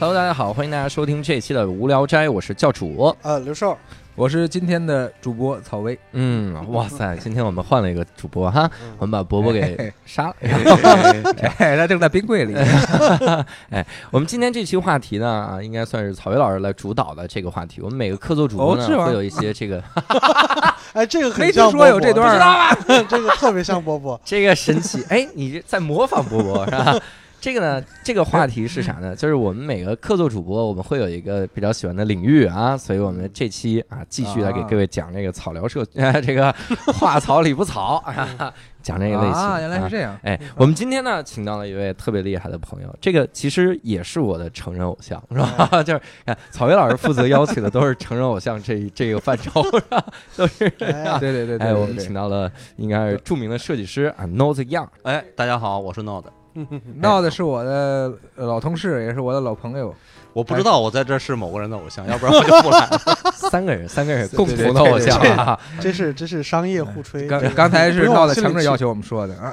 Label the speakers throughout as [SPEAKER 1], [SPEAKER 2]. [SPEAKER 1] Hello，大家好，欢迎大家收听这期的《无聊斋》，我是教主。
[SPEAKER 2] 呃，刘寿，
[SPEAKER 3] 我是今天的主播草薇，
[SPEAKER 1] 嗯，哇塞， 今天我们换了一个主播哈，
[SPEAKER 3] 嗯
[SPEAKER 1] 我们把伯伯给杀了。
[SPEAKER 3] 哎，他正在冰柜里。
[SPEAKER 1] 哎我们今天这期话题呢，啊，应该算是草薇老师来主导的这个话题。我们每个客座主播呢
[SPEAKER 3] 哦是吗
[SPEAKER 1] 会有一些这个。
[SPEAKER 2] 哎，这个很
[SPEAKER 3] 没
[SPEAKER 2] 像波
[SPEAKER 3] 听说
[SPEAKER 2] 波
[SPEAKER 3] 有这段儿啊，
[SPEAKER 2] 这个特别像波波
[SPEAKER 1] 这个神奇，哎，你这在模仿波波是 吧？这个呢，这个话题是啥呢？就是我们每个客座主播，我们会有一个比较喜欢的领域啊，所以我们这期啊，继续来给各位讲这个草聊社，
[SPEAKER 3] 啊
[SPEAKER 1] 呃、 这个话草理不草 啊，讲这个类型
[SPEAKER 3] 啊，原来是这样。
[SPEAKER 1] 哎，我们今天呢，请到了一位特别厉害的朋友，这个其实也是我的成人偶像，是
[SPEAKER 3] 啊
[SPEAKER 1] 吧？ 就是哎草莓老师负责邀请的都是成人偶像这一 这个范畴，是吧？ 都是。
[SPEAKER 2] 哎，
[SPEAKER 3] 对对对对，
[SPEAKER 1] 哎，
[SPEAKER 3] 对
[SPEAKER 1] 我们请到了应该是著名的设计师啊，Not Young，
[SPEAKER 4] 哎，大家好，我是 Nod。
[SPEAKER 1] 哎
[SPEAKER 3] 闹的是我的呃老同事，也是我的老朋 友。
[SPEAKER 4] 我不知道我在这是某个人的偶像，要不然我就不来了。
[SPEAKER 1] 三个人，三个人
[SPEAKER 3] 对
[SPEAKER 1] 共
[SPEAKER 3] 对对
[SPEAKER 1] 同的偶
[SPEAKER 3] 对对
[SPEAKER 1] 像啊。
[SPEAKER 2] 这是这是商业互吹。
[SPEAKER 3] 刚
[SPEAKER 2] 这个
[SPEAKER 3] 刚才是
[SPEAKER 2] 不用
[SPEAKER 3] 闹的
[SPEAKER 2] 心里
[SPEAKER 3] 强制要
[SPEAKER 2] 去。
[SPEAKER 3] 求我们说 的啊，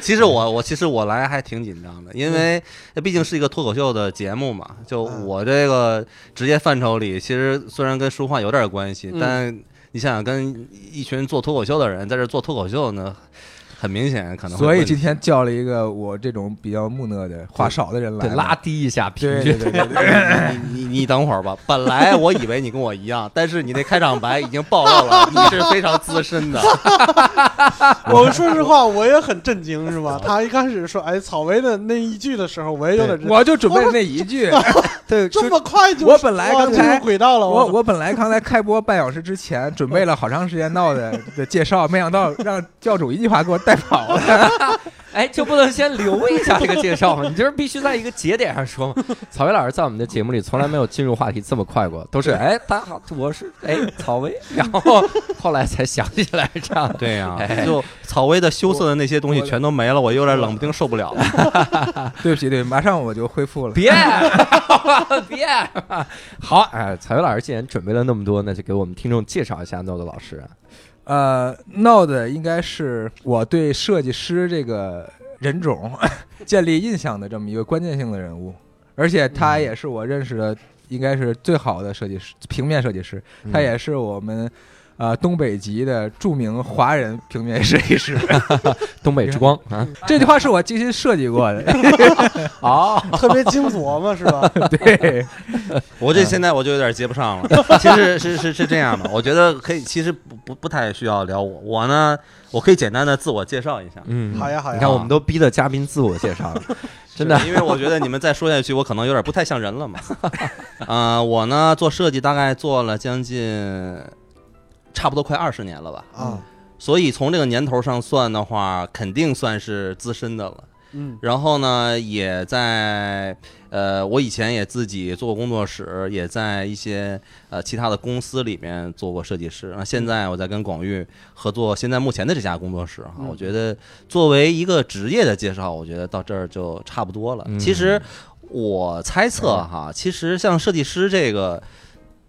[SPEAKER 4] 其实我我其实我来还挺紧张的，因为毕竟是一个脱口秀的节目嘛。就
[SPEAKER 2] 嗯
[SPEAKER 4] 我这个职业范畴里，其实虽然跟说话有点关系，
[SPEAKER 2] 嗯
[SPEAKER 4] 但你想想，跟一群做脱口秀的人在这做脱口秀呢，很明显可能会
[SPEAKER 3] 所以
[SPEAKER 4] 问
[SPEAKER 3] 今天叫了一个我这种比较木讷的话少的人来
[SPEAKER 1] 对，
[SPEAKER 3] 了
[SPEAKER 1] 拉。低一下平
[SPEAKER 3] 对对
[SPEAKER 1] 均。
[SPEAKER 3] 对对对，
[SPEAKER 4] 你你你等会儿吧。本来我以为你跟我一样，但是你那开场白已经暴露了，你是非常资深的。
[SPEAKER 2] 我们说实话，我也很震惊，是吧？他一开始说“哎，草莓”的那一句的时候，我也有点震惊。
[SPEAKER 3] 我就准备了那 一句， 对，就
[SPEAKER 2] 这么快就
[SPEAKER 3] 我本来
[SPEAKER 2] 哇
[SPEAKER 3] 刚
[SPEAKER 2] 进入
[SPEAKER 3] 才
[SPEAKER 2] 轨道了，
[SPEAKER 3] 我
[SPEAKER 2] 我
[SPEAKER 3] 我本来刚才开播半小时之前准备了好长时间闹的的介绍，没想到让教主一句话给我带 跑了。
[SPEAKER 1] 哎，就不能先留一下这个介绍吗？你就是必须在一个节点上说 嘛。草莓老师在我们的节目里从来没有进入话题这么快过，都是哎，大家好，我是哎草莓，然 后后来才想起来这样。
[SPEAKER 4] 对呀、
[SPEAKER 1] 哎
[SPEAKER 4] 就草薇的羞涩的那些东西全都没了，我有点冷不丁受不了了。
[SPEAKER 3] 对不起，对，马上我就恢复了。
[SPEAKER 1] 别别，好哎，彩薇老师既然准备了那么多，那就给我们听众介绍一下诺诺老师啊。
[SPEAKER 3] 呃，闹的应该是我对设计师这个人种 建立印象的这么一个关键性的人物，而且他也是我认识的应该是最好的设计师，平面设计师，他也是我们。呃，东北籍的著名华人平面设计师，
[SPEAKER 1] 东北之光啊，
[SPEAKER 3] 这句话是我精心设计过的。
[SPEAKER 1] 哦，
[SPEAKER 2] 特别精琢磨，是吧？
[SPEAKER 3] 对，
[SPEAKER 4] 我这现在我就有点接不上了。其实是是是这样的，我觉得可以，其实不不不太需要聊我。我呢，我可以简单的自我介绍一下，
[SPEAKER 1] 嗯
[SPEAKER 2] 好呀好呀
[SPEAKER 1] 你看我们都逼得嘉宾自我介绍 了，真的
[SPEAKER 4] 是，因为我觉得你们再说下去，我可能有点不太像人了嘛。啊、我呢做设计大概做了将近，差不多快二十年了吧。
[SPEAKER 2] 啊，
[SPEAKER 4] 所以从这个年头上算的话，肯定算是资深的了。
[SPEAKER 2] 嗯
[SPEAKER 4] 然后呢，也在呃，我以前也自己做过工作室，也在一些呃其他的公司里面做过设计师。那
[SPEAKER 2] 嗯
[SPEAKER 4] 现在我在跟广域合作，现在目前的这家工作室哈，
[SPEAKER 2] 嗯
[SPEAKER 4] 我觉得作为一个职业的介绍，我觉得到这儿就差不多了。
[SPEAKER 1] 嗯
[SPEAKER 4] 其实我猜测哈，其实像设计师这个。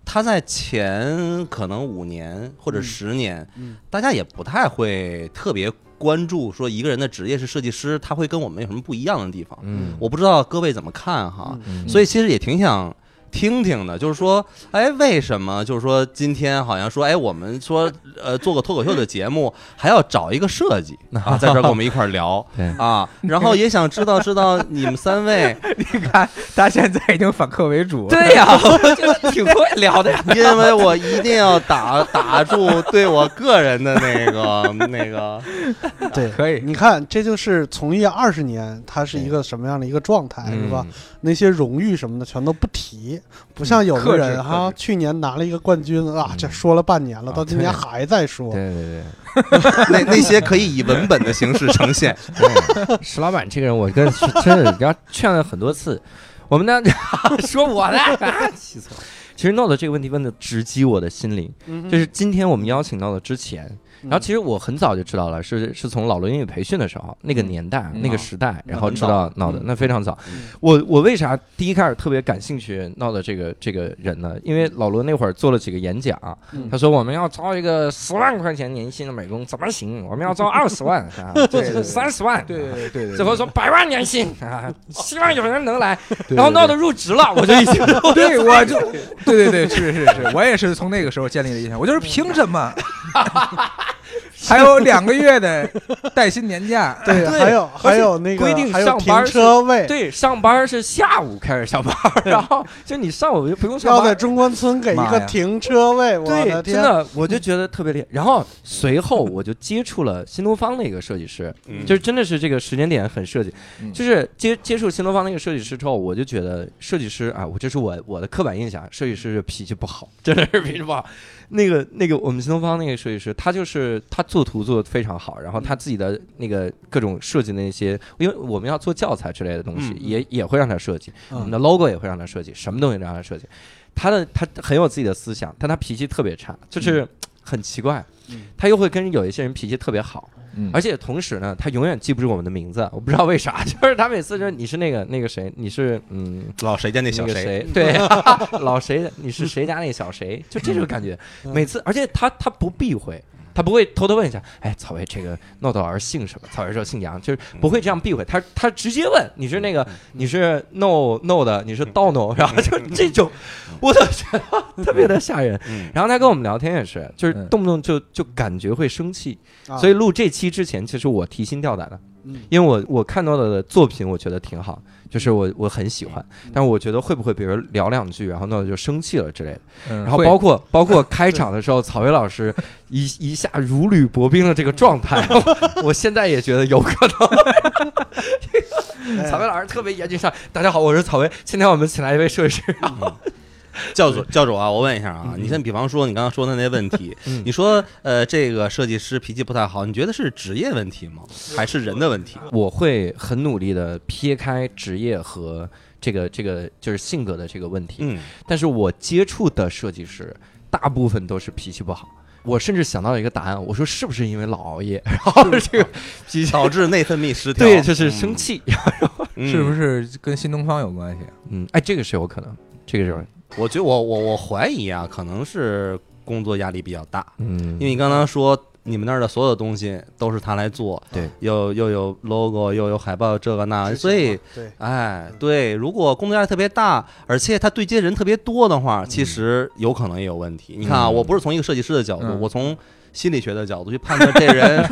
[SPEAKER 4] 他在前可能五年或者
[SPEAKER 2] 嗯
[SPEAKER 4] 十年，
[SPEAKER 2] 嗯
[SPEAKER 4] 大家也不太会特别关注说一个人的职业是设计师，他会跟我们有什么不一样的地方。
[SPEAKER 1] 嗯
[SPEAKER 4] 我不知道各位怎么看
[SPEAKER 3] 啊
[SPEAKER 4] 哈，
[SPEAKER 2] 嗯
[SPEAKER 1] 嗯
[SPEAKER 4] 所以其实也挺想听听的，就是说，哎，为什么就是说今天好像说，哎，我们说呃做个脱口秀的节目，还要找一个设计啊，在这儿跟我们一块儿聊
[SPEAKER 1] 对
[SPEAKER 4] 啊，然后也想知道知道你们三位，
[SPEAKER 3] 你看他现在已经反客为主了。
[SPEAKER 1] 对 呀，我觉得挺会聊的呀。
[SPEAKER 4] 因为我一定要打 打住对我个人的那个 那个，
[SPEAKER 2] 嗯对，
[SPEAKER 3] 可以
[SPEAKER 2] 你看，这就是从业二十年，他是一个什么样的一个状态，哎是
[SPEAKER 3] 嗯
[SPEAKER 2] 吧？
[SPEAKER 1] 嗯
[SPEAKER 2] 那些荣誉什么的全都不提，不像有的人
[SPEAKER 3] 克制克
[SPEAKER 2] 哈，
[SPEAKER 3] 制
[SPEAKER 2] 去年拿了一个冠军啊，这说了半年
[SPEAKER 1] 嗯
[SPEAKER 2] 了，
[SPEAKER 1] 啊
[SPEAKER 2] 到今年
[SPEAKER 1] 对
[SPEAKER 2] 还在说。
[SPEAKER 1] 对对对，
[SPEAKER 4] 那那些可以以文本的形式呈 现，
[SPEAKER 1] 对，石老板这个人，我跟真的，你要劝了很多次。我们呢， 说我 的，啊气死我了。其实 Note 这个问题问的直击我的心灵，
[SPEAKER 2] 嗯哼
[SPEAKER 1] 就是今天我们邀请到的之前，
[SPEAKER 3] 嗯
[SPEAKER 1] 然后其实我很早就知道了，是是从老罗英语培训的时候，那个年代、
[SPEAKER 3] 嗯
[SPEAKER 1] 那个
[SPEAKER 4] 啊
[SPEAKER 1] 时代，
[SPEAKER 4] 那
[SPEAKER 1] 然后
[SPEAKER 4] 很
[SPEAKER 1] 知
[SPEAKER 4] 早
[SPEAKER 1] 道闹的
[SPEAKER 3] 嗯，
[SPEAKER 1] 那非常早
[SPEAKER 4] 嗯。
[SPEAKER 1] 我我为啥第一开始特别感兴趣闹的这个这个人
[SPEAKER 3] 嗯
[SPEAKER 1] 呢？因为老罗那会儿做了几个演讲，
[SPEAKER 2] 嗯
[SPEAKER 1] 他说我们要招一个十万块钱年薪的美工怎么行？我们要招二十 万，啊，
[SPEAKER 3] 对对对
[SPEAKER 1] 三十万，
[SPEAKER 3] 对对对对，
[SPEAKER 1] 最后说百万年薪啊，希望有人能来。
[SPEAKER 3] 对，
[SPEAKER 1] 然后闹
[SPEAKER 3] 的
[SPEAKER 1] 得入职了，我就已经
[SPEAKER 3] 对，我就对对对，是是是，我也是从那个时候建立了印象，我就是凭什么？ 还有两个月的带薪年假，
[SPEAKER 1] 哎
[SPEAKER 2] 对，还有还有那个
[SPEAKER 1] 规定
[SPEAKER 2] 还有
[SPEAKER 1] 上班
[SPEAKER 2] 停
[SPEAKER 1] 是
[SPEAKER 2] 车位，
[SPEAKER 1] 对上班是下午开始上班，然后就你上午就不用上
[SPEAKER 2] 要在
[SPEAKER 1] 班。
[SPEAKER 2] 中关村给一
[SPEAKER 3] 妈
[SPEAKER 2] 个
[SPEAKER 3] 呀
[SPEAKER 2] 停车位，我
[SPEAKER 1] 对，真
[SPEAKER 2] 天，
[SPEAKER 1] 的，我就觉得特别厉害。然后随后我就接触了新东方的一个设计师，
[SPEAKER 4] 嗯
[SPEAKER 1] 就是真的是这个时间点很设计，
[SPEAKER 3] 嗯
[SPEAKER 1] 就是接接触新东方那个设计师之后，我就觉得设计师啊，我这是我我的刻板印象，设计师脾气不好，真的是脾气不好。那个那个我们新东方那个设计师，他就是他做图做的非常好，然后他自己的那个各种设计的那些，因为我们要做教材之类的东西，
[SPEAKER 4] 嗯
[SPEAKER 1] 也也会让他设计，
[SPEAKER 2] 嗯
[SPEAKER 1] 我们的 logo 也会让他设计，什么东西都让他设计。他的他很有自己的思想，但他脾气特别差，就是很奇怪
[SPEAKER 2] 嗯。
[SPEAKER 1] 他又会跟有一些人脾气特别好，
[SPEAKER 3] 嗯
[SPEAKER 1] 而且同时呢，他永远记不住我们的名字，我不知道为啥， 就是他每次就是你是那个那个谁，你是嗯。
[SPEAKER 4] 老谁家那小
[SPEAKER 1] 那个
[SPEAKER 4] 谁，
[SPEAKER 1] 谁，对，老谁，你是谁家那小谁，就这种感觉。
[SPEAKER 2] 嗯
[SPEAKER 1] 每次，而且他他不避讳，他不会偷偷问一下，哎，草莓这个闹豆儿姓什么？草莓说姓杨，就是不会这样避讳，他他直接问你是那个
[SPEAKER 4] 嗯
[SPEAKER 1] 你是 no no 的，你是 d o no，然后就这种， 我都觉 得特别的吓人。
[SPEAKER 4] 嗯
[SPEAKER 1] 然后他跟我们聊天也是，就是
[SPEAKER 3] 嗯
[SPEAKER 1] 动不动就就感觉会生气，
[SPEAKER 2] 啊
[SPEAKER 1] 所以录这期之前，其实我提心吊胆的，
[SPEAKER 2] 嗯
[SPEAKER 1] 因为我我看到的作品我觉得挺好，就是我我很喜欢，但是我觉得会不会比如聊两句，然后那我就生气了之类的。
[SPEAKER 3] 然
[SPEAKER 1] 然后包括包括开场的时候，草莓老师一一下如履薄冰的这个状态，我我现在也觉得有可能。
[SPEAKER 2] 哎
[SPEAKER 1] 草莓老师特别严峻上，大家好，我是草莓，今天我们请来一位设计师，
[SPEAKER 4] 嗯教主教主啊，我问一下啊，
[SPEAKER 1] 嗯
[SPEAKER 4] 你先比方说你刚刚说的那问 题，
[SPEAKER 1] 嗯
[SPEAKER 4] 你说呃这个设计师脾气不太好，你觉得是职业问题吗？还是人的问题？
[SPEAKER 1] 我会很努力的撇开职业和这个这个就是性格的这个问题，
[SPEAKER 4] 嗯
[SPEAKER 1] 但是我接触的设计师大部分都是脾气不好。我甚至想到一个答案，我说是不是因为老熬夜， 然后这个脾气
[SPEAKER 4] 导致内分泌失调，
[SPEAKER 1] 对，就是生气。
[SPEAKER 4] 嗯，
[SPEAKER 3] 是不
[SPEAKER 4] 是？
[SPEAKER 3] 是跟新东方有关系？啊
[SPEAKER 1] 嗯，哎，这个是有可能，这个是有可能，
[SPEAKER 4] 我觉得我我我怀疑啊，可能是工作压力比较大，
[SPEAKER 1] 嗯，
[SPEAKER 4] 因为你刚刚说你们那儿的所有东西都是他来做，
[SPEAKER 1] 对，
[SPEAKER 4] 又又有 logo，又有海报，这个
[SPEAKER 1] 啊
[SPEAKER 4] 那，
[SPEAKER 2] 执行
[SPEAKER 4] 所以
[SPEAKER 2] 嘛对
[SPEAKER 4] 哎，对，如果工作压力特别大，而且他对接人特别多的话，其实有可能也有问题。你看啊，
[SPEAKER 1] 嗯
[SPEAKER 4] 我不是从一个设计师的角度，
[SPEAKER 3] 嗯
[SPEAKER 4] 我从心理学的角度去判断这 人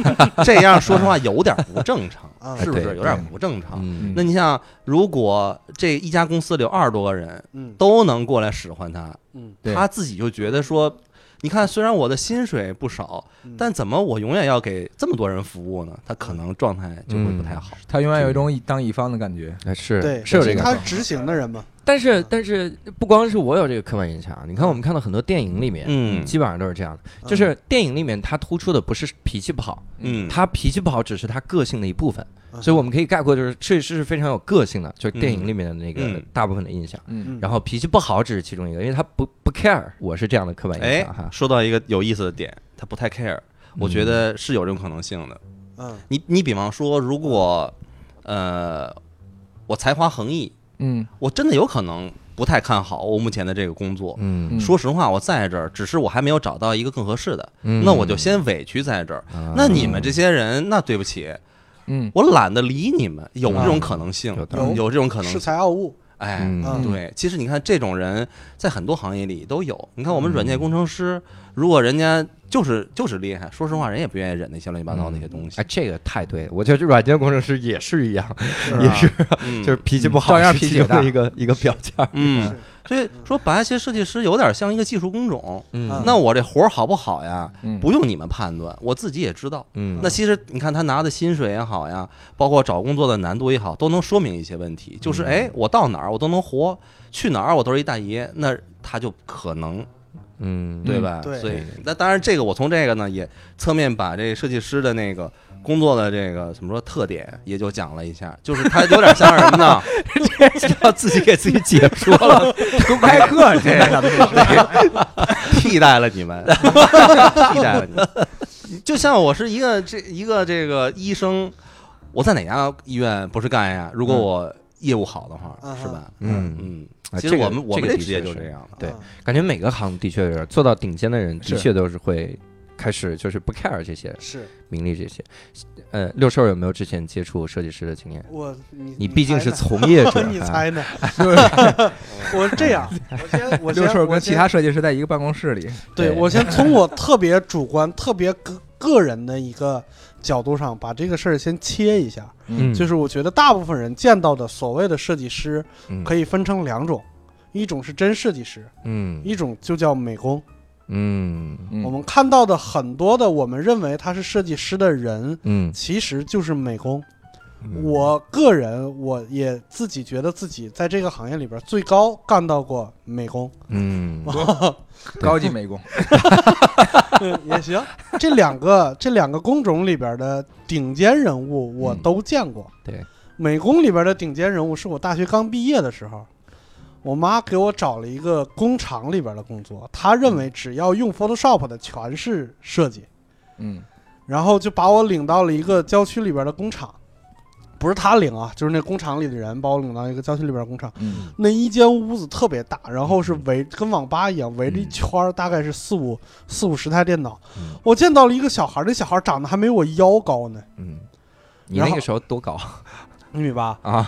[SPEAKER 4] 这样，说实话有点不正常，
[SPEAKER 2] 啊
[SPEAKER 4] 是不
[SPEAKER 1] 对
[SPEAKER 4] 是有点不正常？
[SPEAKER 1] 嗯，
[SPEAKER 4] 那你想，如果这一家公司里有二十多个人
[SPEAKER 2] 嗯
[SPEAKER 4] 都能过来使唤他，
[SPEAKER 2] 嗯，
[SPEAKER 3] 对
[SPEAKER 4] 他自己就觉得说。你看，虽然我的薪水不少，
[SPEAKER 2] 嗯
[SPEAKER 4] 但怎么我永远要给这么多人服务呢？他可能状态就会不太好。
[SPEAKER 3] 他永远有一种以当乙方的感觉。
[SPEAKER 1] 哎是
[SPEAKER 2] 对
[SPEAKER 1] 是有这
[SPEAKER 2] 毕
[SPEAKER 1] 个可
[SPEAKER 2] 竟他
[SPEAKER 1] 能。
[SPEAKER 2] 是执行的人嘛，
[SPEAKER 1] 但是但是不光是我有这个刻板印象，你看我们看到很多电影里面，
[SPEAKER 4] 嗯
[SPEAKER 1] 基本上都是这样的，就是电影里面他突出的不是脾气不好，
[SPEAKER 4] 嗯，
[SPEAKER 1] 他脾气不好只是他个性的一部分，
[SPEAKER 2] 嗯
[SPEAKER 1] 所以我们可以概括就是设计师是非常有个性的，就是电影里面的那个
[SPEAKER 4] 嗯
[SPEAKER 1] 大部分的印象。
[SPEAKER 3] 嗯，
[SPEAKER 2] 嗯
[SPEAKER 1] 然后脾气不好只是其中一个，因为他不不 care，我是这样的刻板印
[SPEAKER 4] 哎
[SPEAKER 1] 象哈，。
[SPEAKER 4] 说到一个有意思的点，他不太 care，我觉得是有这种可能性的。
[SPEAKER 2] 嗯
[SPEAKER 4] 你你比方说，如果呃我才华横溢，
[SPEAKER 3] 嗯，
[SPEAKER 4] 我真的有可能不太看好我目前的这个工作。
[SPEAKER 1] 嗯，
[SPEAKER 4] 说实话，我在这儿，只是我还没有找到一个更合适的，
[SPEAKER 1] 嗯
[SPEAKER 4] 那我就先委屈在这儿。
[SPEAKER 1] 啊
[SPEAKER 4] 那你们这些人，那对不起，
[SPEAKER 3] 嗯
[SPEAKER 4] 我懒得理你们，有这种可能性，
[SPEAKER 1] 有道
[SPEAKER 2] 理
[SPEAKER 4] 有这种可能
[SPEAKER 2] 恃
[SPEAKER 4] 性。
[SPEAKER 2] 才傲物，
[SPEAKER 4] 哎，
[SPEAKER 1] 嗯
[SPEAKER 2] 嗯
[SPEAKER 4] 对，其实你看这种人在很多行业里都有。你看我们软件工程师，如果人家就是就是厉害，说实话，人也不愿意忍那些乱七八糟那些东西
[SPEAKER 1] 哎，，这个太对了，我觉得这软件工程师也是一样，也
[SPEAKER 4] 吧
[SPEAKER 1] 是
[SPEAKER 2] 啊
[SPEAKER 4] 嗯
[SPEAKER 1] 哎就是脾气不好，
[SPEAKER 3] 照样脾气也大
[SPEAKER 1] 的一个一个标签儿。
[SPEAKER 4] 嗯
[SPEAKER 2] 是，
[SPEAKER 4] 所以说把一些设计师有点像一个技术工种。
[SPEAKER 2] 嗯
[SPEAKER 4] 那我这活儿好不好呀？
[SPEAKER 3] 嗯
[SPEAKER 4] 不用你们判断，我自己也知道。
[SPEAKER 1] 嗯
[SPEAKER 4] 那其实你看他拿的薪水也好呀，包括找工作的难度也好，都能说明一些问题。
[SPEAKER 1] 嗯
[SPEAKER 4] 就是哎，我到哪儿我都能活，去哪儿我都是一大爷，那他就可能
[SPEAKER 1] 嗯
[SPEAKER 4] 对吧？
[SPEAKER 2] 对
[SPEAKER 4] 所以那当然，这个我从这个呢也侧面把这设计师的那个工作的这个怎么说特点也就讲了一下，就是他有点像什么 呢？
[SPEAKER 1] 要自己给自己解 说了，
[SPEAKER 3] 公开课这个咱们这是
[SPEAKER 4] 替代了你们，替代了你们。就像我是一个这一个这个医生，我在哪家医院不是干呀？如果我业务好的话，
[SPEAKER 2] 嗯
[SPEAKER 4] 是吧？
[SPEAKER 1] 嗯
[SPEAKER 4] 嗯
[SPEAKER 1] 啊，
[SPEAKER 4] 其实我
[SPEAKER 1] 这个
[SPEAKER 4] 们我
[SPEAKER 1] 这
[SPEAKER 4] 们这
[SPEAKER 1] 个的
[SPEAKER 4] 职业
[SPEAKER 1] 确
[SPEAKER 4] 就是这样的。
[SPEAKER 1] 对
[SPEAKER 2] 啊
[SPEAKER 1] 感觉每个行的确有点做到顶尖的人，的
[SPEAKER 3] 是
[SPEAKER 1] 确都是会开始就是不 care 这些
[SPEAKER 2] 是
[SPEAKER 1] 名利这些。呃，六兽有没有之前接触设计师的经验？
[SPEAKER 2] 我你
[SPEAKER 1] 你毕竟是
[SPEAKER 2] 猜呢
[SPEAKER 1] 从业者，
[SPEAKER 2] 你
[SPEAKER 1] 啊
[SPEAKER 2] 猜 呢？ 我是这样，我先我
[SPEAKER 3] 六
[SPEAKER 2] 先
[SPEAKER 3] 兽
[SPEAKER 2] 我
[SPEAKER 3] 跟其
[SPEAKER 2] 先
[SPEAKER 3] 他设计师在一个办公室里，
[SPEAKER 2] 对
[SPEAKER 1] 对
[SPEAKER 2] 我先从我特别主观、特别个个人的一个角度上，把这个事儿先切一下。
[SPEAKER 1] 嗯，
[SPEAKER 2] 就是我觉得大部分人见到的所谓的设计师，
[SPEAKER 1] 嗯
[SPEAKER 2] 可以分成两种，一种是真设计师，
[SPEAKER 1] 嗯
[SPEAKER 2] 一种就叫美工。
[SPEAKER 1] 嗯
[SPEAKER 3] 嗯
[SPEAKER 2] 我们看到的很多的我们认为他是设计师的人，
[SPEAKER 1] 嗯，
[SPEAKER 2] 其实就是美工。
[SPEAKER 3] 嗯
[SPEAKER 2] 我个人我也自己觉得自己在这个行业里边最高干到过美工。
[SPEAKER 1] 嗯
[SPEAKER 3] 高级美工，
[SPEAKER 2] 嗯 也行。这两个这两个工种里边的顶尖人物我都见过。
[SPEAKER 1] 对，
[SPEAKER 2] 美工里边的顶尖人物是我大学刚毕业的时候，我妈给我找了一个工厂里边的工作，她认为只要用 Photoshop 的全是设计，
[SPEAKER 3] 嗯
[SPEAKER 2] 然后就把我领到了一个郊区里边的工厂。不是她领啊，就是那工厂里的人把我领到一个郊区里边的工厂，
[SPEAKER 3] 嗯
[SPEAKER 2] 那一间屋子特别大，然后是
[SPEAKER 4] 嗯
[SPEAKER 2] 围跟网吧一样围着一圈儿，大概是四五四五十台电脑。
[SPEAKER 1] 嗯
[SPEAKER 2] 我见到了一个小孩儿，那小孩儿长得还没我腰高呢，
[SPEAKER 1] 嗯，你那个时候多 高
[SPEAKER 2] 一米八，
[SPEAKER 1] 啊？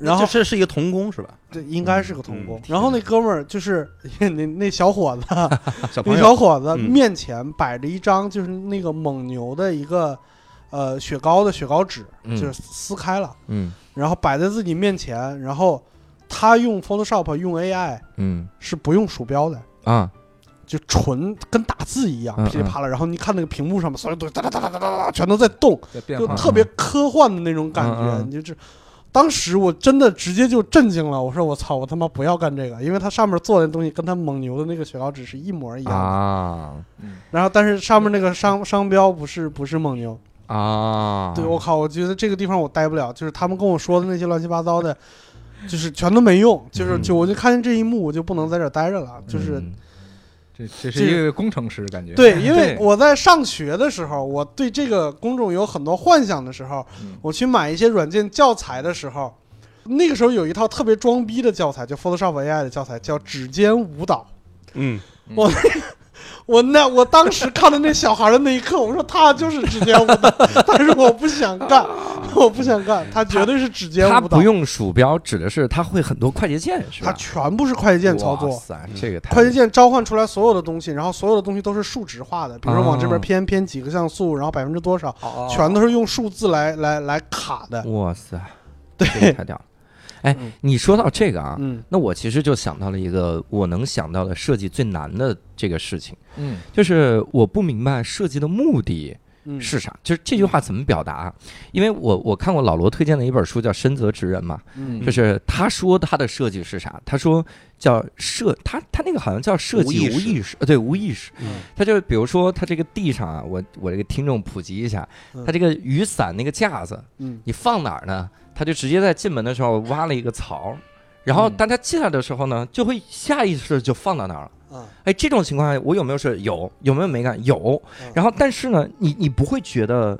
[SPEAKER 2] 然后
[SPEAKER 4] 这是一个童工是吧？
[SPEAKER 2] 这应该是个童工
[SPEAKER 4] 嗯。
[SPEAKER 2] 然后那哥们儿就是 那那小伙子，
[SPEAKER 4] 小朋
[SPEAKER 2] 那
[SPEAKER 4] 友
[SPEAKER 2] 小伙子
[SPEAKER 4] 嗯
[SPEAKER 2] 面前摆着一张就是那个蒙牛的一个呃雪糕的雪糕纸，
[SPEAKER 1] 嗯
[SPEAKER 2] 就是撕开了，
[SPEAKER 1] 嗯
[SPEAKER 2] 然后摆在自己面前，然后他用 Photoshop 用 AI
[SPEAKER 1] 嗯
[SPEAKER 2] 是不用鼠标的。
[SPEAKER 1] 啊，
[SPEAKER 2] 就纯跟打字一样
[SPEAKER 1] 嗯
[SPEAKER 2] 噼里啪啦，然后你看那个屏幕上面所有东西哒哒哒哒哒哒哒全都在动，
[SPEAKER 3] 在变
[SPEAKER 2] 就
[SPEAKER 3] 化，
[SPEAKER 2] 特别科幻的那种感觉，
[SPEAKER 1] 嗯嗯
[SPEAKER 2] 你就是。当时我真的直接就震惊了，我说我操，我他妈不要干这个，因为它上面做的东西跟它蒙牛的那个雪糕纸是一模一样的。
[SPEAKER 1] 啊嗯
[SPEAKER 3] 嗯
[SPEAKER 2] 然后，但是上面那个商商标不是不是蒙牛，
[SPEAKER 1] 啊！
[SPEAKER 2] 对我靠，我觉得这个地方我待不了，就是他们跟我说的那些乱七八糟的，就是全都没用，就是
[SPEAKER 1] 嗯
[SPEAKER 2] 就我就看见这一幕，我就不能在这儿待着了，就是
[SPEAKER 1] 嗯
[SPEAKER 3] 这这是一个工程师感觉，
[SPEAKER 2] 对，因为
[SPEAKER 1] 哎对
[SPEAKER 2] 我在上学的时候，我对这个公众有很多幻想的时候
[SPEAKER 3] 嗯，
[SPEAKER 2] 我去买一些软件教材的时候，那个时候有一套特别装逼的教材，就 Photoshop AI 的教材，叫《指尖舞蹈
[SPEAKER 4] 嗯，》。
[SPEAKER 2] 我那我当时看到那小孩的那一刻，我说他就是指尖舞 蹈，但是我不想干，我不想干，他绝对是指尖
[SPEAKER 1] 他
[SPEAKER 2] 舞蹈
[SPEAKER 1] 不，用鼠标，指的是他会很多快捷键，是
[SPEAKER 2] 他
[SPEAKER 1] 吧？
[SPEAKER 2] 全部是快捷键操
[SPEAKER 1] 哇
[SPEAKER 2] 作。嗯
[SPEAKER 1] 塞，这个太
[SPEAKER 2] 快捷键召唤出来所有的东西，然后所有的东西都是数值化的，比
[SPEAKER 4] 啊
[SPEAKER 2] 如说往这
[SPEAKER 1] 哦
[SPEAKER 2] 边偏偏几个像素，然后百分之多少，
[SPEAKER 4] 哦
[SPEAKER 2] 全都是用数字来来来卡的。
[SPEAKER 1] 哇塞，
[SPEAKER 2] 对
[SPEAKER 1] 这个太屌了！哎
[SPEAKER 2] 嗯，
[SPEAKER 1] 你说到这个啊，
[SPEAKER 2] 嗯
[SPEAKER 1] 那我其实就想到了一个我能想到的设计最难的这个事情，
[SPEAKER 3] 嗯
[SPEAKER 1] 就是我不明白设计的目的
[SPEAKER 2] 嗯
[SPEAKER 1] 是啥，就是这句话怎么表达？啊因为我我看过老罗推荐的一本书叫《深泽直人》嘛，
[SPEAKER 2] 嗯
[SPEAKER 1] 就是他说他的设计是啥？他说叫设，他他那个好像叫设计
[SPEAKER 4] 无意
[SPEAKER 1] 无
[SPEAKER 4] 识
[SPEAKER 1] 意识，呃对无意识。
[SPEAKER 2] 嗯
[SPEAKER 1] 他就是比如说他这个地上啊，我我这个听众普及一下，
[SPEAKER 2] 嗯
[SPEAKER 1] 他这个雨伞那个架子，
[SPEAKER 2] 嗯
[SPEAKER 1] 你放哪儿呢？他就直接在进门的时候挖了一个槽，然后
[SPEAKER 3] 嗯
[SPEAKER 1] 大家进来的时候呢，就会下意识地就放到那儿了。
[SPEAKER 2] 啊
[SPEAKER 1] 哎，这种情况下我有没有是有有没有美感？有
[SPEAKER 2] 嗯。
[SPEAKER 1] 然后但是呢，你你不会觉得，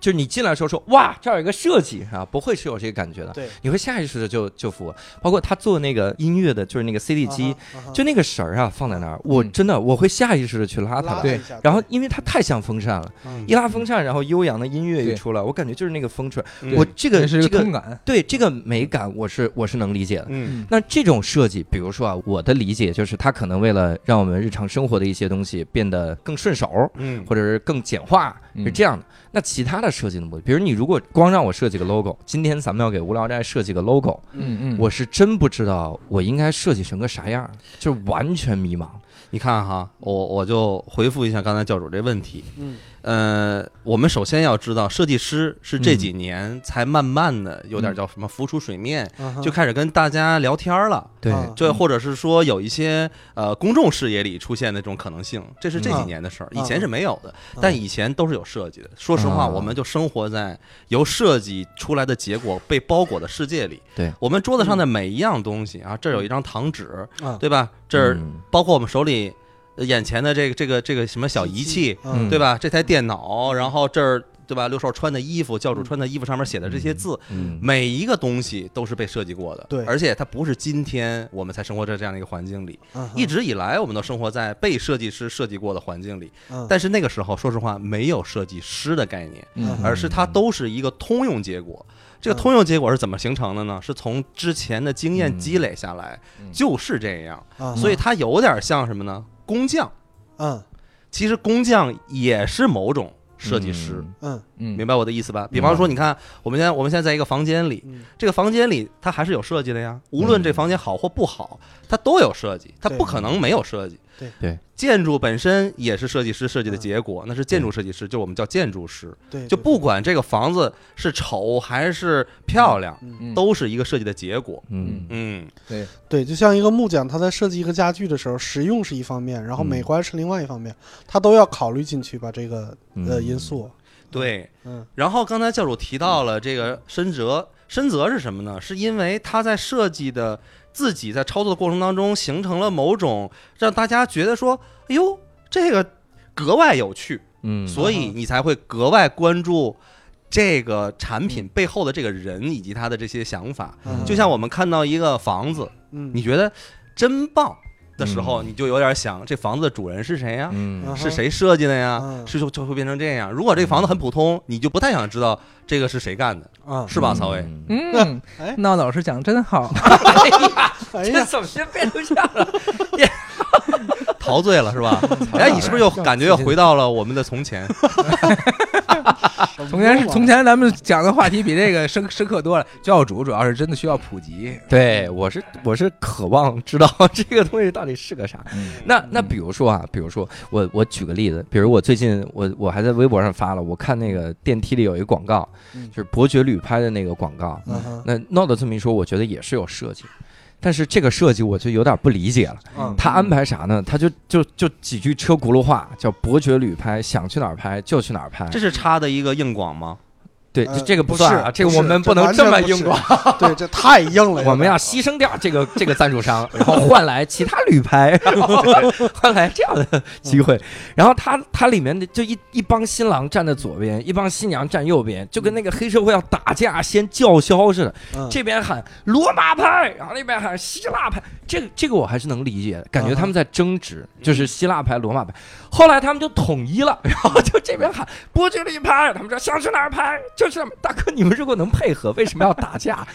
[SPEAKER 1] 就是你进来的时候说哇这儿有一个设计啊，不会是有这个感觉的。
[SPEAKER 2] 对
[SPEAKER 1] 你会下意识的就就服，包括他做那个音乐的，就是那个 CD
[SPEAKER 2] 啊
[SPEAKER 1] 机，就那个绳儿啊放在那儿，我
[SPEAKER 3] 嗯
[SPEAKER 1] 真的我会下意识的去拉它
[SPEAKER 2] 啊拉
[SPEAKER 1] 了。
[SPEAKER 3] 对
[SPEAKER 2] 一下
[SPEAKER 1] 然后因为它太像风扇了，
[SPEAKER 2] 嗯
[SPEAKER 1] 一拉风扇，然后悠扬的音乐一
[SPEAKER 3] 对
[SPEAKER 1] 出来，我感觉就是那个风吹。
[SPEAKER 4] 嗯
[SPEAKER 1] 我这
[SPEAKER 3] 这
[SPEAKER 1] 个
[SPEAKER 3] 是一
[SPEAKER 1] 这
[SPEAKER 3] 个
[SPEAKER 1] 个
[SPEAKER 3] 通感，
[SPEAKER 1] 对这个美感，我是我是能理解的。
[SPEAKER 4] 嗯
[SPEAKER 3] 嗯
[SPEAKER 1] 那这种设计，比如说啊，我的理解就是，它可能为了让我们日常生活的一些东西变得更顺手，
[SPEAKER 4] 嗯
[SPEAKER 1] 或者是更简化，
[SPEAKER 3] 嗯
[SPEAKER 1] 是这样的。那其他的设计的目的，比如你如果光让我设计个 logo，今天咱们要给无聊斋设计个 logo，
[SPEAKER 3] 嗯嗯，
[SPEAKER 1] 我是真不知道我应该设计成个啥样，就是完全迷茫。
[SPEAKER 4] 你看哈，我我就回复一下刚才教主这问题。
[SPEAKER 2] 嗯
[SPEAKER 4] 呃，我们首先要知道，设计师是
[SPEAKER 2] 嗯
[SPEAKER 4] 这几年才慢慢的有点叫什么浮出水面，
[SPEAKER 2] 嗯
[SPEAKER 4] 就开始跟大家聊天了。
[SPEAKER 1] 对，
[SPEAKER 2] 啊
[SPEAKER 4] 这或者是说有一些呃公众视野里出现的这种可能性，这是这几
[SPEAKER 2] 嗯
[SPEAKER 4] 年的事儿，
[SPEAKER 2] 嗯
[SPEAKER 4] 以前是没有的
[SPEAKER 2] 嗯，
[SPEAKER 4] 但以前都是有设计的。说实话，
[SPEAKER 1] 啊
[SPEAKER 4] 我们就生活在由设计出来的结果被包裹的世界里。
[SPEAKER 1] 对
[SPEAKER 4] 我们桌子上的每一样东西啊，这儿有一张糖纸，
[SPEAKER 2] 嗯
[SPEAKER 4] 对吧？这儿
[SPEAKER 1] 嗯
[SPEAKER 4] 包括我们手里眼前的这个这个这个什么小仪器，
[SPEAKER 1] 嗯
[SPEAKER 4] 对吧？这台电脑，然后这儿对吧？六兽穿的衣服，教主穿的衣服上面写的这些字，
[SPEAKER 5] 嗯，
[SPEAKER 4] 每一个东西都是被设计过的。
[SPEAKER 2] 对
[SPEAKER 4] 而且它不是今天我们才生活在这样的一个环境里，
[SPEAKER 2] 嗯
[SPEAKER 4] 一直以来我们都生活在被设计师设计过的环境里。
[SPEAKER 2] 嗯
[SPEAKER 4] 但是那个时候，说实话，没有设计师的概念，
[SPEAKER 2] 嗯
[SPEAKER 4] 而是它都是一个通用结果。这个通用结果是怎么形成的呢？是从之前的经验积累下来，
[SPEAKER 3] 嗯
[SPEAKER 4] 就是这样。
[SPEAKER 2] 嗯
[SPEAKER 4] 啊所以它有点像什么呢？工匠。
[SPEAKER 2] 嗯
[SPEAKER 4] 其实工匠也是某种设计师，
[SPEAKER 2] 嗯
[SPEAKER 3] 嗯，
[SPEAKER 4] 明白我的意思吧？比方说，你看，我们现在我们现在在一个房间里，
[SPEAKER 2] 嗯
[SPEAKER 4] 这个房间里它还是有设计的呀。无论这房间好或不好，它都有设计，它
[SPEAKER 2] 对
[SPEAKER 4] 不可能没有设计。
[SPEAKER 2] 对嗯
[SPEAKER 5] 对，
[SPEAKER 4] 建筑本身也是设计师设计的结果，那是建筑设计师，就是我们叫建筑师。
[SPEAKER 2] 对，
[SPEAKER 4] 就
[SPEAKER 2] 对
[SPEAKER 4] 不管这个房子是丑还是漂亮，
[SPEAKER 2] 嗯
[SPEAKER 3] 嗯
[SPEAKER 4] 都是一个设计的结果。
[SPEAKER 5] 嗯
[SPEAKER 4] 嗯，
[SPEAKER 3] 对，
[SPEAKER 2] 对，就像一个木匠，他在设计一个家具的时候，实用是一方面，然后美
[SPEAKER 5] 嗯
[SPEAKER 2] 观是另外一方面，他都要考虑进去吧这个
[SPEAKER 1] 嗯
[SPEAKER 2] 呃
[SPEAKER 4] 嗯
[SPEAKER 2] 因素。
[SPEAKER 4] 对。
[SPEAKER 2] 嗯
[SPEAKER 4] 然后刚才教主提到了这个深泽，深泽是什么呢？是因为他在设计的自己在操作的过程当中，形成了某种让大家觉得说，哎呦，这个格外有趣，
[SPEAKER 5] 嗯，
[SPEAKER 4] 所以你才会格外关注这个产品背后的这个人以及他的这些想法。
[SPEAKER 2] 嗯，
[SPEAKER 4] 就像我们看到一个房子，
[SPEAKER 2] 嗯
[SPEAKER 4] 你觉得真棒的时候，你就有点想这房子的主人是谁呀？啊
[SPEAKER 5] 嗯
[SPEAKER 1] 啊
[SPEAKER 2] 嗯
[SPEAKER 4] 是谁设计的呀
[SPEAKER 2] 嗯？
[SPEAKER 4] 是就就会变成这样。如果这房子很普通，你就不太想知道这个是谁干的，
[SPEAKER 2] 啊，
[SPEAKER 4] 是吧，曹伟？
[SPEAKER 5] 嗯
[SPEAKER 3] 嗯
[SPEAKER 2] 哎，
[SPEAKER 3] 闹老师讲真 好，
[SPEAKER 2] 哎
[SPEAKER 1] 这
[SPEAKER 2] 呀，
[SPEAKER 1] 怎么就变成这样 了？
[SPEAKER 4] 陶醉了是吧？哎，你是不是又感觉又回到了我们的从前？
[SPEAKER 1] 呃哎
[SPEAKER 3] 从前从前咱们讲的话题比这个深深刻多了。教主主要是真的需要普及，
[SPEAKER 1] 对，我是我是渴望知道这个东西到底是个啥。
[SPEAKER 4] 嗯
[SPEAKER 1] 那
[SPEAKER 2] 嗯
[SPEAKER 1] 那比如说啊，比如说我我举个例子，比如我最近我我还在微博上发了，我看那个电梯里有一个广告，
[SPEAKER 2] 嗯
[SPEAKER 1] 就是伯爵旅拍的那个广告。
[SPEAKER 2] 嗯哼
[SPEAKER 1] 那闹得这么一说，我觉得也是有设计，但是这个设计我就有点不理解了。
[SPEAKER 2] 嗯
[SPEAKER 1] 他安排啥呢？他就就就几句车轱辘话，叫伯爵旅拍，想去哪儿拍就去哪儿拍。
[SPEAKER 4] 这是插的一个硬广吗？
[SPEAKER 1] 对，
[SPEAKER 2] 呃
[SPEAKER 1] 这个不
[SPEAKER 2] 不
[SPEAKER 1] 算
[SPEAKER 2] 是
[SPEAKER 1] 啊，这个
[SPEAKER 2] 不
[SPEAKER 1] 我
[SPEAKER 2] 是
[SPEAKER 1] 们
[SPEAKER 2] 这
[SPEAKER 1] 不能
[SPEAKER 2] 完
[SPEAKER 1] 这
[SPEAKER 2] 全
[SPEAKER 1] 么
[SPEAKER 2] 不
[SPEAKER 1] 硬
[SPEAKER 2] 是
[SPEAKER 1] 广。
[SPEAKER 2] 对，这太硬了，
[SPEAKER 1] 我们要牺牲掉这个这个赞助商，然后换来其他旅拍， 然后换来这样的机
[SPEAKER 2] 嗯
[SPEAKER 1] 会。然后他他里面的就一一帮新郎站在左边，一帮新娘站右边，就跟那个黑社会要打架先叫嚣似的。
[SPEAKER 2] 嗯
[SPEAKER 1] 这边喊罗马派，然后那边喊希腊派，这个这个我还是能理解的，感觉他们在争执，就是希腊派、罗马派。后来他们就统一了， 然后就这边喊波居里拍，他们说想去哪儿拍就去哪儿。大哥，你们如果能配合，为什么要打 架？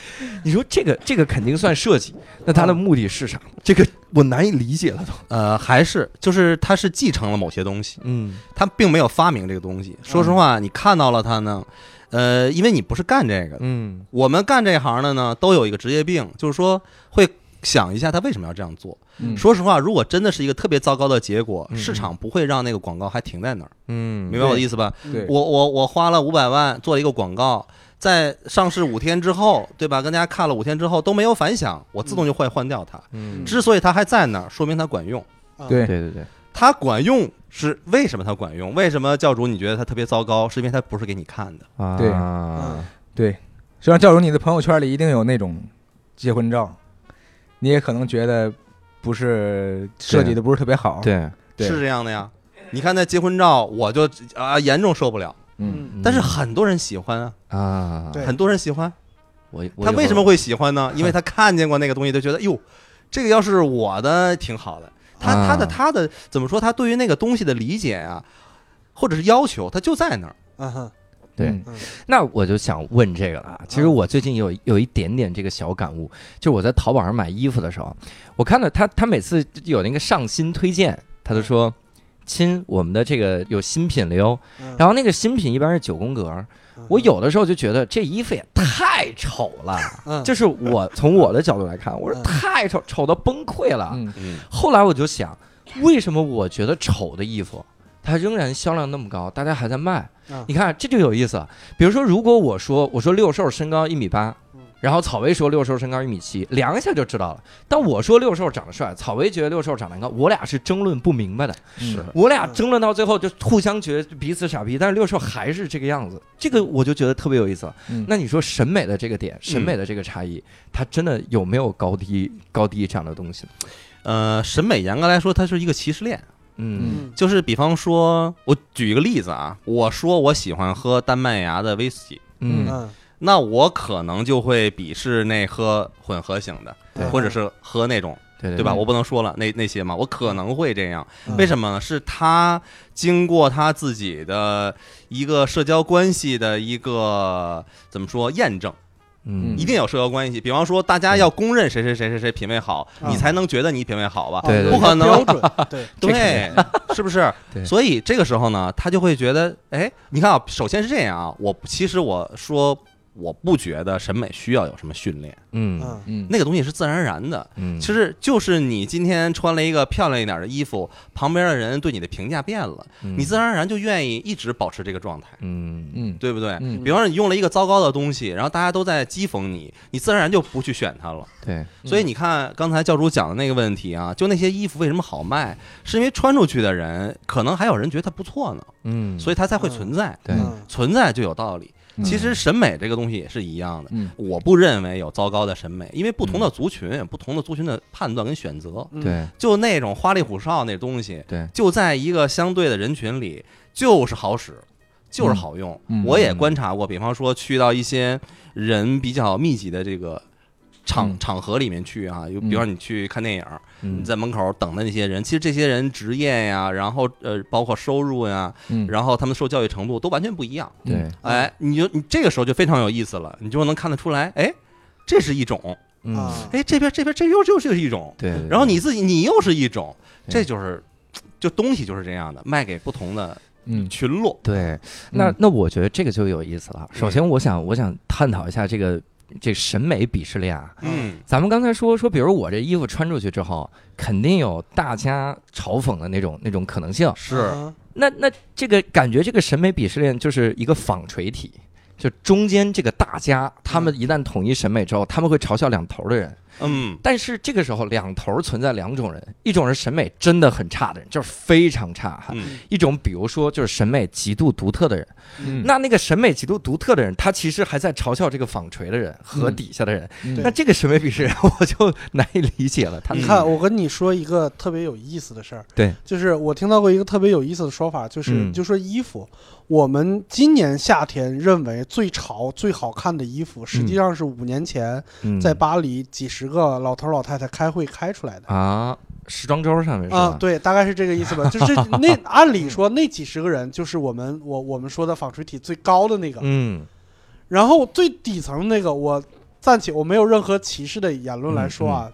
[SPEAKER 1] 你说这个这个肯定算设计，那他的目的是啥？这个我难以理解了都。
[SPEAKER 4] 呃，还是就是它是继承了某些东西，
[SPEAKER 1] 嗯
[SPEAKER 4] 它并没有发明这个东西。说实话，你看到了它呢，呃，因为你不是干这个的，
[SPEAKER 1] 嗯
[SPEAKER 4] 我们干这行的呢，都有一个职业病，就是说会想一下他为什么要这样做。
[SPEAKER 3] 嗯
[SPEAKER 4] 说实话，如果真的是一个特别糟糕的结果，
[SPEAKER 1] 嗯
[SPEAKER 4] 市场不会让那个广告还停在那儿，
[SPEAKER 1] 嗯
[SPEAKER 4] 明白我的意思吧？
[SPEAKER 3] 对
[SPEAKER 4] 我我我花了五百万做了一个广告，在上市五天之后，对吧？跟大家看了五天之后都没有反响，我自动就会换掉它。
[SPEAKER 1] 嗯
[SPEAKER 4] 之所以它还在那儿，说明它管用。
[SPEAKER 2] 嗯
[SPEAKER 3] 对
[SPEAKER 1] 对对对，
[SPEAKER 4] 它管用是为什么它管用？为什么教主你觉得它特别糟糕？是因为它不是给你看的。
[SPEAKER 1] 啊
[SPEAKER 3] 对
[SPEAKER 2] 嗯
[SPEAKER 3] 对，实际上教主你的朋友圈里一定有那种结婚照，你也可能觉得不是设计的不是特别好，，
[SPEAKER 1] 对，
[SPEAKER 3] 对
[SPEAKER 4] 是这样的呀。你看那结婚照，我就啊、严重受不了。
[SPEAKER 3] 嗯，
[SPEAKER 4] 但是很多人喜欢啊，
[SPEAKER 1] 啊，
[SPEAKER 2] 对
[SPEAKER 4] 很多人喜欢。
[SPEAKER 1] 我我
[SPEAKER 4] 他
[SPEAKER 1] 以
[SPEAKER 4] 为
[SPEAKER 1] 后
[SPEAKER 4] 什么会喜欢呢？因为他看见过那个东西，就觉得哟，这个要是我的挺好的。他
[SPEAKER 1] 啊
[SPEAKER 4] 他的他的怎么说？他对于那个东西的理解啊，或者是要求，他就在那儿。
[SPEAKER 2] 嗯哼
[SPEAKER 1] 对
[SPEAKER 3] 嗯
[SPEAKER 1] 那我就想问这个了啊，
[SPEAKER 2] 嗯
[SPEAKER 1] 其实我最近有有一点点这个小感悟，就是我在淘宝上买衣服的时候，我看到他他每次有那个上新推荐，他
[SPEAKER 2] 嗯
[SPEAKER 1] 就说，亲，我们的这个有新品了哟。
[SPEAKER 2] 嗯，
[SPEAKER 1] 然后那个新品一般是九宫格，我有的时候就觉得这衣服也太丑了，
[SPEAKER 2] 嗯
[SPEAKER 1] 就是我从我的角度来看，我说
[SPEAKER 2] 嗯
[SPEAKER 1] 太丑，丑到崩溃了。
[SPEAKER 3] 嗯
[SPEAKER 4] 嗯，
[SPEAKER 1] 后来我就想，为什么我觉得丑的衣服，它仍然销量那么高，大家还在卖
[SPEAKER 2] 嗯？
[SPEAKER 1] 你看，这就有意思。比如说，如果我说我说六兽身高一米八
[SPEAKER 2] 嗯，
[SPEAKER 1] 然后草薇说六兽身高一米七，量一下就知道了。但我说六兽长得帅，草薇觉得六兽长得高，我俩是争论不明白的。
[SPEAKER 3] 是
[SPEAKER 1] 我俩争论到最后就互相觉得彼此傻逼，但是六兽还是这个样子，这个我就觉得特别有意思了。
[SPEAKER 3] 嗯
[SPEAKER 1] 那你说审美的这个点，审美的这个差异，它真的有没有高低高低这样的东西呢？
[SPEAKER 4] 呃，审美严格来说，它是一个歧视链。嗯，
[SPEAKER 2] 嗯
[SPEAKER 4] 就是比方说，我举一个例子啊，我说我喜欢喝丹麦芽的威士忌，
[SPEAKER 3] 嗯
[SPEAKER 2] 嗯，
[SPEAKER 4] 那我可能就会鄙视那喝混合型的，
[SPEAKER 2] 对
[SPEAKER 4] 或者是喝那种，
[SPEAKER 1] 对
[SPEAKER 4] 对吧？
[SPEAKER 3] 嗯
[SPEAKER 4] 我不能说了那那些嘛，我可能会这样。
[SPEAKER 2] 嗯
[SPEAKER 4] 为什么呢？是他经过他自己的一个社交关系的一个怎么说验证，
[SPEAKER 1] 嗯
[SPEAKER 4] 一定有社交关系。比方说，大家要公认谁谁谁谁谁品味好，
[SPEAKER 2] 嗯
[SPEAKER 4] 你才能觉得你品味好吧？
[SPEAKER 2] 哦
[SPEAKER 1] 对对
[SPEAKER 2] 有
[SPEAKER 4] 不可
[SPEAKER 2] 一个
[SPEAKER 4] 能
[SPEAKER 2] 标准，对，
[SPEAKER 1] 这肯？
[SPEAKER 4] 对，是不是
[SPEAKER 1] 对
[SPEAKER 4] 所以这个时候呢，他就会觉得，哎，你看啊，首先是这样啊，我其实我说。我不觉得审美需要有什么训练，
[SPEAKER 1] 嗯
[SPEAKER 2] 嗯
[SPEAKER 3] 嗯
[SPEAKER 4] 那个东西是自然而然的。
[SPEAKER 1] 嗯，
[SPEAKER 4] 其实就是你今天穿了一个漂亮一点的衣服，旁边的人对你的评价变了，
[SPEAKER 1] 嗯
[SPEAKER 4] 你自然而然就愿意一直保持这个状态，
[SPEAKER 1] 嗯嗯
[SPEAKER 3] 嗯
[SPEAKER 4] 对不对？
[SPEAKER 3] 嗯
[SPEAKER 4] 比方说你用了一个糟糕的东西，然后大家都在讥讽你，你自然而然就不去选它了。
[SPEAKER 1] 对
[SPEAKER 4] 所以你看刚才教主讲的那个问题啊，就那些衣服为什么好卖，是因为穿出去的人可能还有人觉得它不错呢，
[SPEAKER 1] 嗯，
[SPEAKER 4] 所以它才会存在，
[SPEAKER 1] 对
[SPEAKER 2] 嗯
[SPEAKER 4] 存在就有道理。
[SPEAKER 3] 嗯
[SPEAKER 4] 其实审美这个东西也是一样的。
[SPEAKER 3] 嗯
[SPEAKER 4] 我不认为有糟糕的审美，因为不同的族群有不同的族群的判断跟选择。
[SPEAKER 2] 嗯
[SPEAKER 1] 对
[SPEAKER 4] 就那种花里胡哨那东西，
[SPEAKER 1] 对
[SPEAKER 4] 就在一个相对的人群里，就是好使，就是好用。
[SPEAKER 3] 嗯
[SPEAKER 4] 我也观察过，比方说去到一些人比较密集的这个场、
[SPEAKER 3] 嗯
[SPEAKER 4] 场合里面去啊，就比方你去看电影，
[SPEAKER 1] 嗯
[SPEAKER 4] 你在门口等的那些人，其实这些人职业呀，然后呃，包括收入呀，
[SPEAKER 3] 嗯
[SPEAKER 4] 然后他们受教育程度都完全不一样。
[SPEAKER 1] 对，
[SPEAKER 4] 哎，你就你这个时候就非常有意思了，你就能看得出来，哎，这是一种，
[SPEAKER 1] 嗯
[SPEAKER 2] 啊，
[SPEAKER 4] 哎，这边这边这又又是一种，
[SPEAKER 1] 对对，对
[SPEAKER 4] 然后你自己你又是一种，
[SPEAKER 1] 对
[SPEAKER 4] 这就是就东西就是这样的，卖给不同的
[SPEAKER 3] 嗯
[SPEAKER 4] 群落。
[SPEAKER 1] 对，那
[SPEAKER 3] 嗯
[SPEAKER 1] 那我觉得这个就有意思了。首
[SPEAKER 4] 嗯
[SPEAKER 1] 先，我想我想探讨一下这个这审美鄙视链啊。
[SPEAKER 4] 嗯
[SPEAKER 1] 咱们刚才说说，比如我这衣服穿出去之后，肯定有大家嘲讽的那种那种可能性。
[SPEAKER 4] 是，
[SPEAKER 2] 嗯
[SPEAKER 1] 那那这个感觉，这个审美鄙视链就是一个纺锤体，就中间这个大家，他们一旦统一审美之后，他们会嘲笑两头的人。
[SPEAKER 4] 嗯，
[SPEAKER 1] 但是这个时候，两头存在两种人，一种是审美真的很差的人，就是非常差哈；
[SPEAKER 4] 嗯
[SPEAKER 1] 一种比如说就是审美极度独特的人。
[SPEAKER 3] 嗯
[SPEAKER 1] 那那个审美极度独特的人，他其实还在嘲笑这个纺锤的人和
[SPEAKER 3] 嗯
[SPEAKER 1] 底下的人。
[SPEAKER 3] 嗯
[SPEAKER 1] 那这个审美鄙视， 我就难以理解了。他
[SPEAKER 2] 你
[SPEAKER 4] 嗯
[SPEAKER 2] 看，我跟你说一个特别有意思的事儿，
[SPEAKER 1] 对，
[SPEAKER 2] 就是我听到过一个特别有意思的说法，就是
[SPEAKER 1] 嗯
[SPEAKER 2] 就说衣服，我们今年夏天认为最潮、最好看的衣服，实际上是五年前
[SPEAKER 1] 嗯
[SPEAKER 2] 在巴黎几十个老头老太太开会开出来的。
[SPEAKER 1] 啊，时装周上面是
[SPEAKER 2] 啊
[SPEAKER 1] 吧，？
[SPEAKER 2] 对，大概是这个意思吧。就是 那按理说那几十个人就是我们我我们说的纺锤体最高的那个，
[SPEAKER 1] 嗯，
[SPEAKER 2] 然后最底层那个我暂且我没有任何歧视的言论
[SPEAKER 1] 嗯
[SPEAKER 2] 来说啊，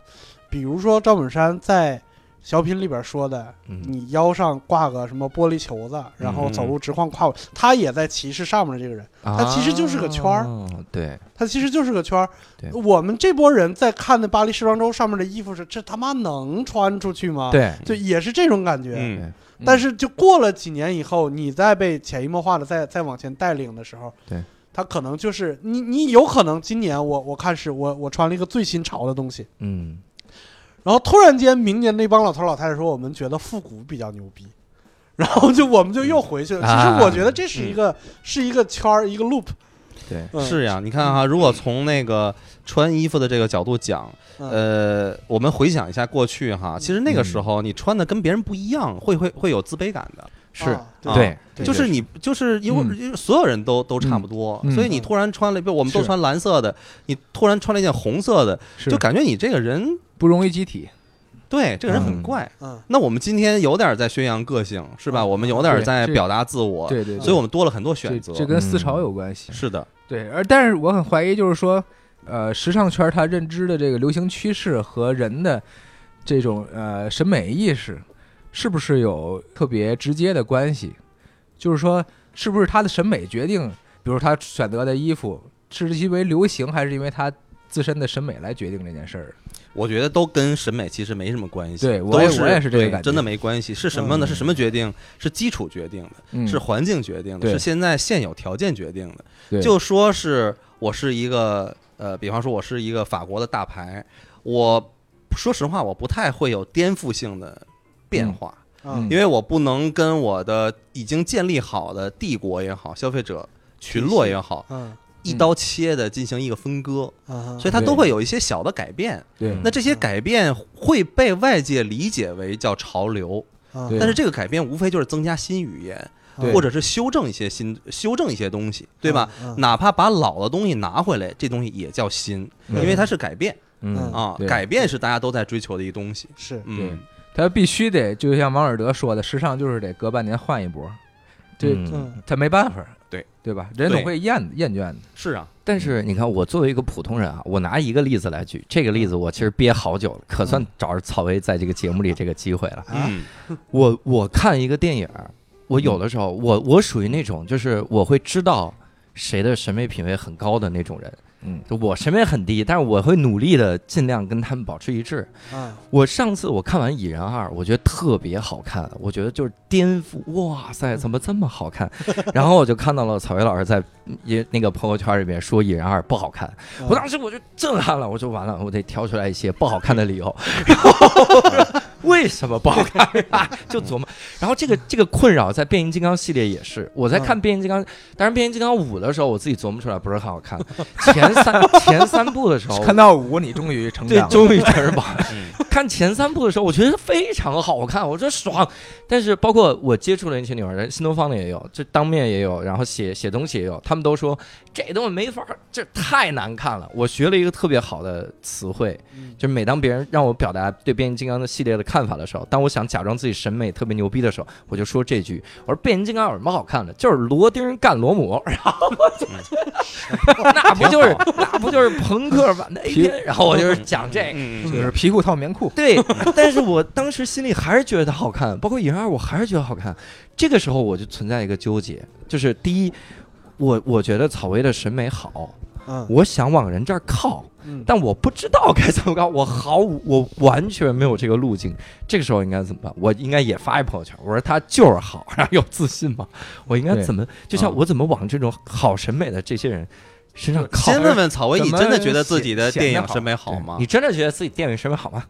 [SPEAKER 2] 比如说赵本山在小品里边说的，
[SPEAKER 1] 嗯
[SPEAKER 2] 你腰上挂个什么玻璃球子，然后走路直晃胯，他也在歧视上面这个人，它其实就是个圈儿
[SPEAKER 1] 儿，啊哦对，
[SPEAKER 2] 他其实就是个圈儿
[SPEAKER 1] 对。
[SPEAKER 2] 我们这波人在看的巴黎时装周上面的衣服是，这他妈能穿出去吗？，
[SPEAKER 1] 对，
[SPEAKER 2] 就也是这种感觉。
[SPEAKER 4] 嗯
[SPEAKER 2] 但是就过了几年以后，你再被潜移默化的再再往前带领的时候，
[SPEAKER 1] 对，
[SPEAKER 2] 他可能就是你你有可能今年我我看是我我穿了一个最新潮的东西，
[SPEAKER 1] 嗯
[SPEAKER 2] 然后突然间明年那帮老头老太太说我们觉得复古比较牛逼，然后就我们就又回去了。其
[SPEAKER 1] 啊
[SPEAKER 2] 实我觉得这是一个、是一个圈儿一个 loop，
[SPEAKER 1] 对，
[SPEAKER 2] 嗯、
[SPEAKER 4] 是呀，你看哈，如果从那个穿衣服的这个角度讲，
[SPEAKER 2] 嗯
[SPEAKER 4] 呃，我们回想一下过去哈，其实那个时候你穿的跟别人不一样，会会会有自卑感的。
[SPEAKER 1] 是，
[SPEAKER 2] 啊
[SPEAKER 4] 啊
[SPEAKER 1] 对，
[SPEAKER 2] 对
[SPEAKER 4] 就是你，就是因为
[SPEAKER 3] 嗯
[SPEAKER 4] 因为所有人都都差不多
[SPEAKER 3] 嗯，
[SPEAKER 4] 所以你突然穿了，比如我们都
[SPEAKER 3] 是
[SPEAKER 4] 穿蓝色的，你突然穿了一件红色的，
[SPEAKER 3] 是
[SPEAKER 4] 就感觉你这个人，
[SPEAKER 3] 不容易集体，
[SPEAKER 4] 对，这个人
[SPEAKER 1] 嗯
[SPEAKER 4] 很怪。
[SPEAKER 2] 嗯
[SPEAKER 4] 那我们今天有点在宣扬个性，是吧？
[SPEAKER 2] 嗯
[SPEAKER 4] 我们有点在
[SPEAKER 3] 啊对这
[SPEAKER 4] 表达自我，
[SPEAKER 3] 对对，对
[SPEAKER 4] 所以我们多了很多
[SPEAKER 3] 这
[SPEAKER 4] 选择。
[SPEAKER 3] 这跟思潮有关系，
[SPEAKER 4] 是的，
[SPEAKER 3] 对，而但是我很怀疑，就是说，呃，时尚圈它认知的这个流行趋势和人的这种呃审美意识，是不是有特别直接的关系？就是说，是不是他的审美决定，比如他选择的衣服是因为流行，还是因为他自身的审美来决定这件事儿？
[SPEAKER 4] 我觉得都跟审美其实没什么关系。
[SPEAKER 3] 对我
[SPEAKER 4] 都
[SPEAKER 3] 也
[SPEAKER 4] 是
[SPEAKER 3] 我也是这个
[SPEAKER 4] 对
[SPEAKER 3] 感觉
[SPEAKER 4] 真的没关系。是什么呢？
[SPEAKER 3] 嗯
[SPEAKER 4] 是什么决定？是基础决定的，
[SPEAKER 3] 嗯，
[SPEAKER 4] 是环境决定的，
[SPEAKER 3] 对
[SPEAKER 4] 是现在现有条件决定的。
[SPEAKER 3] 对
[SPEAKER 4] 就说是我是一个呃，比方说我是一个法国的大牌，我说实话，我不太会有颠覆性的变化。
[SPEAKER 2] 嗯
[SPEAKER 4] 因为我不能跟我的已经建立好的帝国也好，消费者群落也好，
[SPEAKER 2] 嗯
[SPEAKER 4] 一刀切的进行一个分割，
[SPEAKER 2] 嗯，
[SPEAKER 4] 所以它都会有一些小的改变。
[SPEAKER 3] 对
[SPEAKER 1] 嗯
[SPEAKER 4] 那这些改变会被外界理解为叫潮流，
[SPEAKER 2] 啊
[SPEAKER 3] 对
[SPEAKER 4] 但是这个改变无非就是增加新语言，
[SPEAKER 3] 对
[SPEAKER 4] 或者是修正一些新修正一些东西，对吧？？
[SPEAKER 2] 嗯
[SPEAKER 4] 哪怕把老的东西拿回来，这东西也叫新，
[SPEAKER 3] 嗯
[SPEAKER 4] 因为它是改变
[SPEAKER 3] 嗯
[SPEAKER 4] 啊，
[SPEAKER 3] 对
[SPEAKER 4] 改变是大家都在追求的一东西。
[SPEAKER 2] 是
[SPEAKER 4] 嗯，
[SPEAKER 3] 他必须得，就像王尔德说的，时尚就是得隔半年换一波，这
[SPEAKER 2] 嗯
[SPEAKER 3] 他没办法，
[SPEAKER 4] 对
[SPEAKER 3] 对吧？人总
[SPEAKER 4] 对
[SPEAKER 3] 会厌厌倦的，
[SPEAKER 4] 是啊，
[SPEAKER 1] 但是你看，我作为一个普通人啊，我拿一个例子来举，这个例子我其实憋好久了，可算找着曹薇在这个节目里这个机会了。
[SPEAKER 2] 啊
[SPEAKER 4] 嗯
[SPEAKER 1] 我我看一个电影儿，我有的时候我我属于那种就是我会知道谁的审美品味很高的那种人，
[SPEAKER 3] 嗯，
[SPEAKER 1] 就我审美很低，但是我会努力的尽量跟他们保持一致。
[SPEAKER 2] 啊，
[SPEAKER 1] 我上次我看完《蚁人二》，我觉得特别好看，我觉得就是颠覆，哇塞，怎么这么好看？然后我就看到了草薇老师在嗯也那个朋友圈里面说《蚁人二》不好看，
[SPEAKER 2] 嗯
[SPEAKER 1] 我当时我就震撼了，我说完了，我得挑出来一些不好看的理由，然后为什么不好看、啊？就琢磨。然后这个这个困扰在变形金刚系列也是，我在看变形金刚，当然变形金刚五的时候，我自己琢磨出来不是很好看，前三前三部的时候。
[SPEAKER 3] 看到五，你终于成
[SPEAKER 1] 对
[SPEAKER 3] 长，了。
[SPEAKER 1] 终于成人榜
[SPEAKER 4] 嗯。
[SPEAKER 1] 看前三部的时候，我觉得非常好看，我说爽。但是包括我接触了一群女孩人，新东方的也有，就当面也有，然后写写东西也有，他们都说这东西没法儿，这太难看了。我学了一个特别好的词汇，
[SPEAKER 2] 嗯
[SPEAKER 1] 就是每当别人让我表达对变形金刚的系列的看法的时候，当我想假装自己审美特别牛逼的时候，我就说这句：“我说变形金刚有什么好看的？就是螺钉干螺母。”然后
[SPEAKER 4] 嗯
[SPEAKER 1] 我就， 那不就是那不就是朋克版的 A 片？然后我就是讲这个。
[SPEAKER 4] 嗯
[SPEAKER 3] 就是皮裤套棉裤，
[SPEAKER 1] 对，但是我当时心里还是觉得它好看，包括《影二》，我还是觉得好看。这个时候我就存在一个纠结，就是第一，我我觉得草薇的审美好，
[SPEAKER 2] 嗯
[SPEAKER 1] 我想往人这儿靠，
[SPEAKER 2] 嗯，
[SPEAKER 1] 但我不知道该怎么搞，我毫无，我完全没有这个路径。这个时候应该怎么办？我应该也发一朋友圈，我说他就是好，然后有自信吗？我应该
[SPEAKER 3] 对
[SPEAKER 1] 怎么？就像
[SPEAKER 4] 嗯
[SPEAKER 1] 我怎么往这种好审美的这些人身上靠？
[SPEAKER 4] 先问问草薇，
[SPEAKER 3] 怎
[SPEAKER 4] 你
[SPEAKER 3] 么
[SPEAKER 4] 真的觉得自己的
[SPEAKER 3] 显显
[SPEAKER 4] 电
[SPEAKER 3] 得
[SPEAKER 4] 影
[SPEAKER 3] 好
[SPEAKER 4] 审美好吗
[SPEAKER 1] 你？真的觉得自己电影审美好吗？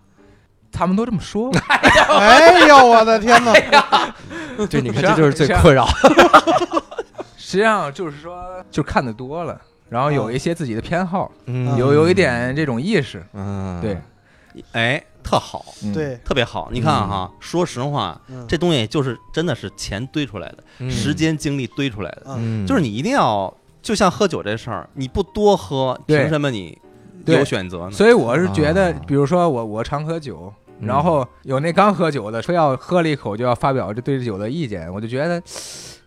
[SPEAKER 3] 他们都这么说，
[SPEAKER 2] 哎呦我的天哪！
[SPEAKER 1] 对，你看这就是最困扰。
[SPEAKER 3] 实际上就是说，就看的多了，然后有一些自己的偏好，
[SPEAKER 1] 嗯
[SPEAKER 3] 有有一，点这种意识，
[SPEAKER 1] 嗯，
[SPEAKER 3] 对，
[SPEAKER 4] 哎，特好，
[SPEAKER 3] 嗯，
[SPEAKER 2] 对，
[SPEAKER 4] 特别好。你看啊哈，说实话，
[SPEAKER 2] 嗯
[SPEAKER 4] 这东西就是真的是钱堆出来的，
[SPEAKER 1] 嗯
[SPEAKER 4] 时，间精力堆出来的，
[SPEAKER 1] 嗯
[SPEAKER 2] 嗯
[SPEAKER 4] 就是你一定要，就像喝酒这事儿，你不多喝，
[SPEAKER 3] 对
[SPEAKER 4] 凭什么你
[SPEAKER 3] 对
[SPEAKER 4] 有选择呢？
[SPEAKER 3] 所以我是觉得
[SPEAKER 1] 啊，
[SPEAKER 3] 比如说我我常喝酒，
[SPEAKER 1] 嗯
[SPEAKER 3] 然后有那刚喝酒的，非要喝了一口就要发表这对这酒的意见，我就觉得，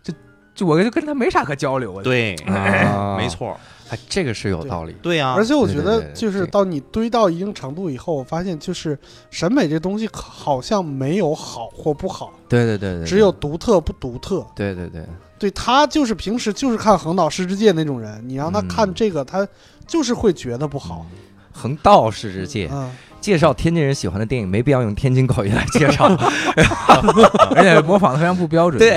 [SPEAKER 3] 就就我就跟他没啥可交流的。，
[SPEAKER 4] 对，
[SPEAKER 1] 啊
[SPEAKER 4] 没， 错，
[SPEAKER 1] 哎，这个是有道理。
[SPEAKER 4] 对呀
[SPEAKER 2] 而，且我觉
[SPEAKER 1] 对对
[SPEAKER 2] 得，
[SPEAKER 1] 对
[SPEAKER 2] 就是
[SPEAKER 1] 对
[SPEAKER 2] 到你堆到一定程度以后，我发现就是审美这东西可好像没有好或不好，
[SPEAKER 1] 对对对对，
[SPEAKER 2] 只有独特不独特。
[SPEAKER 1] 对对对，
[SPEAKER 2] 对他就是平时就是看横岛世之介那种人，你让他
[SPEAKER 1] 嗯
[SPEAKER 2] 看这个，他就是会觉得不好。
[SPEAKER 1] 横道世之介，
[SPEAKER 2] 嗯，
[SPEAKER 1] 介绍天津人喜欢的电影，没必要用天津口音来介绍。
[SPEAKER 3] 而且模仿的非常不标准。
[SPEAKER 1] 对，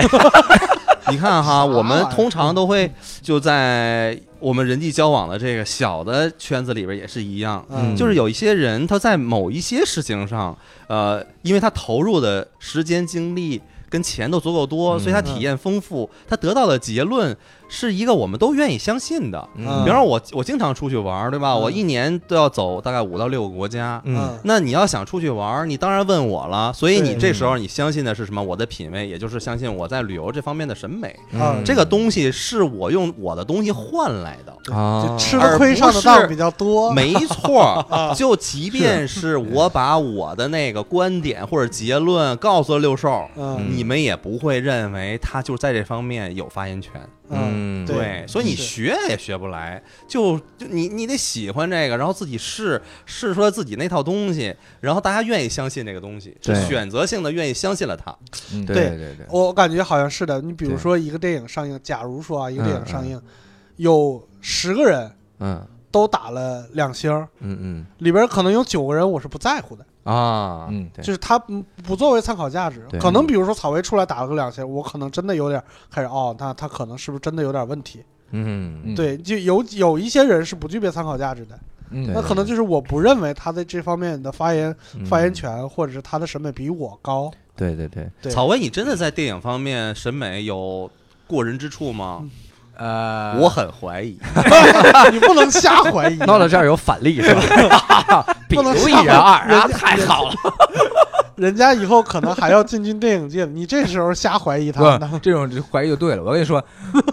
[SPEAKER 4] 你看哈，我 们
[SPEAKER 2] 玩意儿
[SPEAKER 4] 通常都会就在我们人际交往的这个小的圈子里边也是一样，
[SPEAKER 2] 嗯
[SPEAKER 4] 就是有一些人他在某一些事情上，呃，因为他投入的时间、精力跟钱都足够多，
[SPEAKER 1] 嗯
[SPEAKER 4] 所以他体验丰富，他得到的结论是一个我们都愿意相信的。
[SPEAKER 2] 嗯
[SPEAKER 4] 比方说我，我经常出去玩儿，对吧？
[SPEAKER 2] 嗯
[SPEAKER 4] 我一年都要走大概五到六个国家。
[SPEAKER 1] 嗯，
[SPEAKER 4] 那你要想出去玩儿，你当然问我了。所以你
[SPEAKER 2] 对嗯
[SPEAKER 4] 这时候你相信的是什么？我的品味，也就是相信我在旅游这方面的审美。
[SPEAKER 1] 嗯
[SPEAKER 2] 啊
[SPEAKER 4] 这个东西是我用我的东西换来的。
[SPEAKER 1] 啊，
[SPEAKER 2] 就吃
[SPEAKER 4] 而
[SPEAKER 2] 了亏上
[SPEAKER 4] 不
[SPEAKER 2] 的
[SPEAKER 4] 是
[SPEAKER 2] 当比较多。
[SPEAKER 4] 没错
[SPEAKER 2] 啊
[SPEAKER 4] 儿， 就即便是我把我的那个观点或者结论告诉了六兽，
[SPEAKER 2] 嗯
[SPEAKER 1] 嗯
[SPEAKER 4] 你们也不会认为他就在这方面有发言权。
[SPEAKER 1] 嗯
[SPEAKER 2] 对
[SPEAKER 4] 对，所以你
[SPEAKER 2] 是
[SPEAKER 4] 学也学不来，就就你你得喜欢这个，然后自己试试出来自己那套东西，然后大家愿意相信这个东西，是
[SPEAKER 1] 对
[SPEAKER 4] 选择性的愿意相信了它。
[SPEAKER 3] 嗯
[SPEAKER 1] 对
[SPEAKER 2] 对哦
[SPEAKER 1] 对对，
[SPEAKER 2] 我感觉好像是的。你比如
[SPEAKER 1] 对
[SPEAKER 2] 说一个电影上映，假如说啊，一个电
[SPEAKER 1] 嗯
[SPEAKER 2] 影上映，有十个人
[SPEAKER 1] 嗯
[SPEAKER 2] 都打了两星儿，
[SPEAKER 1] 嗯
[SPEAKER 2] 里边可能有九个人我是不在乎的，
[SPEAKER 1] 嗯啊，
[SPEAKER 3] 嗯
[SPEAKER 1] 对
[SPEAKER 2] 就是他不不作为参考价值
[SPEAKER 1] 对。
[SPEAKER 2] 可能比如说草薇出来打了个两星儿，我可能真的有点开始哦，那他可能是不是真的有点问题？
[SPEAKER 1] 嗯
[SPEAKER 3] 嗯
[SPEAKER 2] 对，就有有一些人是不具备参考价值的，
[SPEAKER 3] 嗯，
[SPEAKER 2] 那可能就是我不认为他在这方面的发言
[SPEAKER 1] 嗯
[SPEAKER 2] 发言，权，嗯或者是他的审美比我高。
[SPEAKER 1] 对对对，
[SPEAKER 2] 对
[SPEAKER 4] 草薇，你真的在电影方面审美有过人之处吗？
[SPEAKER 3] 呃，
[SPEAKER 4] 我很怀疑。
[SPEAKER 2] 你不能瞎怀疑。
[SPEAKER 1] 闹到这儿有反例是吧？比
[SPEAKER 2] 不能
[SPEAKER 1] 如
[SPEAKER 2] 上
[SPEAKER 1] 一人二啊，
[SPEAKER 2] 人家
[SPEAKER 1] 太好了，
[SPEAKER 2] 人家以后可能还要进军电影界， 你这时候瞎怀疑他呢，
[SPEAKER 3] 不，这种就怀疑就对了。我跟你说，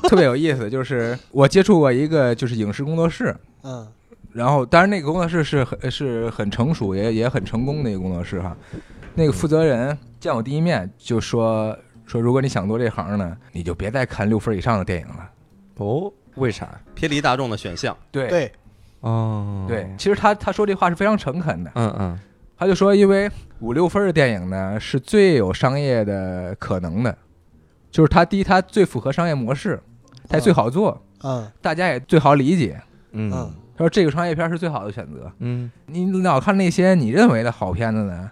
[SPEAKER 3] 特别有意思，就是我接触过一个就是影视工作室，
[SPEAKER 2] 嗯
[SPEAKER 3] 然后当然那个工作室是很是很成熟，也也很成功的一个工作室哈。那个负责人见我第一面就说说，如果你想做这行呢，你就别再看六分以上的电影了。
[SPEAKER 1] 哦，为啥？
[SPEAKER 4] 偏离大众的选项，
[SPEAKER 3] 对
[SPEAKER 2] 对，
[SPEAKER 1] 哦，
[SPEAKER 3] 对，其实他他说这话是非常诚恳的，
[SPEAKER 1] 嗯嗯，
[SPEAKER 3] 他就说，因为五六分的电影呢是最有商业的可能的，就是它第一它最符合商业模式，它也最好做，
[SPEAKER 2] 嗯
[SPEAKER 3] 大家也最好理解。
[SPEAKER 1] 嗯
[SPEAKER 3] 他说这个商业片是最好的选择。
[SPEAKER 1] 嗯
[SPEAKER 3] 你老看那些你认为的好片子呢，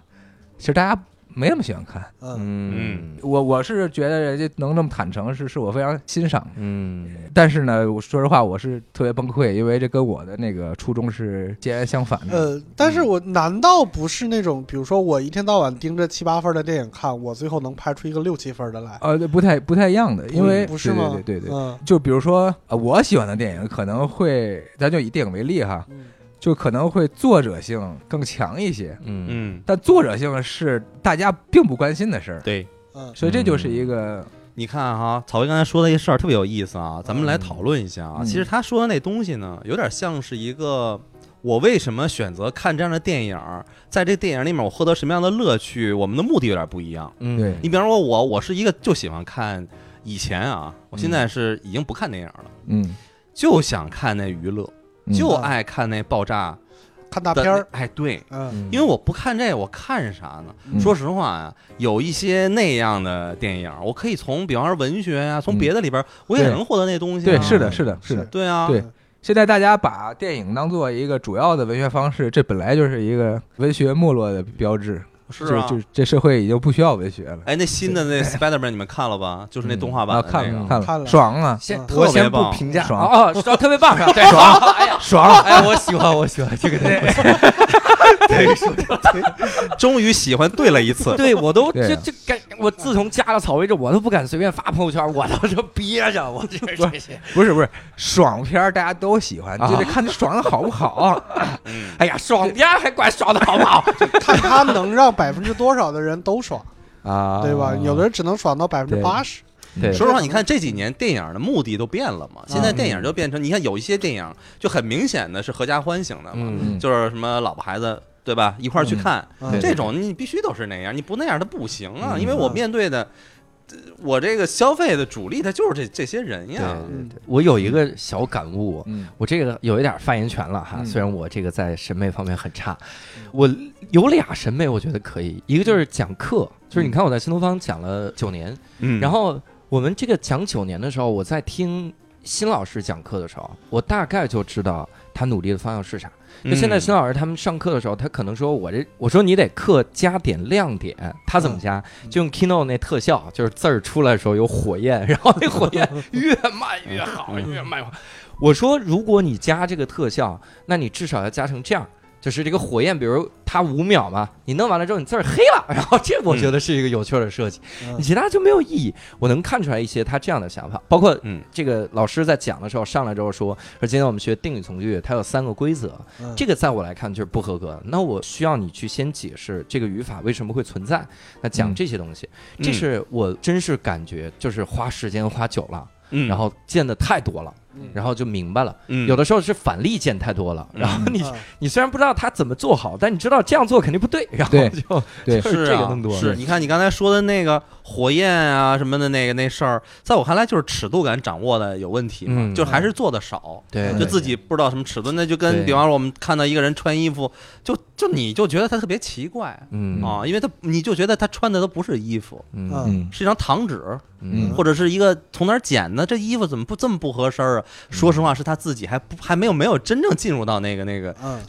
[SPEAKER 3] 其实大家没那么喜欢看。
[SPEAKER 2] 嗯
[SPEAKER 1] 嗯
[SPEAKER 3] 我我是觉得人家能这么坦诚，是是我非常欣赏。
[SPEAKER 1] 嗯
[SPEAKER 3] 但是呢，我说实话，我是特别崩溃，因为这跟我的那个初衷是截然相反
[SPEAKER 1] 嗯
[SPEAKER 3] 的。
[SPEAKER 2] 呃，但是我难道不是那种，比如说我一天到晚盯着七八分的电影看，我最后能拍出一个六七分的来？
[SPEAKER 1] 啊
[SPEAKER 3] 呃，不太不太一样的，因为
[SPEAKER 2] 不是吗？
[SPEAKER 3] 对对对对对。
[SPEAKER 2] 嗯
[SPEAKER 3] 就比如说，呃，我喜欢的电影可能会，咱就以电影为例哈，
[SPEAKER 2] 嗯
[SPEAKER 3] 就可能会作者性更强一些，
[SPEAKER 1] 嗯
[SPEAKER 4] 嗯，
[SPEAKER 3] 但作者性是大家并不关心的事儿，
[SPEAKER 4] 对。
[SPEAKER 2] 嗯
[SPEAKER 3] 所以这就是一个
[SPEAKER 4] 你看哈，草薇刚才说的一事儿特别有意思啊，咱们来讨论一下啊。
[SPEAKER 3] 嗯
[SPEAKER 4] 其实他说的那东西呢，有点像是一个我为什么选择看这样的电影儿，在这电影里面我获得什么样的乐趣，我们的目的有点不一样。
[SPEAKER 1] 嗯
[SPEAKER 3] 对
[SPEAKER 4] 你比方说我，我是一个就喜欢看以前啊，我现在是已经不看电影了，
[SPEAKER 3] 嗯，
[SPEAKER 4] 就想看那娱乐，
[SPEAKER 3] 嗯
[SPEAKER 4] 就爱看那爆炸
[SPEAKER 2] 看大
[SPEAKER 4] 的
[SPEAKER 2] 片儿，
[SPEAKER 4] 哎，对，
[SPEAKER 2] 嗯
[SPEAKER 4] 因为我不看这，我看啥呢？
[SPEAKER 3] 嗯
[SPEAKER 4] 说实话呀，有一些那样的电影，我可以从比方说文学呀、从
[SPEAKER 3] 嗯
[SPEAKER 4] 别的里边，我也
[SPEAKER 3] 对
[SPEAKER 4] 能获得那东西、啊。
[SPEAKER 3] 对，是的，是的，是的。
[SPEAKER 4] 对啊，
[SPEAKER 3] 对现在大家把电影当做一个主要的文学方式，这本来就是一个文学没落的标志。
[SPEAKER 4] 是啊。
[SPEAKER 3] 就就这社会已经不需要文学了。
[SPEAKER 4] 哎，那新的那 Spiderman 你们看了吧？就是那动画版
[SPEAKER 3] 啊，
[SPEAKER 4] 的
[SPEAKER 3] 看
[SPEAKER 4] 那
[SPEAKER 3] 了
[SPEAKER 4] 个
[SPEAKER 3] 看
[SPEAKER 2] 看
[SPEAKER 3] 了，
[SPEAKER 2] 了
[SPEAKER 3] 爽啊，
[SPEAKER 1] 先
[SPEAKER 2] 嗯
[SPEAKER 1] 我
[SPEAKER 4] 特别
[SPEAKER 1] 先不
[SPEAKER 4] 棒
[SPEAKER 1] 评价
[SPEAKER 3] 爽
[SPEAKER 1] 哦哦，说特别棒是吧？对，爽，哎呀，
[SPEAKER 3] 啊爽！
[SPEAKER 1] 哎，我喜欢，我喜欢这个电影，
[SPEAKER 4] 终于喜欢对了一 次。
[SPEAKER 1] 对我都
[SPEAKER 3] 对
[SPEAKER 1] 这
[SPEAKER 3] 啊
[SPEAKER 1] 这感，我自从加了草莓之后，我都不敢随便发朋友圈，我都是憋着，我这这些，
[SPEAKER 3] 不是不是，爽片儿大家都喜欢，
[SPEAKER 1] 啊
[SPEAKER 3] 就得看你爽的好啊不好。
[SPEAKER 4] 嗯，
[SPEAKER 1] 哎呀，爽片还管爽的好不好？
[SPEAKER 2] 看他能让百分之多少的人都爽，
[SPEAKER 1] 啊
[SPEAKER 2] 对吧？有的人只能爽到百分之八十。
[SPEAKER 1] 对
[SPEAKER 4] 说实话，你看这几年电影的目的都变了
[SPEAKER 3] 啊
[SPEAKER 4] 嘛。现在
[SPEAKER 2] 嗯
[SPEAKER 4] 电影就变成，你看有一些电影就很明显的是合家欢型的嘛，
[SPEAKER 1] 嗯
[SPEAKER 4] 就是什么老婆孩子对吧，一块儿去看。
[SPEAKER 2] 嗯
[SPEAKER 1] 对
[SPEAKER 4] 这种你必须都是那样，你不那样它不行啊，
[SPEAKER 1] 嗯
[SPEAKER 4] 因为我面对的，呃我这个消费的主力，它就是这这些人
[SPEAKER 1] 对
[SPEAKER 4] 呀。
[SPEAKER 1] 对
[SPEAKER 2] 嗯
[SPEAKER 1] 对，我有一个小感悟，
[SPEAKER 3] 嗯
[SPEAKER 1] 我这个有一点发言权了哈，
[SPEAKER 3] 嗯
[SPEAKER 1] 虽然我这个在审美方面很差，我有俩审美我觉得可以，一个就是讲课，就是你看我在新东方讲了九年，
[SPEAKER 4] 嗯
[SPEAKER 1] 然后我们这个讲九年的时候，我在听新老师讲课的时候，我大概就知道他努力的方向是啥。
[SPEAKER 4] 嗯
[SPEAKER 1] 那现在新老师他们上课的时候，他可能说我这，我说你得课加点亮点，他怎么加？
[SPEAKER 4] 嗯
[SPEAKER 1] 就用 Keynote 那特效，就是字儿出来的时候有火焰，然后那火焰越慢越好，
[SPEAKER 4] 嗯
[SPEAKER 1] 越慢越好。我说如果你加这个特效，那你至少要加成这样。就是这个火焰，比如它五秒嘛，你弄完了之后你字儿黑了，然后这我觉得是一个有趣的设计，
[SPEAKER 2] 嗯
[SPEAKER 1] 你其他就没有意义。我能看出来一些他这样的想法，包括
[SPEAKER 4] 嗯
[SPEAKER 1] 这个老师在讲的时候上来之后说，说今天我们学定语从句，它有三个规则，
[SPEAKER 2] 嗯
[SPEAKER 1] 这个在我来看就是不合格的。那我需要你去先解释这个语法为什么会存在，那讲
[SPEAKER 3] 嗯
[SPEAKER 1] 这些东西，
[SPEAKER 4] 嗯
[SPEAKER 1] 这是我真是感觉就是花时间花久了，
[SPEAKER 4] 嗯，
[SPEAKER 1] 然后见的太多了，
[SPEAKER 2] 嗯
[SPEAKER 1] 然后就明白了。
[SPEAKER 4] 嗯
[SPEAKER 1] 有的时候是反例见太多了，
[SPEAKER 4] 嗯
[SPEAKER 1] 然后你、
[SPEAKER 2] 嗯
[SPEAKER 1] 你虽然不知道他怎么做好，但你知道这样做肯定不对，然后
[SPEAKER 3] 对
[SPEAKER 1] 就
[SPEAKER 3] 对
[SPEAKER 1] 就是这个
[SPEAKER 4] 啊
[SPEAKER 1] 更多，
[SPEAKER 4] 是你看你刚才说的那个火焰啊什么的那个那事儿，在我看来就是尺度感掌握的有问题嘛，
[SPEAKER 1] 嗯
[SPEAKER 4] 就还是做的少。
[SPEAKER 1] 对，
[SPEAKER 4] 就
[SPEAKER 1] 对
[SPEAKER 4] 自己不知道什么尺寸，那就
[SPEAKER 1] 对
[SPEAKER 4] 跟比方说我们看到一个人穿衣服，就就你就觉得他特别奇怪
[SPEAKER 1] 嗯
[SPEAKER 4] 啊，因为他你就觉得他穿的都不是衣服，
[SPEAKER 1] 嗯
[SPEAKER 2] 嗯
[SPEAKER 3] 嗯
[SPEAKER 4] 是一张糖纸，
[SPEAKER 1] 嗯
[SPEAKER 4] 或者是一个从哪儿捡的，这衣服怎么不这么不合身儿啊？说实话，是他自己还不还没有没有真正进入到那个那个
[SPEAKER 2] 嗯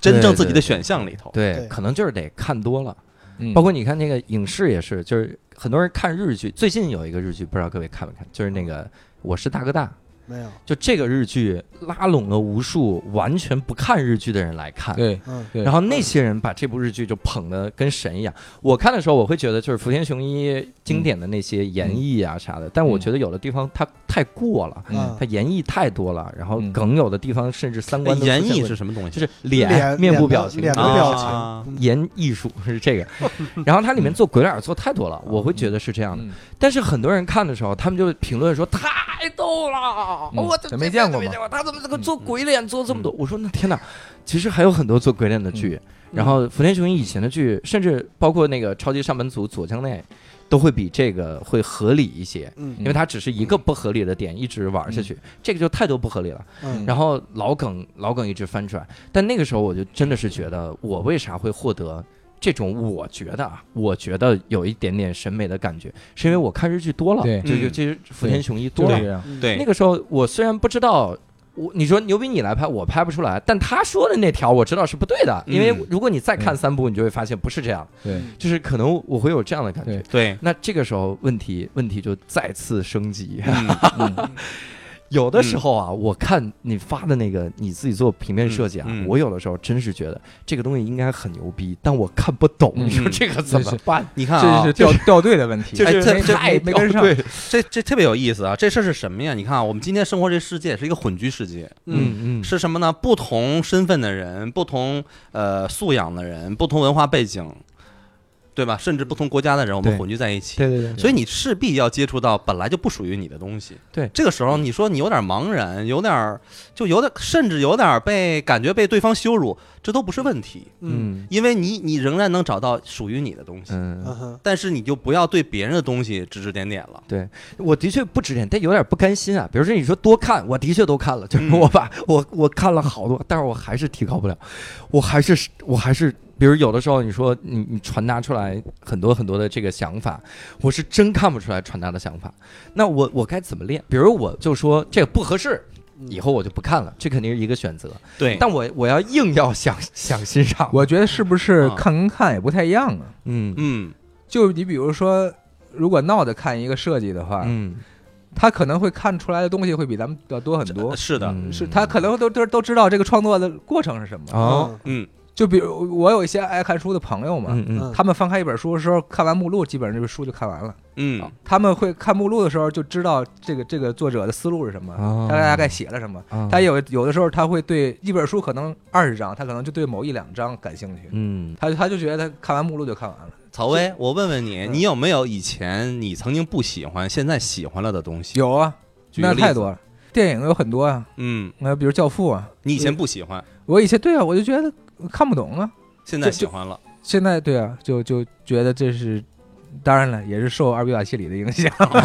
[SPEAKER 4] 真正自己的选项里头。
[SPEAKER 1] 对
[SPEAKER 2] 对，
[SPEAKER 1] 可能就是得看多了。
[SPEAKER 3] 嗯
[SPEAKER 1] 包括你看那个影视也是，就是很多人看日剧，最近有一个日剧，不知道各位看没看，就是那个《我是大哥大》，
[SPEAKER 2] 没有，
[SPEAKER 1] 就这个日剧拉拢了无数完全不看日剧的人来看，
[SPEAKER 3] 对，
[SPEAKER 2] 嗯
[SPEAKER 3] 对
[SPEAKER 1] 然后那些人把这部日剧就捧得跟神一样。我看的时候，我会觉得就是福田雄一经典的那些演绎啊啥的，但我觉得有的地方他太过了，
[SPEAKER 2] 嗯
[SPEAKER 1] 他演绎太多了，然后
[SPEAKER 3] 嗯
[SPEAKER 1] 梗有的地方甚至三观都
[SPEAKER 4] 哎演
[SPEAKER 1] 出现
[SPEAKER 4] 绎
[SPEAKER 1] 问
[SPEAKER 4] 是
[SPEAKER 1] 题
[SPEAKER 4] 什么东西？
[SPEAKER 1] 就是
[SPEAKER 2] 脸
[SPEAKER 1] 面部
[SPEAKER 2] 的
[SPEAKER 1] 表情、
[SPEAKER 2] 脸的
[SPEAKER 4] 啊
[SPEAKER 2] 表情，
[SPEAKER 4] 啊
[SPEAKER 2] 嗯
[SPEAKER 1] 言艺术是这个。 然后它里面做鬼脸做太多了，我会觉得是这样的。
[SPEAKER 3] 嗯
[SPEAKER 1] 但是很多人看的时候，他们就评论说太逗了，哦
[SPEAKER 3] 嗯
[SPEAKER 1] 我这
[SPEAKER 3] 没见过嗯
[SPEAKER 1] 没
[SPEAKER 3] 嘛
[SPEAKER 1] 见过，他怎么这个做鬼脸做这么多？我说那天哪，其实还有很多做鬼脸的剧。
[SPEAKER 3] 嗯
[SPEAKER 1] 然后福田雄一以前的剧，甚至包括那个《超级上班族》左江内，都会比这个会合理一些。因
[SPEAKER 2] 嗯
[SPEAKER 1] 为它只是一个不合理的
[SPEAKER 3] 嗯
[SPEAKER 1] 点一直玩下去，这个就太多不合理了。
[SPEAKER 2] 嗯
[SPEAKER 1] 然后老梗老梗一直翻出来，但那个时候我就真的是觉得，我为啥会获得这种我觉得啊，我觉得有一点点审美的感觉，是因为我看日剧多了，
[SPEAKER 3] 对
[SPEAKER 1] 就就
[SPEAKER 4] 嗯
[SPEAKER 1] 就是福田雄一多
[SPEAKER 3] 就这
[SPEAKER 1] 了。
[SPEAKER 3] 个样，
[SPEAKER 2] 嗯
[SPEAKER 4] 对
[SPEAKER 1] 那个时候我虽然不知道。我你说牛逼你来拍，我拍不出来。但他说的那条我知道是不对的，因为
[SPEAKER 4] 嗯
[SPEAKER 1] 如果你再看
[SPEAKER 3] 嗯
[SPEAKER 1] 三部，你就会发现不是这样，
[SPEAKER 3] 对，
[SPEAKER 1] 就是可能我会有这样的感觉
[SPEAKER 3] 对。
[SPEAKER 4] 对，
[SPEAKER 1] 那这个时候问题问题就再次升级。
[SPEAKER 3] 嗯
[SPEAKER 1] 有的时候啊，我看你发的那个你自己做平面设计啊，
[SPEAKER 4] 嗯嗯
[SPEAKER 1] 我有的时候真是觉得这个东西应该很牛逼，但我看不懂，
[SPEAKER 3] 嗯
[SPEAKER 1] 你说这个怎么办？
[SPEAKER 4] 你看
[SPEAKER 3] 这
[SPEAKER 4] 啊
[SPEAKER 3] 是，掉掉队的问题，
[SPEAKER 1] 就是
[SPEAKER 3] 哎这这
[SPEAKER 1] 太
[SPEAKER 3] 没没跟上，
[SPEAKER 1] 掉
[SPEAKER 4] 这这特别有意思啊！这事儿是什么呀？你看啊，我们今天生活这世界是一个混居世界，
[SPEAKER 1] 嗯嗯，
[SPEAKER 4] 是什么呢？不同身份的人，不同呃素养的人，不同文化背景，对吧？甚至不同国家的人，我们
[SPEAKER 1] 对
[SPEAKER 4] 混居在一起。
[SPEAKER 1] 对对对，
[SPEAKER 4] 所以你势必要接触到本来就不属于你的东西。
[SPEAKER 1] 对
[SPEAKER 4] 这个时候你说你有点茫然，有点儿就有点，甚至有点儿被感觉被对方羞辱，这都不是问题，
[SPEAKER 2] 嗯
[SPEAKER 1] 嗯
[SPEAKER 4] 因为你你仍然能找到属于你的东西。
[SPEAKER 1] 嗯，
[SPEAKER 2] 嗯哼
[SPEAKER 4] 但是你就不要对别人的东西指指点点了。
[SPEAKER 1] 我的确不指点，但有点不甘心啊。比如说你说多看，我的确都看了，就是
[SPEAKER 4] 嗯
[SPEAKER 1] 我把我我看了好多，但是我还是提高不了，我还是我还是。比如有的时候你说你你传达出来很多很多的这个想法，我是真看不出来传达的想法。那我我该怎么练？比如我就说这个不合适，
[SPEAKER 2] 嗯
[SPEAKER 1] 以后我就不看了，这肯定是一个选择。
[SPEAKER 4] 对
[SPEAKER 1] 但我我要硬要想想欣赏，
[SPEAKER 3] 嗯我觉得是不是
[SPEAKER 4] 啊
[SPEAKER 3] 看跟看也不太一样啊？
[SPEAKER 1] 嗯
[SPEAKER 4] 嗯，
[SPEAKER 3] 就你比如说，如果闹着看一个设计的话，
[SPEAKER 1] 嗯
[SPEAKER 3] 他可能会看出来的东西会比咱们要多很多。
[SPEAKER 4] 是的，
[SPEAKER 1] 嗯
[SPEAKER 3] 是他可能都都都知道这个创作的过程是什么。
[SPEAKER 1] 哦，
[SPEAKER 4] 嗯，
[SPEAKER 3] 就比如我有一些爱看书的朋友嘛，
[SPEAKER 1] 嗯嗯
[SPEAKER 2] 嗯
[SPEAKER 3] 他们翻开一本书的时候，看完目录，基本上这本书就看完了。
[SPEAKER 4] 嗯
[SPEAKER 3] 他们会看目录的时候就知道这个这个作者的思路是什么，
[SPEAKER 1] 哦
[SPEAKER 3] 嗯大概大概写了什么。
[SPEAKER 1] 啊
[SPEAKER 3] 他有有的时候他会对一本书可能二十章，他可能就对某一两章感兴趣，
[SPEAKER 1] 嗯
[SPEAKER 3] 他就他就觉得他看完目录就看完了。
[SPEAKER 4] 草薇，我问问你，你有没有以前你曾经不喜欢，现在喜欢了的东西？，
[SPEAKER 3] 有啊，
[SPEAKER 4] 举个
[SPEAKER 3] 那
[SPEAKER 4] 例
[SPEAKER 3] 太
[SPEAKER 4] 子
[SPEAKER 3] 多了，电影有很多啊，
[SPEAKER 4] 嗯，
[SPEAKER 3] 那比如《教父》啊，
[SPEAKER 4] 你以前不喜欢，
[SPEAKER 3] 我以前对啊，我就觉得看不懂啊，
[SPEAKER 4] 现在
[SPEAKER 3] 就
[SPEAKER 4] 喜欢了。
[SPEAKER 3] 现在对啊，就就觉得这是，当然了，也是受二比瓦西里的影响。
[SPEAKER 4] 哎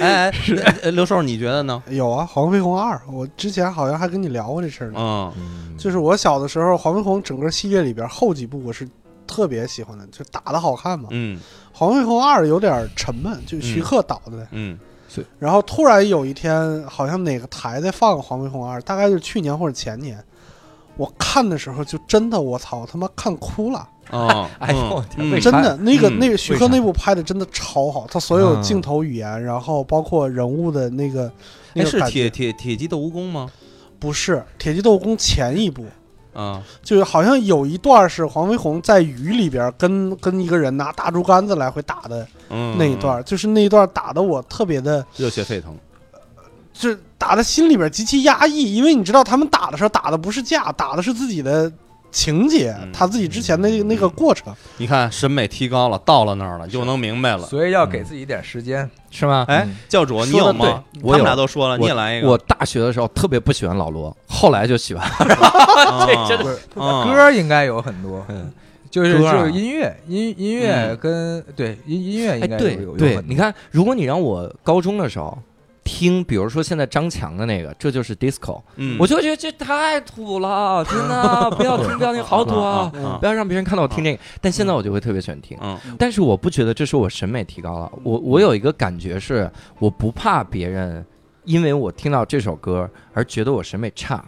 [SPEAKER 4] 哎，那呃刘寿，你觉得呢？
[SPEAKER 2] 有啊，《黄飞鸿二》，我之前好像还跟你聊过这事儿呢。
[SPEAKER 4] 嗯
[SPEAKER 1] 嗯，
[SPEAKER 2] 就是我小的时候，《黄飞鸿》整个系列里边后几部我是特别喜欢的，就打的好看嘛。
[SPEAKER 4] 嗯
[SPEAKER 2] 黄飞鸿二》有点沉闷，就徐克导的。
[SPEAKER 4] 嗯
[SPEAKER 2] 然后突然有一天，好像哪个台在放《黄飞鸿二》，大概就是去年或者前年。我看的时候就真的，我操，他妈看哭了！
[SPEAKER 4] 哦
[SPEAKER 1] 哎呦我天为
[SPEAKER 4] 嗯
[SPEAKER 1] 啥
[SPEAKER 2] 真的，那个
[SPEAKER 4] 嗯
[SPEAKER 2] 那个徐克
[SPEAKER 1] 为啥
[SPEAKER 2] 那部拍的真的超好，他所有镜头语言，然后包括人物的那个，那
[SPEAKER 4] 哎，
[SPEAKER 2] 个
[SPEAKER 4] 是
[SPEAKER 2] 感
[SPEAKER 4] 铁
[SPEAKER 2] 觉
[SPEAKER 4] 铁铁鸡斗蜈蚣吗？
[SPEAKER 2] 不是《铁骑斗蜈蚣》前一部，
[SPEAKER 4] 啊，
[SPEAKER 2] 就是好像有一段是黄飞鸿在雨里边跟跟一个人拿大竹竿子来回打的
[SPEAKER 4] 嗯，
[SPEAKER 2] 那一段，就是那一段打的我特别的，
[SPEAKER 4] 热血沸腾。
[SPEAKER 2] 就是打的心里边极其压抑，因为你知道他们打的时候打的不是架，打的是自己的情节
[SPEAKER 4] 嗯，
[SPEAKER 2] 他自己之前的那个那个过程。
[SPEAKER 4] 你看审美提高了，到了那儿了，就能明白了。嗯
[SPEAKER 3] 所以要给自己一点时间。
[SPEAKER 1] 是吗？
[SPEAKER 4] 哎
[SPEAKER 3] 嗯，
[SPEAKER 4] 教主，你
[SPEAKER 1] 说
[SPEAKER 4] 有
[SPEAKER 1] 得
[SPEAKER 4] 吗？
[SPEAKER 1] 对
[SPEAKER 4] 他
[SPEAKER 1] 我
[SPEAKER 4] 们
[SPEAKER 1] 有
[SPEAKER 4] 俩都说了，你也来一个。
[SPEAKER 1] 我大学的时候特别不喜欢老罗，后来就喜欢。
[SPEAKER 4] 啊
[SPEAKER 1] 这真的
[SPEAKER 4] 啊
[SPEAKER 3] 歌应该有很多，
[SPEAKER 1] 嗯
[SPEAKER 3] 就是
[SPEAKER 4] 歌啊
[SPEAKER 3] 就是音乐音音乐
[SPEAKER 4] 嗯
[SPEAKER 3] 跟对音音乐
[SPEAKER 1] 哎，
[SPEAKER 3] 应该
[SPEAKER 1] 对
[SPEAKER 3] 有有有
[SPEAKER 1] 对，
[SPEAKER 3] 很
[SPEAKER 1] 你
[SPEAKER 3] 多。
[SPEAKER 1] 看，如果你让我高中的时候听，比如说现在张强的那个，这就是 disco，
[SPEAKER 4] 嗯，
[SPEAKER 1] 我就觉得这太土了，真的不要听，不要听，好土啊！
[SPEAKER 4] 啊
[SPEAKER 1] 不要让别人看到我听这个。但现在我就会特别喜欢听，
[SPEAKER 4] 嗯
[SPEAKER 1] 但是我不觉得这是我审美提高了。我我有一个感觉是，我不怕别人因为我听到这首歌而觉得我审美差。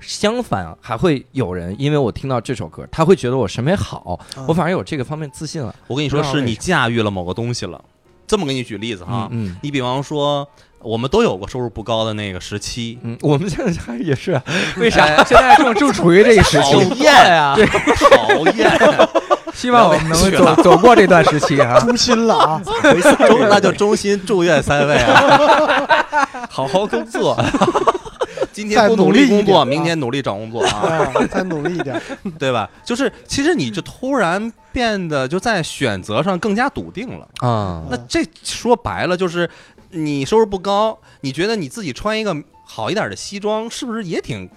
[SPEAKER 1] 相反，还会有人因为我听到这首歌，他会觉得我审美好。
[SPEAKER 2] 嗯
[SPEAKER 1] 我反而有这个方面自信了。
[SPEAKER 4] 我跟你说，
[SPEAKER 1] 不知道
[SPEAKER 4] 是
[SPEAKER 1] 为
[SPEAKER 4] 你
[SPEAKER 1] 啥
[SPEAKER 4] 驾驭了某个东西了。这么给你举例子哈，
[SPEAKER 1] 嗯
[SPEAKER 4] 你比方说，我们都有过收入不高的那个时期，
[SPEAKER 1] 嗯，我们现在还也 是啊，为啥？
[SPEAKER 3] 哎现在正正处于这一时
[SPEAKER 4] 讨
[SPEAKER 3] 期，
[SPEAKER 4] 厌呀，
[SPEAKER 3] 嗯对
[SPEAKER 4] 讨厌，
[SPEAKER 3] 希望我们能走走过这段时 期啊。
[SPEAKER 2] 诛心了啊！
[SPEAKER 4] 回三 中那就衷心祝愿三位啊，好好工作。今天
[SPEAKER 2] 再
[SPEAKER 4] 不
[SPEAKER 2] 努
[SPEAKER 4] 力
[SPEAKER 2] 力一
[SPEAKER 4] 工作，
[SPEAKER 2] 点啊
[SPEAKER 4] 明天努力找工作 啊，
[SPEAKER 2] 啊，再努力一点，
[SPEAKER 4] 对吧？就是其实你就突然变得就在选择上更加笃定了。
[SPEAKER 1] 啊
[SPEAKER 4] 那这说白了就是，你收入不高，你觉得你自己穿一个好一点的西装，是不是也挺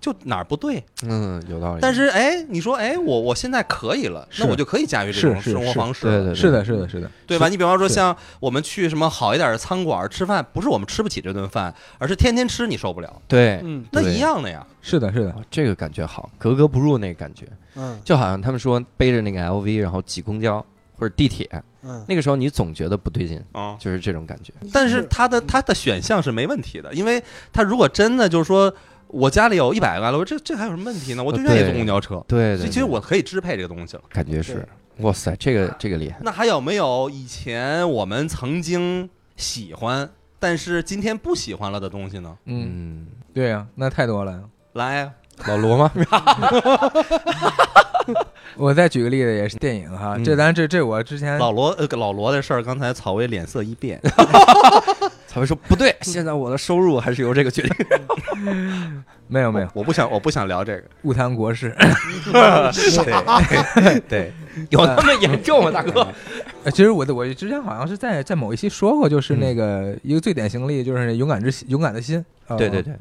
[SPEAKER 4] 就哪儿不对？
[SPEAKER 1] 嗯，有道理。
[SPEAKER 4] 但是哎，你说哎，我我现在可以了，那
[SPEAKER 3] 是
[SPEAKER 4] 我就可以驾驭这种
[SPEAKER 3] 是是
[SPEAKER 4] 生活方式
[SPEAKER 1] 对
[SPEAKER 4] 了，
[SPEAKER 1] 对对
[SPEAKER 3] 是的，是的，是的，
[SPEAKER 4] 对吧？你比方说
[SPEAKER 3] 是
[SPEAKER 4] 像我们去什么好一点的餐馆吃饭，不是我们吃不起这顿饭，而是天天吃你受不了，
[SPEAKER 1] 对，
[SPEAKER 2] 嗯
[SPEAKER 4] 那
[SPEAKER 1] 对
[SPEAKER 4] 一样的呀。
[SPEAKER 3] 是的，是的，
[SPEAKER 1] 哇这个感觉好，格格不入那个感觉，
[SPEAKER 2] 嗯
[SPEAKER 1] 就好像他们说背着那个 LV，然后挤公交或者地铁，
[SPEAKER 2] 嗯，
[SPEAKER 1] 那个时候你总觉得不对劲，
[SPEAKER 4] 啊、
[SPEAKER 1] 就是这种感觉。
[SPEAKER 4] 但是他的他的选项是没问题的，因为他如果真的就是说我家里有一百个 LV，这这还有什么问题呢？我就愿意
[SPEAKER 1] 呃对
[SPEAKER 4] 坐公交车，所
[SPEAKER 1] 对对，
[SPEAKER 4] 以
[SPEAKER 1] 对
[SPEAKER 4] 其实我可以支配这个东西了。
[SPEAKER 1] 感觉是
[SPEAKER 2] 对，
[SPEAKER 1] 哇塞，这个这个厉害。
[SPEAKER 4] 那还有没有以前我们曾经喜欢，但是今天不喜欢了的东西呢？
[SPEAKER 3] 嗯，
[SPEAKER 1] 嗯，
[SPEAKER 3] 对呀，那太多了。
[SPEAKER 4] 来啊，
[SPEAKER 1] 老罗 吗？
[SPEAKER 3] 我再举个例子，也是电影哈，
[SPEAKER 1] 嗯
[SPEAKER 3] 这咱这这我之前
[SPEAKER 4] 老罗呃老罗的事儿，刚才草薇脸色一变，
[SPEAKER 1] 才会说不对， 现在我的收入还是由这个决定。
[SPEAKER 3] 没有没有
[SPEAKER 4] 我不想我不想聊这个，
[SPEAKER 3] 误谈国事。
[SPEAKER 4] 对对，
[SPEAKER 1] 有那么严重啊吗，大哥？
[SPEAKER 3] 呃其实我的我之前好像是在在某一期说过，就是那个、一个最典型的例子，就是勇敢之心勇敢的心。
[SPEAKER 1] 嗯
[SPEAKER 3] 啊
[SPEAKER 1] 对对对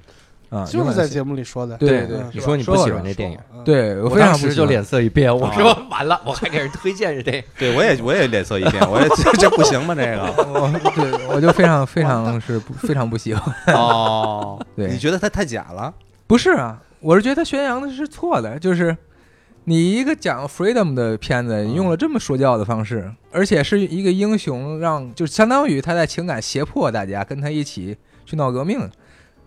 [SPEAKER 3] 啊，
[SPEAKER 2] 就是
[SPEAKER 3] 勇敢的
[SPEAKER 2] 在
[SPEAKER 3] 心
[SPEAKER 2] 节目里说的，
[SPEAKER 3] 对
[SPEAKER 1] 对
[SPEAKER 3] 对
[SPEAKER 2] 嗯
[SPEAKER 1] 你说你不喜欢这电影，
[SPEAKER 2] 说，嗯
[SPEAKER 3] 对我非常
[SPEAKER 1] 当
[SPEAKER 3] 不喜
[SPEAKER 1] 时
[SPEAKER 3] 欢
[SPEAKER 1] 就脸色一变，我
[SPEAKER 4] 啊
[SPEAKER 1] 说完了，我还给人推荐这个。
[SPEAKER 4] 对我也我也脸色一变，我也 这这不行吧这个
[SPEAKER 3] 我对我就非常非 常是不非常不喜欢。
[SPEAKER 4] 哦，
[SPEAKER 3] 对
[SPEAKER 4] 你觉得他太假了？
[SPEAKER 3] 不是啊，我是觉得他宣扬的是错的，就是你一个讲 freedom 的片子，你用了这么说教的方式，而且是一个英雄让，就相当于他在情感胁迫大家跟他一起去闹革命。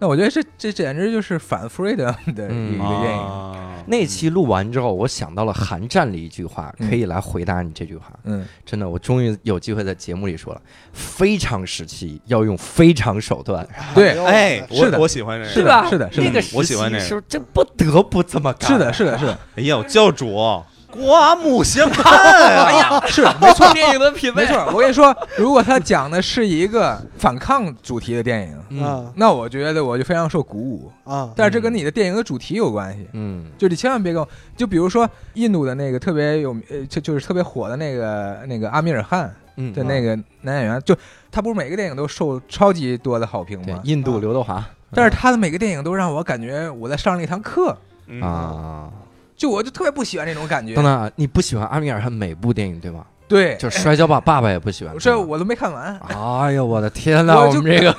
[SPEAKER 3] 那我觉得这这简直就是反 freedom 的
[SPEAKER 1] 嗯
[SPEAKER 3] 一个电影。
[SPEAKER 4] 啊
[SPEAKER 1] 那期录完之后，我想到了韩战里一句话，
[SPEAKER 3] 嗯
[SPEAKER 1] 可以来回答你这句话。
[SPEAKER 3] 嗯，
[SPEAKER 1] 真的，我终于有机会在节目里说了，非常时期要用非常手段，
[SPEAKER 3] 对
[SPEAKER 1] 哦
[SPEAKER 4] 哎，我
[SPEAKER 3] 是的
[SPEAKER 4] 我喜欢这个，嗯
[SPEAKER 3] 是的
[SPEAKER 1] 吧？
[SPEAKER 3] 是的是的
[SPEAKER 1] 那个时期
[SPEAKER 4] 我喜欢这个
[SPEAKER 1] 是这不得不这么啊干。
[SPEAKER 3] 是的，是的，是的，
[SPEAKER 4] 哎呀，教主刮目相看，
[SPEAKER 1] 哎呀，
[SPEAKER 3] 是没错，
[SPEAKER 1] 电影的品味
[SPEAKER 3] 没，错。我跟你说，如果他讲的是一个反抗主题的电影，
[SPEAKER 1] 嗯
[SPEAKER 2] 啊
[SPEAKER 3] 那我觉得我就非常受鼓舞。
[SPEAKER 2] 啊，
[SPEAKER 3] 但是这跟你的电影的主题有关系。
[SPEAKER 1] 嗯
[SPEAKER 3] 就你千万别跟我，就比如说印度的那个特别有名呃，就就是特别火的那个那个阿米尔汗
[SPEAKER 1] 嗯
[SPEAKER 3] 的那个男演员，就他不是每个电影都受超级多的好评
[SPEAKER 1] 对
[SPEAKER 3] 吗，？
[SPEAKER 1] 印度刘德华
[SPEAKER 3] 但是他的每个电影都让我感觉我在上了一堂课，
[SPEAKER 4] 嗯
[SPEAKER 1] 啊。
[SPEAKER 3] 就我就特别不喜欢这种感觉
[SPEAKER 1] 等。等啊，你不喜欢阿米尔汗每部电影对吗？
[SPEAKER 3] 对，
[SPEAKER 1] 就嗯摔跤吧爸爸也不喜欢。
[SPEAKER 3] 这
[SPEAKER 1] 对吗
[SPEAKER 3] 我都没看完。
[SPEAKER 1] 哎呦我的天哪！
[SPEAKER 3] 我
[SPEAKER 1] 我
[SPEAKER 3] 就
[SPEAKER 1] 们这 个，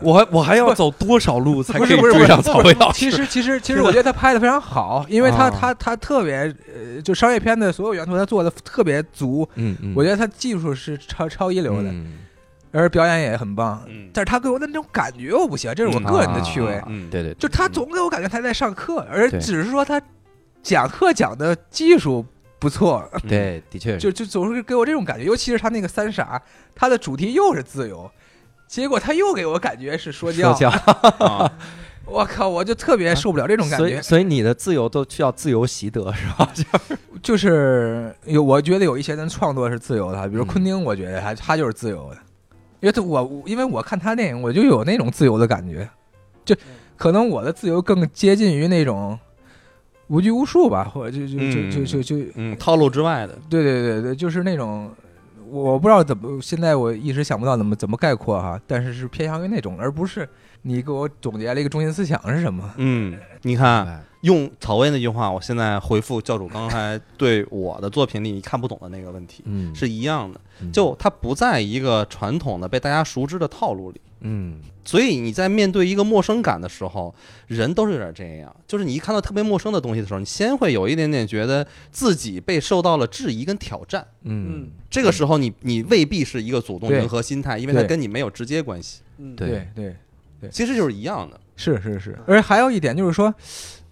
[SPEAKER 1] 我还我还要走多少路才
[SPEAKER 3] 不
[SPEAKER 1] 可
[SPEAKER 3] 是
[SPEAKER 1] 以
[SPEAKER 3] 不是
[SPEAKER 1] 追上
[SPEAKER 3] 不是
[SPEAKER 1] 曹薇老师？
[SPEAKER 3] 其实 其实其实，我觉得他拍的非常好，因为他
[SPEAKER 1] 啊
[SPEAKER 3] 他他特别呃，就商业片的所有元素他做的特别足，
[SPEAKER 1] 嗯嗯，
[SPEAKER 3] 我觉得他技术是超超一流的，
[SPEAKER 1] 嗯
[SPEAKER 3] 而表演也很棒。
[SPEAKER 4] 嗯
[SPEAKER 3] 但是他给我的那种感觉我不喜欢，这是我个人的趣味。
[SPEAKER 1] 啊
[SPEAKER 4] 嗯
[SPEAKER 1] 对对，
[SPEAKER 3] 就他总给我感觉他在上课，而
[SPEAKER 1] 对
[SPEAKER 3] 只是说他讲课讲的技术不错，呃
[SPEAKER 1] 对对，的确是。
[SPEAKER 3] 就就总是给我这种感觉。尤其是他那个三傻，他的主题又是自由，结果他又给我感觉是说教。
[SPEAKER 1] 说教啊
[SPEAKER 4] 啊，
[SPEAKER 3] 我靠，我就特别受不了这种感
[SPEAKER 1] 所
[SPEAKER 3] 觉
[SPEAKER 1] 以。所以你的自由都需要自由习得是吧？
[SPEAKER 3] 就是有，我觉得有一些人创作是自由的，比如
[SPEAKER 1] 嗯
[SPEAKER 3] 昆汀，我觉得他他就是自由的，因为他我我因为我看他电影，我就有那种自由的感觉，就
[SPEAKER 1] 嗯
[SPEAKER 3] 可能我的自由更接近于那种无拘无束吧，或者就就
[SPEAKER 4] 嗯
[SPEAKER 3] 就就就就
[SPEAKER 4] 嗯，套路之外的，
[SPEAKER 3] 对对对对，就是那种我我不知道怎么，现在我一时想不到怎么怎么概括哈，但是是偏向于那种，而不是你给我总结了一个中心思想是什么。
[SPEAKER 4] 嗯，你看，
[SPEAKER 1] 哎
[SPEAKER 4] 用曹薇那句话，我现在回复教主刚才对我的作品里看不懂的那个问题
[SPEAKER 1] 嗯
[SPEAKER 4] 是一样的，
[SPEAKER 1] 嗯
[SPEAKER 4] 就它不在一个传统的被大家熟知的套路里。
[SPEAKER 1] 嗯
[SPEAKER 4] 所以你在面对一个陌生感的时候，人都是有点这样，就是你一看到特别陌生的东西的时候，你先会有一点点觉得自己被受到了质疑跟挑战。
[SPEAKER 1] 嗯
[SPEAKER 2] 嗯
[SPEAKER 4] 这个时候你，你未必是一个主动
[SPEAKER 3] 对
[SPEAKER 4] 迎合心态，因为它
[SPEAKER 3] 对
[SPEAKER 4] 跟你没有直接关系，
[SPEAKER 2] 嗯
[SPEAKER 1] 对
[SPEAKER 3] 对，
[SPEAKER 4] 其实就是一样的。
[SPEAKER 3] 是是是，而且还有一点就是说，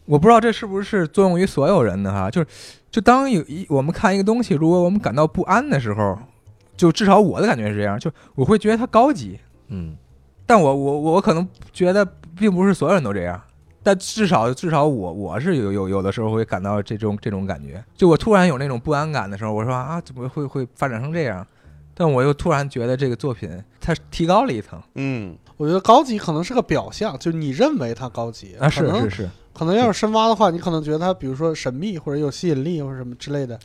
[SPEAKER 3] 我不知道这是不是作用于所有人的哈，就是就当有一我们看一个东西，如果我们感到不安的时候，就至少我的感觉是这样，就我会觉得它高级，
[SPEAKER 5] 嗯，
[SPEAKER 3] 但我我我可能觉得并不是所有人都这样，但至少至少我我是有有有的时候会感到这种这种感觉，就我突然有那种不安感的时候，我说啊怎么会会发展成这样？但我又突然觉得这个作品它提高了一层
[SPEAKER 4] 嗯，
[SPEAKER 2] 我觉得高级可能是个表象，就你认为它高级
[SPEAKER 3] 啊，是
[SPEAKER 2] 可能
[SPEAKER 3] 是是，
[SPEAKER 2] 可能要是深挖的话，你可能觉得它比如说神秘或者有吸引力或者什么之类的。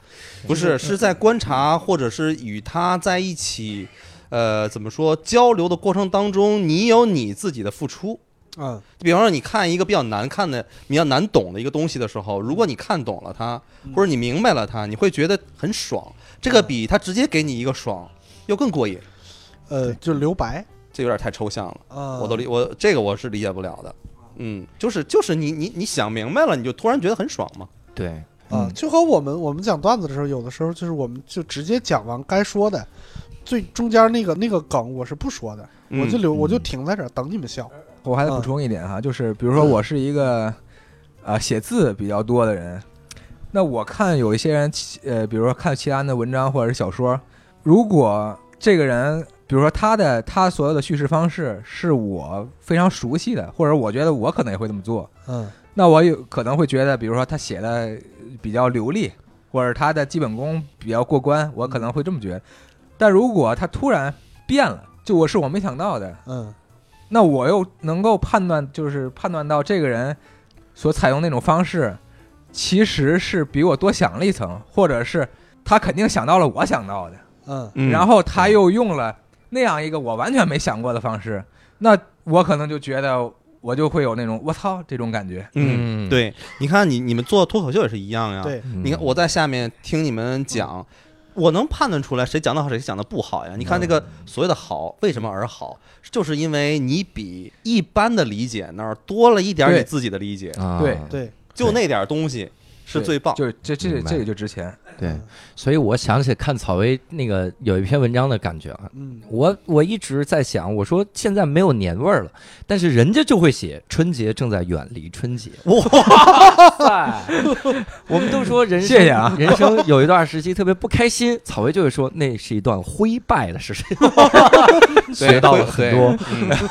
[SPEAKER 4] 不是，嗯是在观察或者是与他在一起，呃，怎么说交流的过程当中，你有你自己的付出。
[SPEAKER 2] 嗯，
[SPEAKER 4] 比方说，你看一个比较难看的、比较难懂的一个东西的时候，如果你看懂了它，或者你明白了它，你会觉得很爽。这个比他直接给你一个爽要更过瘾。
[SPEAKER 2] 呃，就留白。
[SPEAKER 4] 这有点太抽象了，
[SPEAKER 2] 呃，
[SPEAKER 4] 我都理我这个我是理解不了的。嗯，就是就是你你你想明白了，你就突然觉得很爽嘛。
[SPEAKER 1] 对，
[SPEAKER 2] 啊，
[SPEAKER 3] 嗯
[SPEAKER 2] 就和我们我们讲段子的时候，有的时候就是我们就直接讲完该说的，最中间那个那个梗我是不说的，我就
[SPEAKER 4] 嗯
[SPEAKER 2] 留我就停在这儿等你们笑。
[SPEAKER 3] 我还得补充一点哈，就是比如说我是一个啊、呃写字比较多的人，那我看有一些人其呃，比如说看其他人的文章或者是小说，如果这个人，比如说他的他所有的叙事方式是我非常熟悉的，或者我觉得我可能也会这么做，
[SPEAKER 2] 嗯
[SPEAKER 3] 那我有可能会觉得，比如说他写的比较流利，或者他的基本功比较过关，我可能会这么觉得。但如果他突然变了，就我是我没想到的，
[SPEAKER 2] 嗯
[SPEAKER 3] 那我又能够判断，就是判断到这个人所采用那种方式，其实是比我多想了一层，或者是他肯定想到了我想到的，
[SPEAKER 2] 嗯
[SPEAKER 4] 嗯
[SPEAKER 3] 然后他又用了那样一个我完全没想过的方式，那我可能就觉得我就会有那种我操这种感觉。
[SPEAKER 4] 嗯，
[SPEAKER 5] 嗯，
[SPEAKER 4] 对，你看你你们做脱口秀也是一样呀。
[SPEAKER 2] 对
[SPEAKER 5] 嗯
[SPEAKER 4] 你看我在下面听你们讲，我能判断出来谁讲的好，谁讲的不好呀。你看那个所谓的好，为什么而好，就是因为你比一般的理解那儿多了一点儿
[SPEAKER 3] 对
[SPEAKER 4] 你自己的理解，
[SPEAKER 1] 啊
[SPEAKER 3] 对
[SPEAKER 2] 对，
[SPEAKER 4] 就那点儿东西是最棒。
[SPEAKER 3] 就是这这
[SPEAKER 5] 明白
[SPEAKER 3] 这个就值钱。
[SPEAKER 5] 对，所以我想起看草薇那个有一篇文章的感觉啊，
[SPEAKER 2] 嗯
[SPEAKER 1] 我我一直在想，我说现在没有年味儿了，但是人家就会写春节正在远离春节。 哇 我们都说人生
[SPEAKER 3] 谢谢啊
[SPEAKER 1] 人生有一段时期特别不开心，草薇就会说那是一段灰败的时期，学到了很多。
[SPEAKER 3] 嗯
[SPEAKER 1] 嗯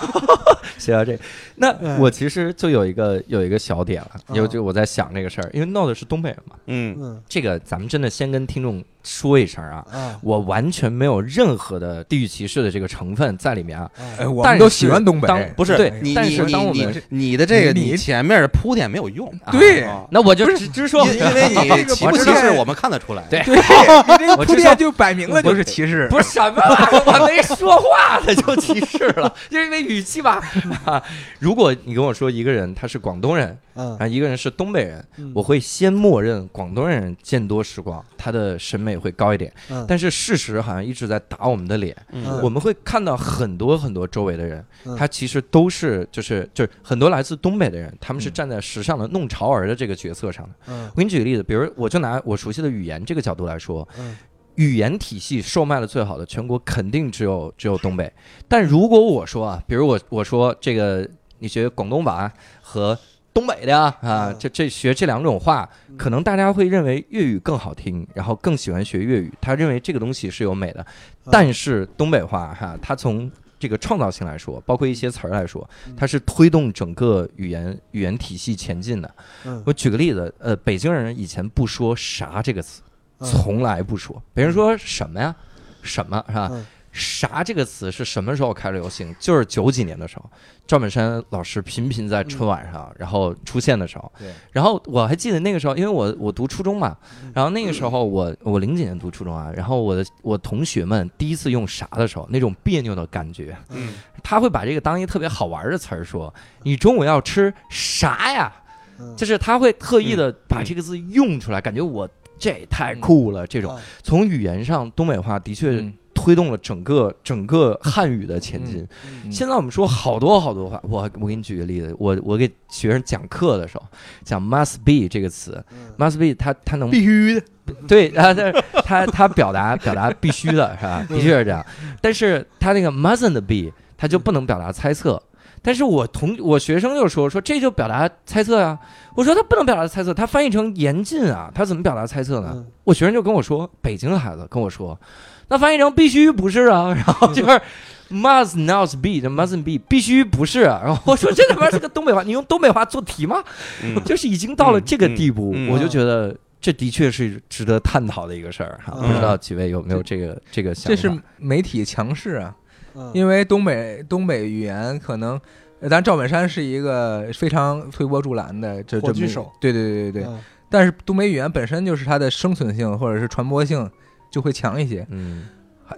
[SPEAKER 1] 写到这，那
[SPEAKER 2] 嗯
[SPEAKER 1] 我其实就有一个有一个小点了，
[SPEAKER 2] 嗯
[SPEAKER 1] 有就我在想这个事儿，因为闹的是东北人嘛，
[SPEAKER 4] 嗯
[SPEAKER 2] 嗯
[SPEAKER 1] 这个咱们真的先跟听众说一声啊。
[SPEAKER 2] 啊
[SPEAKER 1] 我完全没有任何的地域歧视的这个成分在里面啊，
[SPEAKER 3] 哎，
[SPEAKER 2] 啊
[SPEAKER 3] 我
[SPEAKER 1] 但是
[SPEAKER 3] 们都喜欢东北，
[SPEAKER 1] 当
[SPEAKER 4] 不是
[SPEAKER 1] 对
[SPEAKER 4] 你
[SPEAKER 1] 哎但
[SPEAKER 4] 你
[SPEAKER 1] 是当我
[SPEAKER 4] 你
[SPEAKER 1] 们
[SPEAKER 4] 你你的这个
[SPEAKER 3] 你
[SPEAKER 4] 你前面的铺垫没有用，
[SPEAKER 3] 对
[SPEAKER 4] 啊
[SPEAKER 1] 那我就直直说，
[SPEAKER 4] 因因为你歧不歧
[SPEAKER 3] 我知
[SPEAKER 4] 视
[SPEAKER 3] 道
[SPEAKER 4] 我们看得出来。
[SPEAKER 1] 对
[SPEAKER 3] 对，你这个
[SPEAKER 1] 我
[SPEAKER 3] 铺
[SPEAKER 1] 知道
[SPEAKER 3] 垫就摆明了就是歧视。
[SPEAKER 1] 不是什么了，我没说话他就歧视了，就是因为语气吧。啊 如果你跟我说一个人他是广东人，
[SPEAKER 2] 嗯
[SPEAKER 1] 啊，一个人是东北人，
[SPEAKER 2] 嗯
[SPEAKER 1] 我会先默认广东人见多识广，他的审美会高一点。
[SPEAKER 2] 嗯
[SPEAKER 1] 但是事实好像一直在打我们的脸，
[SPEAKER 2] 嗯
[SPEAKER 1] 我们会看到很多很多周围的人，
[SPEAKER 2] 嗯
[SPEAKER 1] 他其实都是就是就是很多来自东北的人，他们是
[SPEAKER 5] 嗯
[SPEAKER 1] 站在时尚的弄潮儿的这个角色上的。
[SPEAKER 2] 嗯
[SPEAKER 1] 我给你举个例子，比如我就拿我熟悉的语言这个角度来说，
[SPEAKER 2] 嗯
[SPEAKER 1] 语言体系售卖的最好的全国肯定只有只有东北。但如果我说啊，比如我我说这个你学广东话和东北的啊，啊
[SPEAKER 2] 嗯
[SPEAKER 1] 这这学这两种话，可能大家会认为粤语更好听，然后更喜欢学粤语，他认为这个东西是有美的。但是东北话哈，它从这个创造性来说，包括一些词儿来说，它是推动整个语言语言体系前进的。
[SPEAKER 2] 嗯
[SPEAKER 1] 我举个例子，呃，北京人以前不说“啥”这个词，
[SPEAKER 2] 嗯
[SPEAKER 1] 从来不说。别人说什么呀？什么是吧
[SPEAKER 2] 嗯？
[SPEAKER 1] 啥这个词是什么时候开始流行？就是九几年的时候，赵本山老师频频在春晚上，
[SPEAKER 2] 嗯
[SPEAKER 1] 然后出现的时候
[SPEAKER 3] 对。
[SPEAKER 1] 然后我还记得那个时候，因为我我读初中嘛，
[SPEAKER 2] 嗯
[SPEAKER 1] 然后那个时候我我零几年读初中啊，然后我的我同学们第一次用“啥”的时候，那种别扭的感觉，
[SPEAKER 4] 嗯，
[SPEAKER 1] 他会把这个当一个特别好玩的词儿说：“你中午要吃啥呀？”
[SPEAKER 2] 嗯
[SPEAKER 1] 就是他会特意的
[SPEAKER 3] 嗯
[SPEAKER 1] 把这个字用出来，感觉我这也太酷了。这种
[SPEAKER 2] 啊
[SPEAKER 1] 从语言上，东北话的确
[SPEAKER 3] 哦嗯
[SPEAKER 1] 推动了整个整个汉语的前进。
[SPEAKER 3] 嗯
[SPEAKER 1] 现在我们说好多好多话，我我给你举个例子，我我给学生讲课的时候讲 must be 这个词
[SPEAKER 2] 嗯
[SPEAKER 1] ，must be 它它能
[SPEAKER 4] 必须的。
[SPEAKER 1] 对，啊他他他他表达表达必须的是吧？的确是这样，但是他那个 mustn't be，他就不能表达猜测。但是我同我学生就说说这就表达猜测啊，我说他不能表达猜测，他翻译成严禁啊，他怎么表达猜测呢？
[SPEAKER 2] 嗯
[SPEAKER 1] 我学生就跟我说，北京的孩子跟我说，那翻译成必须不是啊，然后 就是 must not be，这 mustn't be 必须不是啊。然后我说这他妈是个东北话，你用东北话做题吗？
[SPEAKER 4] 嗯
[SPEAKER 1] 就是已经到了这个地步，
[SPEAKER 4] 嗯嗯嗯
[SPEAKER 1] 我就觉得这的确是值得探讨的一个事儿哈。
[SPEAKER 2] 嗯
[SPEAKER 1] 不知道几位有没有这个这个想法？
[SPEAKER 3] 这是媒体强势啊，
[SPEAKER 2] 嗯
[SPEAKER 3] 因为东北东北语言可能，呃当然赵本山是一个非常推波助澜的这
[SPEAKER 2] 火
[SPEAKER 3] 这么一
[SPEAKER 2] 炬手，
[SPEAKER 3] 对对对对对，
[SPEAKER 2] 嗯
[SPEAKER 3] 但是东北语言本身就是它的生存性或者是传播性就会强一些，
[SPEAKER 1] 嗯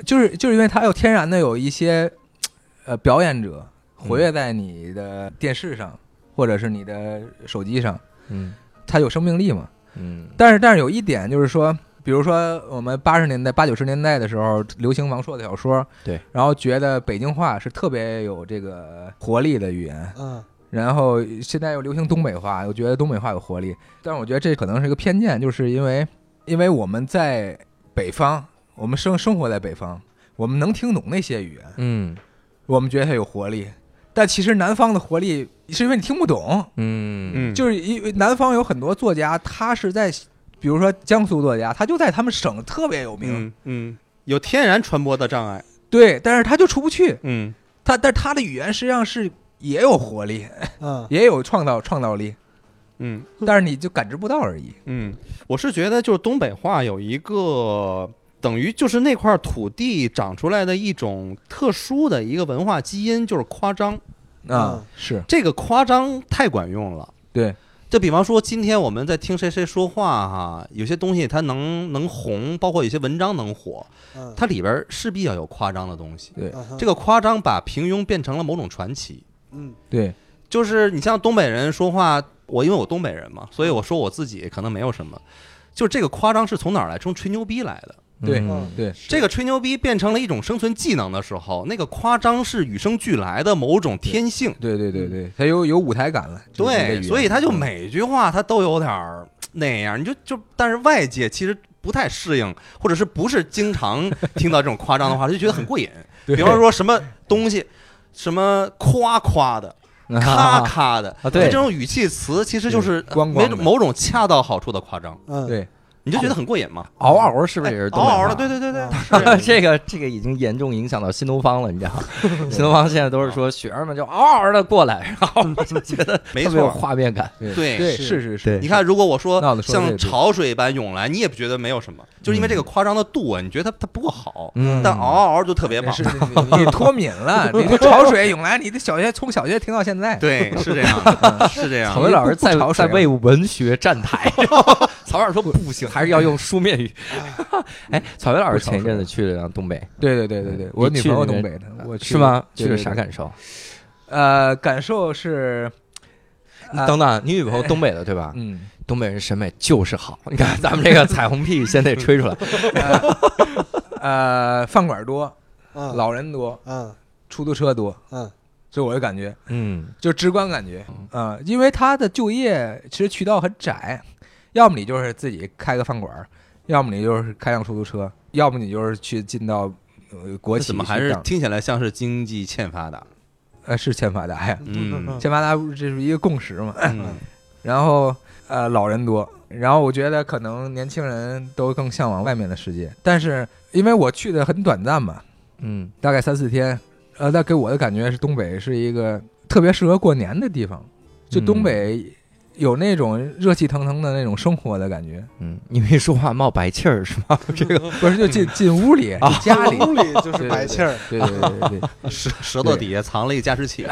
[SPEAKER 3] 就是就是因为它有天然的有一些呃表演者活跃在你的电视上、或者是你的手机上，
[SPEAKER 1] 嗯
[SPEAKER 3] 它有生命力嘛。
[SPEAKER 1] 嗯
[SPEAKER 3] 但是但是有一点就是说，比如说我们八十年代八九十年代的时候流行王朔的小说，
[SPEAKER 1] 对，
[SPEAKER 3] 然后觉得北京话是特别有这个活力的语言，
[SPEAKER 2] 嗯
[SPEAKER 3] 然后现在又流行东北话，又觉得东北话有活力，但是我觉得这可能是一个偏见，就是因为因为我们在北方，我们生生活在北方，我们能听懂那些语言，
[SPEAKER 1] 嗯
[SPEAKER 3] 我们觉得它有活力，但其实南方的活力是因为你听不懂，
[SPEAKER 1] 嗯
[SPEAKER 4] 就
[SPEAKER 3] 就是因为南方有很多作家，他是在比如说江苏作家，他就在他们省特别有名，
[SPEAKER 4] 嗯嗯，有天然传播的障碍，
[SPEAKER 3] 对，但是他就出不去，
[SPEAKER 4] 嗯
[SPEAKER 3] 他但是他的语言实际上是也有活力，
[SPEAKER 2] 嗯
[SPEAKER 3] 也有创造创造力，
[SPEAKER 4] 嗯
[SPEAKER 3] 但是你就感知不到而已。
[SPEAKER 4] 嗯，我是觉得就是东北话有一个。等于就是那块土地长出来的一种特殊的一个文化基因，就是夸张。
[SPEAKER 3] 啊
[SPEAKER 2] 嗯，
[SPEAKER 3] 是
[SPEAKER 4] 这个夸张太管用了。
[SPEAKER 3] 对，
[SPEAKER 4] 就比方说，今天我们在听谁谁说话哈、有些东西它能能红，包括有些文章能火，
[SPEAKER 2] 嗯，
[SPEAKER 4] 它里边儿势必要有夸张的东西。
[SPEAKER 2] 嗯
[SPEAKER 4] 这个夸张把平庸变成了某种传奇。
[SPEAKER 2] 嗯
[SPEAKER 3] 对，
[SPEAKER 4] 就是你像东北人说话，我因为我东北人嘛，所以我说我自己可能没有什么。就这个夸张是从哪儿来？从吹牛逼来的。
[SPEAKER 3] 对
[SPEAKER 1] 嗯
[SPEAKER 3] 对
[SPEAKER 2] 是
[SPEAKER 4] 这个吹牛逼变成了一种生存技能的时候，那个夸张是与生俱来的某种天性。
[SPEAKER 3] 对对对对，他有有舞台感了，就是这个语
[SPEAKER 4] 对，
[SPEAKER 3] 言啊
[SPEAKER 4] 所以他就每句话他都有点儿那样，你就就，但是外界其实不太适应，或者是不是经常听到这种夸张的话，就觉得很 过瘾。
[SPEAKER 3] 对
[SPEAKER 4] 比方说什么东西，什么夸夸的、
[SPEAKER 1] 嗯
[SPEAKER 4] 咔
[SPEAKER 3] 啊
[SPEAKER 4] 咔的，
[SPEAKER 1] 啊对
[SPEAKER 4] 就这种语气词其实就是呃
[SPEAKER 3] 对光光
[SPEAKER 4] 没
[SPEAKER 3] 的
[SPEAKER 4] 种某种恰到好处的夸张，
[SPEAKER 2] 嗯
[SPEAKER 3] 对
[SPEAKER 4] 你就觉得很过瘾嘛，
[SPEAKER 1] 嗷哎嗷是不是也是
[SPEAKER 4] 嗷
[SPEAKER 1] 东北话
[SPEAKER 4] 嗷哦的，对对对对
[SPEAKER 2] 啊，
[SPEAKER 4] 是
[SPEAKER 1] 这个这个已经严重影响到新东方了，你 知道吗？新东方现在都是说学生们就嗷嗷的过来，然后我就觉得
[SPEAKER 4] 没
[SPEAKER 1] 特别有
[SPEAKER 4] 错。
[SPEAKER 1] 画面感。
[SPEAKER 4] 对
[SPEAKER 2] 是
[SPEAKER 3] 对是是是，
[SPEAKER 4] 你看，如果我说
[SPEAKER 3] 闹得说得嗯
[SPEAKER 4] 像
[SPEAKER 3] 对对
[SPEAKER 4] 潮水般涌来，你也不觉得没有什么，就是因为这个夸张的度啊，你觉得它它不够好。
[SPEAKER 1] 嗯
[SPEAKER 4] 但嗷嗷嗷就特别棒
[SPEAKER 3] 是。是是你你脱敏了，你这潮水涌来，你的小学从小学听到现在，
[SPEAKER 4] 对，是这 样
[SPEAKER 3] 嗯
[SPEAKER 4] 的， 是这样
[SPEAKER 1] 曹
[SPEAKER 4] 的。
[SPEAKER 1] 伟老师
[SPEAKER 3] 不不
[SPEAKER 1] 在
[SPEAKER 3] 潮水
[SPEAKER 1] 在
[SPEAKER 3] 啊
[SPEAKER 1] 为文学站 台，曹老师说不行，还是要用书面语。 哎，曹伟老师前一阵子去了趟东北，
[SPEAKER 3] 对对对对对，我
[SPEAKER 1] 你
[SPEAKER 3] 女
[SPEAKER 1] 去
[SPEAKER 3] 朋友
[SPEAKER 1] 那
[SPEAKER 3] 东
[SPEAKER 1] 边
[SPEAKER 3] 北的，我去
[SPEAKER 1] 是吗？
[SPEAKER 3] 对
[SPEAKER 1] 去了
[SPEAKER 3] 对啊
[SPEAKER 1] 啥
[SPEAKER 3] 对
[SPEAKER 1] 感受？
[SPEAKER 3] 呃，感受是，呃
[SPEAKER 1] 等等，你女朋友东北的对吧？
[SPEAKER 3] 嗯，
[SPEAKER 1] 东北人审美就是好，你看咱们这个彩虹 屁先得吹出来。
[SPEAKER 3] 呃，饭馆多，
[SPEAKER 2] 嗯
[SPEAKER 3] 老人多，
[SPEAKER 2] 嗯
[SPEAKER 3] 出租车多，
[SPEAKER 2] 嗯
[SPEAKER 3] 这我的感觉，
[SPEAKER 1] 嗯
[SPEAKER 3] 就直观感觉，嗯，因为他的就业其实渠道很窄，要么你就是自己开个饭馆儿，要么你就是开辆出租车，要么你就是去进到呃国
[SPEAKER 4] 我
[SPEAKER 3] 企去
[SPEAKER 4] 怎
[SPEAKER 3] 干，
[SPEAKER 4] 么还是听起来像是经济欠发达？
[SPEAKER 3] 呃是欠发达呀？
[SPEAKER 4] 嗯
[SPEAKER 3] 欠发达不是这是一个共识嘛？
[SPEAKER 4] 嗯
[SPEAKER 3] 然后呃老人多，然后我觉得可能年轻人都更向往外面的世界，但是因为我去的很短暂嘛，
[SPEAKER 1] 嗯
[SPEAKER 3] 大概三四天，呃，但给我的感觉是东北是一个特别适合过年的地方，就
[SPEAKER 1] 嗯
[SPEAKER 3] 东北有那种热气腾腾的那种生活的 感觉，
[SPEAKER 1] 嗯，因为说话冒白气儿是吗？这个
[SPEAKER 3] 不是就
[SPEAKER 4] 嗯
[SPEAKER 3] 进进屋里，
[SPEAKER 4] 啊
[SPEAKER 3] 进家 里，
[SPEAKER 2] 屋里就是
[SPEAKER 3] 对
[SPEAKER 2] 白气儿，
[SPEAKER 3] 对对对对对，
[SPEAKER 4] 嗯 舌舌头底下藏了一加湿器。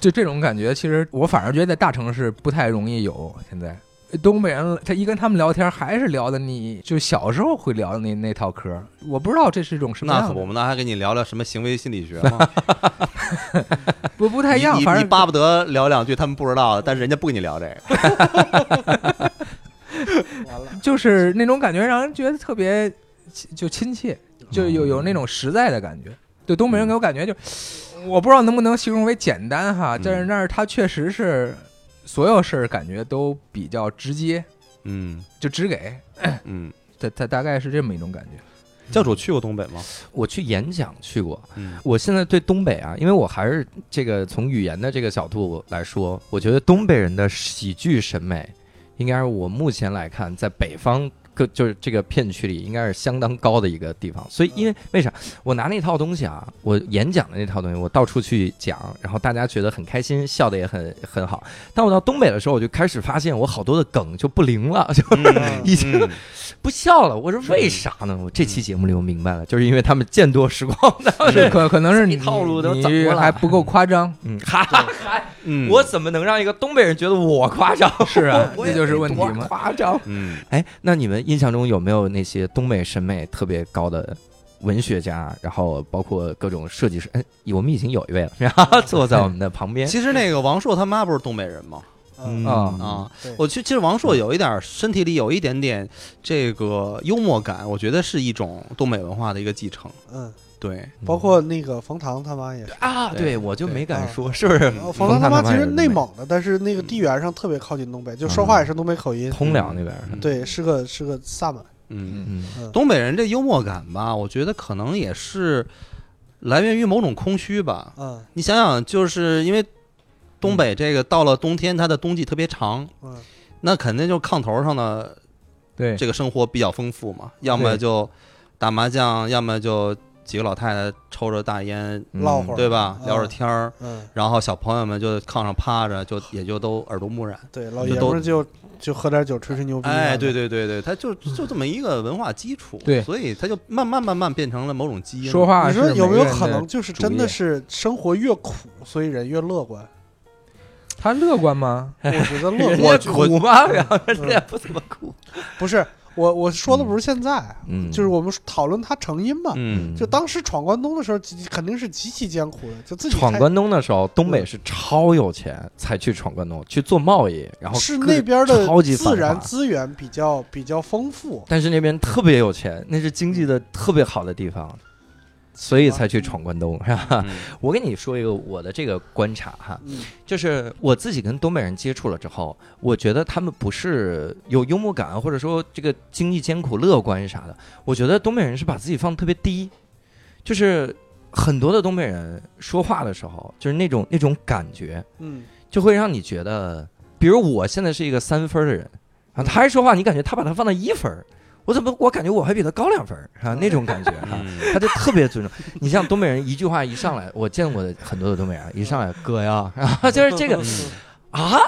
[SPEAKER 3] 就这种感觉，其实我反而觉得在大城市不太容易有现在。东北人，他一跟他们聊天，还是聊的你就小时候会聊的那那套嗑儿，我不知道这是一种什么
[SPEAKER 4] 那
[SPEAKER 3] 样
[SPEAKER 4] 可不，我
[SPEAKER 3] 的，
[SPEAKER 4] 们那还跟你聊聊什么行为心理学吗？
[SPEAKER 3] 不不太一
[SPEAKER 4] 你
[SPEAKER 3] 样，
[SPEAKER 4] 你
[SPEAKER 3] 哎反
[SPEAKER 4] 你
[SPEAKER 3] 正
[SPEAKER 4] 巴不得聊两句他们不知道的，但是人家不跟你聊这个。
[SPEAKER 2] 完了，
[SPEAKER 3] 就是那种感觉，让人觉得特别亲就亲切，
[SPEAKER 1] 嗯
[SPEAKER 3] 就有有那种实在的感觉。对东北人给我感觉就，我不知道能不能形容为简单哈，
[SPEAKER 4] 嗯
[SPEAKER 3] 但是但是他确实是所有事儿感觉都比较直接，
[SPEAKER 4] 嗯
[SPEAKER 3] 就直给，
[SPEAKER 4] 嗯，
[SPEAKER 3] 他他大概是这么一种感觉。
[SPEAKER 4] 教主去过东北吗？
[SPEAKER 1] 我去演讲去过，
[SPEAKER 4] 嗯
[SPEAKER 1] 我现在对东北啊，因为我还是这个从语言的这个角度来说，我觉得东北人的喜剧审美，应该是我目前来看在北方各就是这个片区里应该是相当高的一个地方。所以因为为啥我拿那套东西啊，我演讲的那套东西，我到处去讲，然后大家觉得很开心，笑的也很很好。但我到东北的时候，我就开始发现我好多的梗就不灵了， 就
[SPEAKER 4] 嗯
[SPEAKER 1] 已经
[SPEAKER 4] 嗯
[SPEAKER 1] 不笑了。我说为啥呢？我这期节目里我明白了，就是因为他们见多识广的，
[SPEAKER 3] 是可可能是你
[SPEAKER 1] 哦这套路都
[SPEAKER 3] 你
[SPEAKER 1] 掌握了
[SPEAKER 3] 还不够夸张，
[SPEAKER 1] 嗯， 哈哈，还
[SPEAKER 4] 嗯
[SPEAKER 1] 我怎么能让一个东北人觉得我夸 张？
[SPEAKER 3] 是啊
[SPEAKER 1] 我也
[SPEAKER 3] 这就是
[SPEAKER 1] 没
[SPEAKER 3] 问题
[SPEAKER 1] 多
[SPEAKER 3] 嘛
[SPEAKER 1] 夸张。
[SPEAKER 4] 嗯
[SPEAKER 1] 哎，那你们印象中有没有那些东北审美特别高的文学家，然后包括各种设计师？哎，我们已经有一位了，然 后坐在我们的旁 边。
[SPEAKER 4] 其实那个王朔他妈不是东北人吗？
[SPEAKER 2] 嗯，
[SPEAKER 1] 啊
[SPEAKER 4] 啊
[SPEAKER 2] 对，
[SPEAKER 4] 我其其实王朔有一点儿身体里有一点点这个幽默感，我觉得是一种东北文化的一个继承。
[SPEAKER 2] 嗯，
[SPEAKER 4] 对，
[SPEAKER 2] 包括那个冯唐他妈也是，
[SPEAKER 1] 啊，
[SPEAKER 4] 对
[SPEAKER 1] 对，我就没敢
[SPEAKER 2] 啊
[SPEAKER 1] 说，是不是？
[SPEAKER 2] 呃
[SPEAKER 1] 冯
[SPEAKER 2] 冯唐他妈
[SPEAKER 1] 妈
[SPEAKER 2] 其实
[SPEAKER 1] 内，
[SPEAKER 2] 内蒙的，但是那个地缘上特别靠近东北，就说话也是东北口音，
[SPEAKER 1] 通辽那边儿。
[SPEAKER 4] 嗯，
[SPEAKER 2] 对，是个是个萨满，
[SPEAKER 4] 嗯，
[SPEAKER 1] 嗯，
[SPEAKER 4] 东北人这幽默感吧，我觉得可能也是来源于某种空虚吧。
[SPEAKER 2] 嗯
[SPEAKER 4] 你想想，就是因为东北这个到了冬天，它的冬季特别长，
[SPEAKER 2] 嗯，
[SPEAKER 4] 那肯定就炕头上的
[SPEAKER 3] 对，
[SPEAKER 4] 这个生活比较丰富嘛，要么
[SPEAKER 3] 对
[SPEAKER 4] 就打麻将，要么就几个老太太抽着大烟，
[SPEAKER 1] 嗯
[SPEAKER 2] 唠会儿
[SPEAKER 4] 对吧？
[SPEAKER 2] 嗯
[SPEAKER 4] 聊着天儿。
[SPEAKER 2] 嗯，
[SPEAKER 4] 然后小朋友们就炕上趴着，就也就都耳濡目染。
[SPEAKER 2] 对，老
[SPEAKER 4] 就
[SPEAKER 2] 爷
[SPEAKER 4] 都
[SPEAKER 2] 们儿就就喝点酒吹吹牛逼，
[SPEAKER 4] 哎，对，对对对，他就就这么一个文化基础，
[SPEAKER 3] 对
[SPEAKER 4] 所以他就慢慢慢慢变成了某种基因。
[SPEAKER 3] 说，话
[SPEAKER 2] 你
[SPEAKER 3] 是
[SPEAKER 2] 说有没有
[SPEAKER 3] 每个人
[SPEAKER 2] 可
[SPEAKER 3] 的
[SPEAKER 2] 能就是
[SPEAKER 3] 主
[SPEAKER 2] 真的
[SPEAKER 3] 业
[SPEAKER 2] 是生活越苦，所以人越 乐观？
[SPEAKER 3] 他乐观吗？
[SPEAKER 2] 我觉得乐
[SPEAKER 4] 我
[SPEAKER 2] 观嗯
[SPEAKER 1] 苦吗？然后人家不怎么苦。
[SPEAKER 2] 不是我我说的不是现在，
[SPEAKER 1] 嗯
[SPEAKER 2] 就是我们讨论它成因嘛。
[SPEAKER 4] 嗯，
[SPEAKER 2] 就当时闯关东的时候，极肯定是极其艰苦的，就自
[SPEAKER 1] 嗯
[SPEAKER 2] 己
[SPEAKER 1] 闯
[SPEAKER 2] 开
[SPEAKER 1] 关东的时候，东北是超有钱才去闯关东，去做贸易，然后
[SPEAKER 2] 是
[SPEAKER 1] 各
[SPEAKER 2] 那边的
[SPEAKER 1] 超级繁
[SPEAKER 2] 自然
[SPEAKER 1] 华
[SPEAKER 2] 资源比较比较丰富，
[SPEAKER 1] 但是那边特别有钱，那是经济的特别好的地方，所以才去闯关东，是
[SPEAKER 4] 嗯
[SPEAKER 1] 吧？嗯我跟你说一个我的这个观察哈，
[SPEAKER 2] 嗯
[SPEAKER 1] 就是我自己跟东北人接触了之后，我觉得他们不是有幽默感，或者说这个经济艰苦、乐观啥的。我觉得东北人是把自己放得特别低，就是很多的东北人说话的时候，就是那种那种感觉，
[SPEAKER 2] 嗯，
[SPEAKER 1] 就会让你觉得，比如我现在是一个三分儿的人，啊，他还说话，你感觉他把他放到一分儿，我怎么我感觉我还比他高两分儿啊？那种感觉哈、
[SPEAKER 4] 嗯
[SPEAKER 1] 他就特别尊重。你像东北人一句话一上来，我见过的很多的东北人一上来哥呀，啊，
[SPEAKER 2] 嗯
[SPEAKER 1] 就是这个啊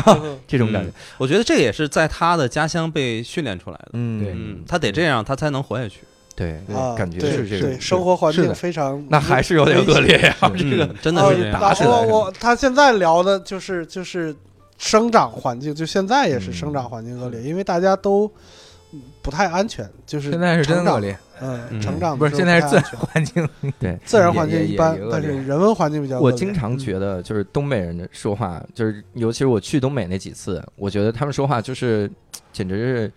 [SPEAKER 1] 这种感觉，
[SPEAKER 4] 嗯我觉得这也是在他的家乡被训练出来的。
[SPEAKER 1] 嗯
[SPEAKER 3] 对
[SPEAKER 4] 嗯，他得这样，他才能活下去。
[SPEAKER 1] 对
[SPEAKER 2] 啊，
[SPEAKER 1] 感觉
[SPEAKER 2] 对
[SPEAKER 1] 是这个
[SPEAKER 2] 对生活环
[SPEAKER 3] 是
[SPEAKER 2] 境
[SPEAKER 3] 的
[SPEAKER 2] 非常
[SPEAKER 1] 那还是有点恶劣呀、
[SPEAKER 3] 嗯
[SPEAKER 1] 这个
[SPEAKER 4] 嗯真的
[SPEAKER 2] 哦
[SPEAKER 4] 是这样。
[SPEAKER 1] 打起来
[SPEAKER 2] 我
[SPEAKER 1] 是吧
[SPEAKER 2] 我他现在聊的就是就是生长环境，就现在也是
[SPEAKER 1] 嗯
[SPEAKER 2] 生长环境恶劣，因为大家都嗯不太安全，就是
[SPEAKER 3] 现在是真
[SPEAKER 2] 成长
[SPEAKER 3] 恶，劣，
[SPEAKER 2] 嗯，
[SPEAKER 4] 嗯
[SPEAKER 2] 成长的
[SPEAKER 3] 不是
[SPEAKER 2] 时
[SPEAKER 3] 现
[SPEAKER 2] 候
[SPEAKER 3] 在是
[SPEAKER 2] 太
[SPEAKER 3] 自
[SPEAKER 2] 安
[SPEAKER 3] 然
[SPEAKER 2] 全
[SPEAKER 3] 环境，
[SPEAKER 1] 对。
[SPEAKER 2] 自然
[SPEAKER 3] 也
[SPEAKER 2] 环境
[SPEAKER 3] 也
[SPEAKER 2] 一
[SPEAKER 3] 也
[SPEAKER 2] 般
[SPEAKER 3] 也，恶
[SPEAKER 2] 但是
[SPEAKER 3] 劣
[SPEAKER 2] 人文环境比较恶
[SPEAKER 1] 我
[SPEAKER 2] 劣
[SPEAKER 1] 经常觉得，就是东北人的说话，就是尤其是我去东北那几次，我觉得他们说话就是，简直是，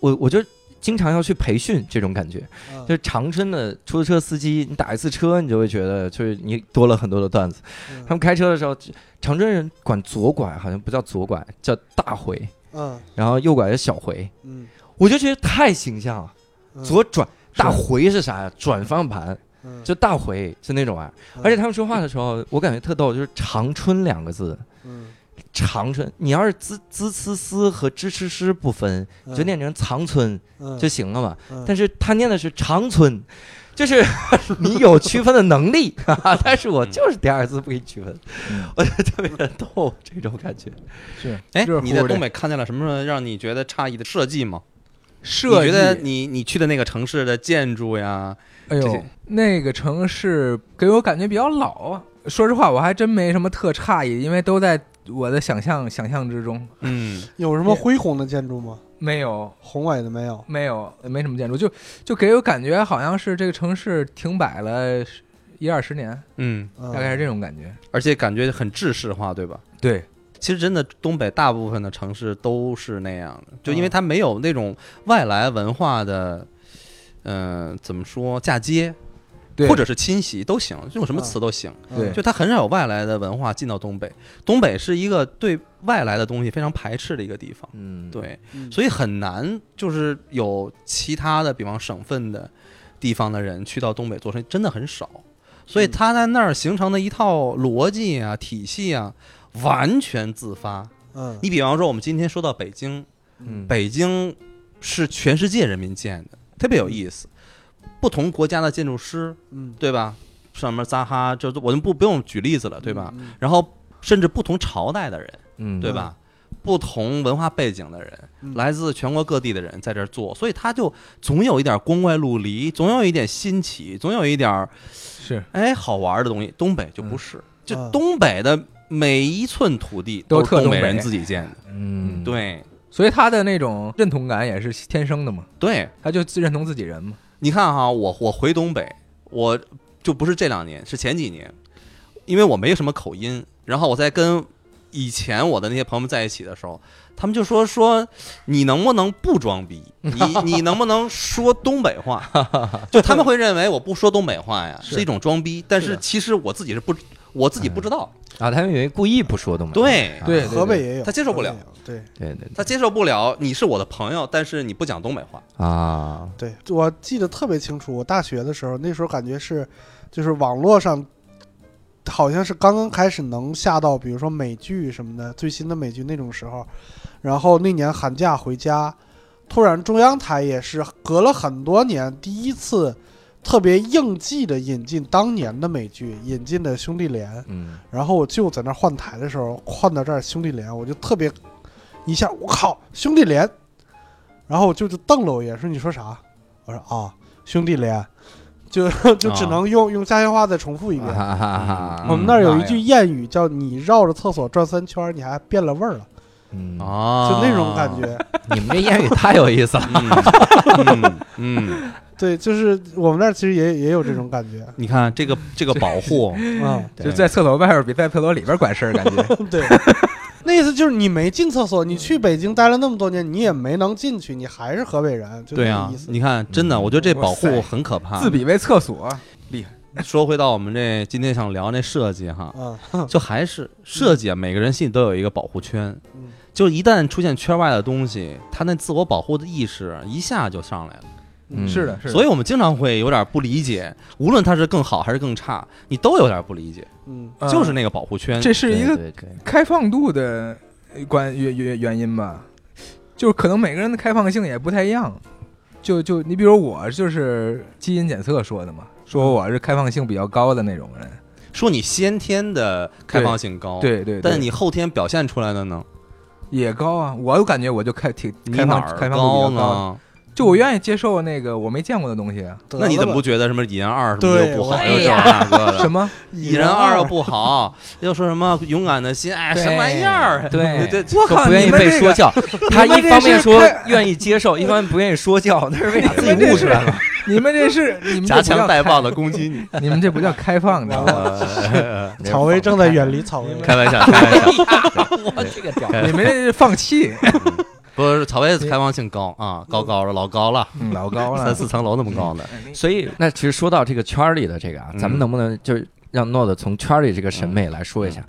[SPEAKER 1] 我我就经常要去培训这种感觉。
[SPEAKER 2] 嗯
[SPEAKER 1] 就是长春的出租车司机，你打一次车，你就会觉得就是你多了很多的段子。
[SPEAKER 2] 嗯
[SPEAKER 1] 他们开车的时候，长春人管左拐好像不叫左拐，叫大回，
[SPEAKER 2] 嗯
[SPEAKER 1] 然后右拐叫小回，
[SPEAKER 2] 嗯
[SPEAKER 1] 我就觉得太形象了。
[SPEAKER 2] 嗯
[SPEAKER 1] 左转大回是啥呀？转方向盘。
[SPEAKER 2] 嗯
[SPEAKER 1] 就大回就那种玩意儿，而且他们说话的时候，我感觉特逗，就是“长春”两个字，
[SPEAKER 2] 嗯
[SPEAKER 1] 长春，你要是滋滋呲呲和吱吱吱不分，
[SPEAKER 2] 嗯
[SPEAKER 1] 就念成长春
[SPEAKER 2] 嗯
[SPEAKER 1] 就行了嘛。
[SPEAKER 2] 嗯
[SPEAKER 1] 但是他念的是长春，就是 你有区分的能力， 哈哈但是
[SPEAKER 4] 嗯
[SPEAKER 1] 我就是第二次不给你区分，
[SPEAKER 2] 嗯
[SPEAKER 1] 我就特别的逗这种感觉。
[SPEAKER 3] 是
[SPEAKER 4] 哎
[SPEAKER 3] 热，乎
[SPEAKER 4] 你在
[SPEAKER 3] 的
[SPEAKER 4] 东北看见了什么让你觉得诧异的设计吗？你
[SPEAKER 3] 设
[SPEAKER 4] 觉得
[SPEAKER 3] 计。
[SPEAKER 4] 你你去的那个城市的建筑呀，
[SPEAKER 3] 哎
[SPEAKER 4] 这
[SPEAKER 3] 呦
[SPEAKER 4] 些，
[SPEAKER 3] 那个城市给我感觉比较老啊。说实话，我还真没什么特诧异，因为都在我的想象想象之中。
[SPEAKER 4] 嗯
[SPEAKER 2] 有什么恢宏的建筑吗？
[SPEAKER 3] 没有，
[SPEAKER 2] 宏伟的没有，
[SPEAKER 3] 没有，没什么建筑，就就给我感觉好像是这个城市停摆了十一二十年，
[SPEAKER 4] 嗯，
[SPEAKER 2] 大
[SPEAKER 3] 大概是这种感觉。
[SPEAKER 4] 而且感觉很制式化，对吧？
[SPEAKER 3] 对，
[SPEAKER 4] 其实真的，东北大部分的城市都是那样的，就
[SPEAKER 3] 嗯
[SPEAKER 4] 因为它没有那种外来文化的，嗯，怎么说嫁接，
[SPEAKER 3] 对
[SPEAKER 4] 或者是侵袭都行，用什么词都行。
[SPEAKER 2] 嗯
[SPEAKER 3] 对
[SPEAKER 4] 就它很少有外来的文化进到东北，东北是一个对外来的东西非常排斥的一个地方，
[SPEAKER 1] 嗯，
[SPEAKER 4] 对，
[SPEAKER 2] 嗯
[SPEAKER 4] 所以很难就是有其他的，比方省份的地方的人去到东北做生意，真的很少。所以他在那儿形成的一套逻辑啊、体系啊，完全自发。
[SPEAKER 2] 嗯
[SPEAKER 4] 你比方说，我们今天说到北京，
[SPEAKER 1] 嗯，
[SPEAKER 4] 北京是全世界人民建的，特别有意思。不同国家的建筑师，
[SPEAKER 2] 嗯，
[SPEAKER 4] 对吧？上面扎哈，就是我们不不用举例子了，对吧？
[SPEAKER 2] 嗯？
[SPEAKER 4] 然后甚至不同朝代的人，
[SPEAKER 1] 嗯，
[SPEAKER 4] 对吧？不同文化背景的人，
[SPEAKER 2] 嗯
[SPEAKER 4] 来自全国各地的人在这儿做，所以他就总有一点光怪陆离，总有一点新奇，总有一点儿
[SPEAKER 3] 是
[SPEAKER 4] 哎好玩的东西。东北就不是，就
[SPEAKER 2] 啊
[SPEAKER 4] 东北的每一寸土地
[SPEAKER 3] 都
[SPEAKER 4] 是
[SPEAKER 3] 特
[SPEAKER 4] 东
[SPEAKER 3] 东北
[SPEAKER 4] 人自己建的，
[SPEAKER 1] 嗯，
[SPEAKER 4] 对
[SPEAKER 3] 所以他的那种认同感也是天生的嘛，
[SPEAKER 4] 对。
[SPEAKER 3] 他就自认同自己人嘛。
[SPEAKER 4] 你看哈，我我回东北，我就不是这两年，是前几年，因为我没有什么口音，然后我在跟以前我的那些朋友们在一起的时候，他们就说说你能不能不装逼，你你能不能说东北话？就他们会认为我不说东北话呀
[SPEAKER 3] 是
[SPEAKER 4] 是一种装逼，但
[SPEAKER 3] 是
[SPEAKER 4] 是
[SPEAKER 3] 的
[SPEAKER 4] 其实我自己是不我自己不知道，
[SPEAKER 1] 啊，他们以为故意不说东北，
[SPEAKER 4] 对
[SPEAKER 1] 啊
[SPEAKER 3] 对
[SPEAKER 2] 河北也有，
[SPEAKER 4] 他接受不了
[SPEAKER 2] 河北也有。对
[SPEAKER 1] 对对
[SPEAKER 4] 他接受不了你是我的朋友，但是你不讲东北话，
[SPEAKER 1] 对啊，
[SPEAKER 2] 对，我记得特别清楚，我大学的时候，那时候感觉是，就是网络上。好像是刚刚开始能下到，比如说美剧什么的，最新的美剧那种时候，然后那年寒假回家，突然中央台也是隔了很多年第一次特别应季的引进当年的美剧，引进的《兄弟连》，
[SPEAKER 1] 嗯，
[SPEAKER 2] 然后我舅在那儿换台的时候，换到这儿兄弟连，我就特别一下，我靠，兄弟连！然后我舅就瞪了我一眼，说你说啥？我说啊，兄弟连，就就只能
[SPEAKER 4] 啊
[SPEAKER 2] 用、用家乡话再重复一遍。
[SPEAKER 1] 啊哈哈哈，
[SPEAKER 2] 我们那儿
[SPEAKER 4] 嗯
[SPEAKER 2] 有一句谚语叫“你绕着厕所转三圈儿，你还变了味儿了
[SPEAKER 1] 嗯”，
[SPEAKER 4] 哦
[SPEAKER 2] 就那种感觉。
[SPEAKER 1] 你们这谚语太有意思了，
[SPEAKER 4] 嗯嗯。嗯
[SPEAKER 2] 对，就是我们那儿其实也也有这种感觉。
[SPEAKER 4] 你看这个这个保 护，
[SPEAKER 2] 嗯，
[SPEAKER 3] 就在厕所外边比在厕所里边管事儿，感 觉
[SPEAKER 2] 对。 那意思就是你没进厕所，你去北京待了那么多年，你也没能进去，你还是河北人，就
[SPEAKER 4] 对
[SPEAKER 2] 那
[SPEAKER 4] 啊
[SPEAKER 2] 意，思。
[SPEAKER 4] 你看，真的，我觉得这保护很可怕。
[SPEAKER 3] 嗯自比为厕所，
[SPEAKER 4] 说回到我们这今天想聊那设计哈，
[SPEAKER 2] 嗯，
[SPEAKER 4] 就还是设计，啊，每个人心里都有一个保护圈
[SPEAKER 2] 嗯，
[SPEAKER 4] 就一旦出现圈外的东西，他那自我保护的意识一下就上来了。
[SPEAKER 1] 嗯
[SPEAKER 3] 是的，是的。
[SPEAKER 4] 所以我们经常会有点不理解，无论它是更好还是更差，你都有点不理解，
[SPEAKER 2] 嗯
[SPEAKER 3] 嗯
[SPEAKER 4] 就是那个保护圈。
[SPEAKER 3] 这是一个
[SPEAKER 1] 对对，
[SPEAKER 3] 开放度的呃关原原原因吧，就是可能每个人的开放性也不太一样。就就你比如我就是基因检测说的嘛，说我是开放性比较高的那种人。
[SPEAKER 4] 说你先天的开放性高，，
[SPEAKER 3] 对对，
[SPEAKER 4] 哦但
[SPEAKER 3] 对
[SPEAKER 4] 你后天表现出来的呢？
[SPEAKER 3] 也高啊，我有感觉我就开挺
[SPEAKER 4] 你
[SPEAKER 3] 开
[SPEAKER 4] 哪
[SPEAKER 3] 放
[SPEAKER 4] 儿
[SPEAKER 3] 开放度比较高，
[SPEAKER 4] 呢？
[SPEAKER 3] 就我愿意接受那个我没见过的东 西啊。
[SPEAKER 2] 得
[SPEAKER 4] 那你
[SPEAKER 2] 了
[SPEAKER 4] 怎么
[SPEAKER 2] 吧
[SPEAKER 4] 不觉得什么引人二什么
[SPEAKER 2] 对
[SPEAKER 4] 又不好，
[SPEAKER 2] 我
[SPEAKER 4] 又这那个的？
[SPEAKER 3] 什么？
[SPEAKER 4] 蚁人二
[SPEAKER 2] 啊
[SPEAKER 1] 哦
[SPEAKER 4] 又不好，又说什么勇敢的心，哎，什么玩意儿？
[SPEAKER 1] 对
[SPEAKER 4] 对，
[SPEAKER 3] 我
[SPEAKER 1] 就
[SPEAKER 3] 靠，
[SPEAKER 1] 不愿
[SPEAKER 3] 你
[SPEAKER 1] 意
[SPEAKER 3] 们
[SPEAKER 1] 被
[SPEAKER 3] 这
[SPEAKER 1] 说
[SPEAKER 3] 个
[SPEAKER 1] 教，他
[SPEAKER 3] 们
[SPEAKER 1] 一
[SPEAKER 3] 这
[SPEAKER 1] 方面
[SPEAKER 3] 是
[SPEAKER 1] 说
[SPEAKER 3] 开
[SPEAKER 1] 愿意接受，一方面不愿意说教，那是为啥自己
[SPEAKER 3] 你们这
[SPEAKER 1] 悟出来
[SPEAKER 3] 是
[SPEAKER 1] 了？
[SPEAKER 3] 你们这是你们这
[SPEAKER 4] 夹
[SPEAKER 3] 不叫
[SPEAKER 4] 枪带棒的哦攻击 你。
[SPEAKER 3] 你们这不叫开放，你知道吗？
[SPEAKER 2] 草薇正在远离草薇，
[SPEAKER 4] 啊开玩笑，开玩笑，
[SPEAKER 1] 我这个屌，
[SPEAKER 4] 开玩
[SPEAKER 3] 你
[SPEAKER 4] 笑
[SPEAKER 3] 们这是 放弃，
[SPEAKER 4] 不是曹薇开放性高啊，高高的，老高了，
[SPEAKER 3] 嗯老高了
[SPEAKER 4] 三。四层楼那么高呢。
[SPEAKER 1] 所以那其实说到这个圈儿里的这个啊，咱们
[SPEAKER 4] 嗯
[SPEAKER 1] 能不能就是让 Nod 从圈儿里这个
[SPEAKER 3] 嗯
[SPEAKER 1] 审美来说一下？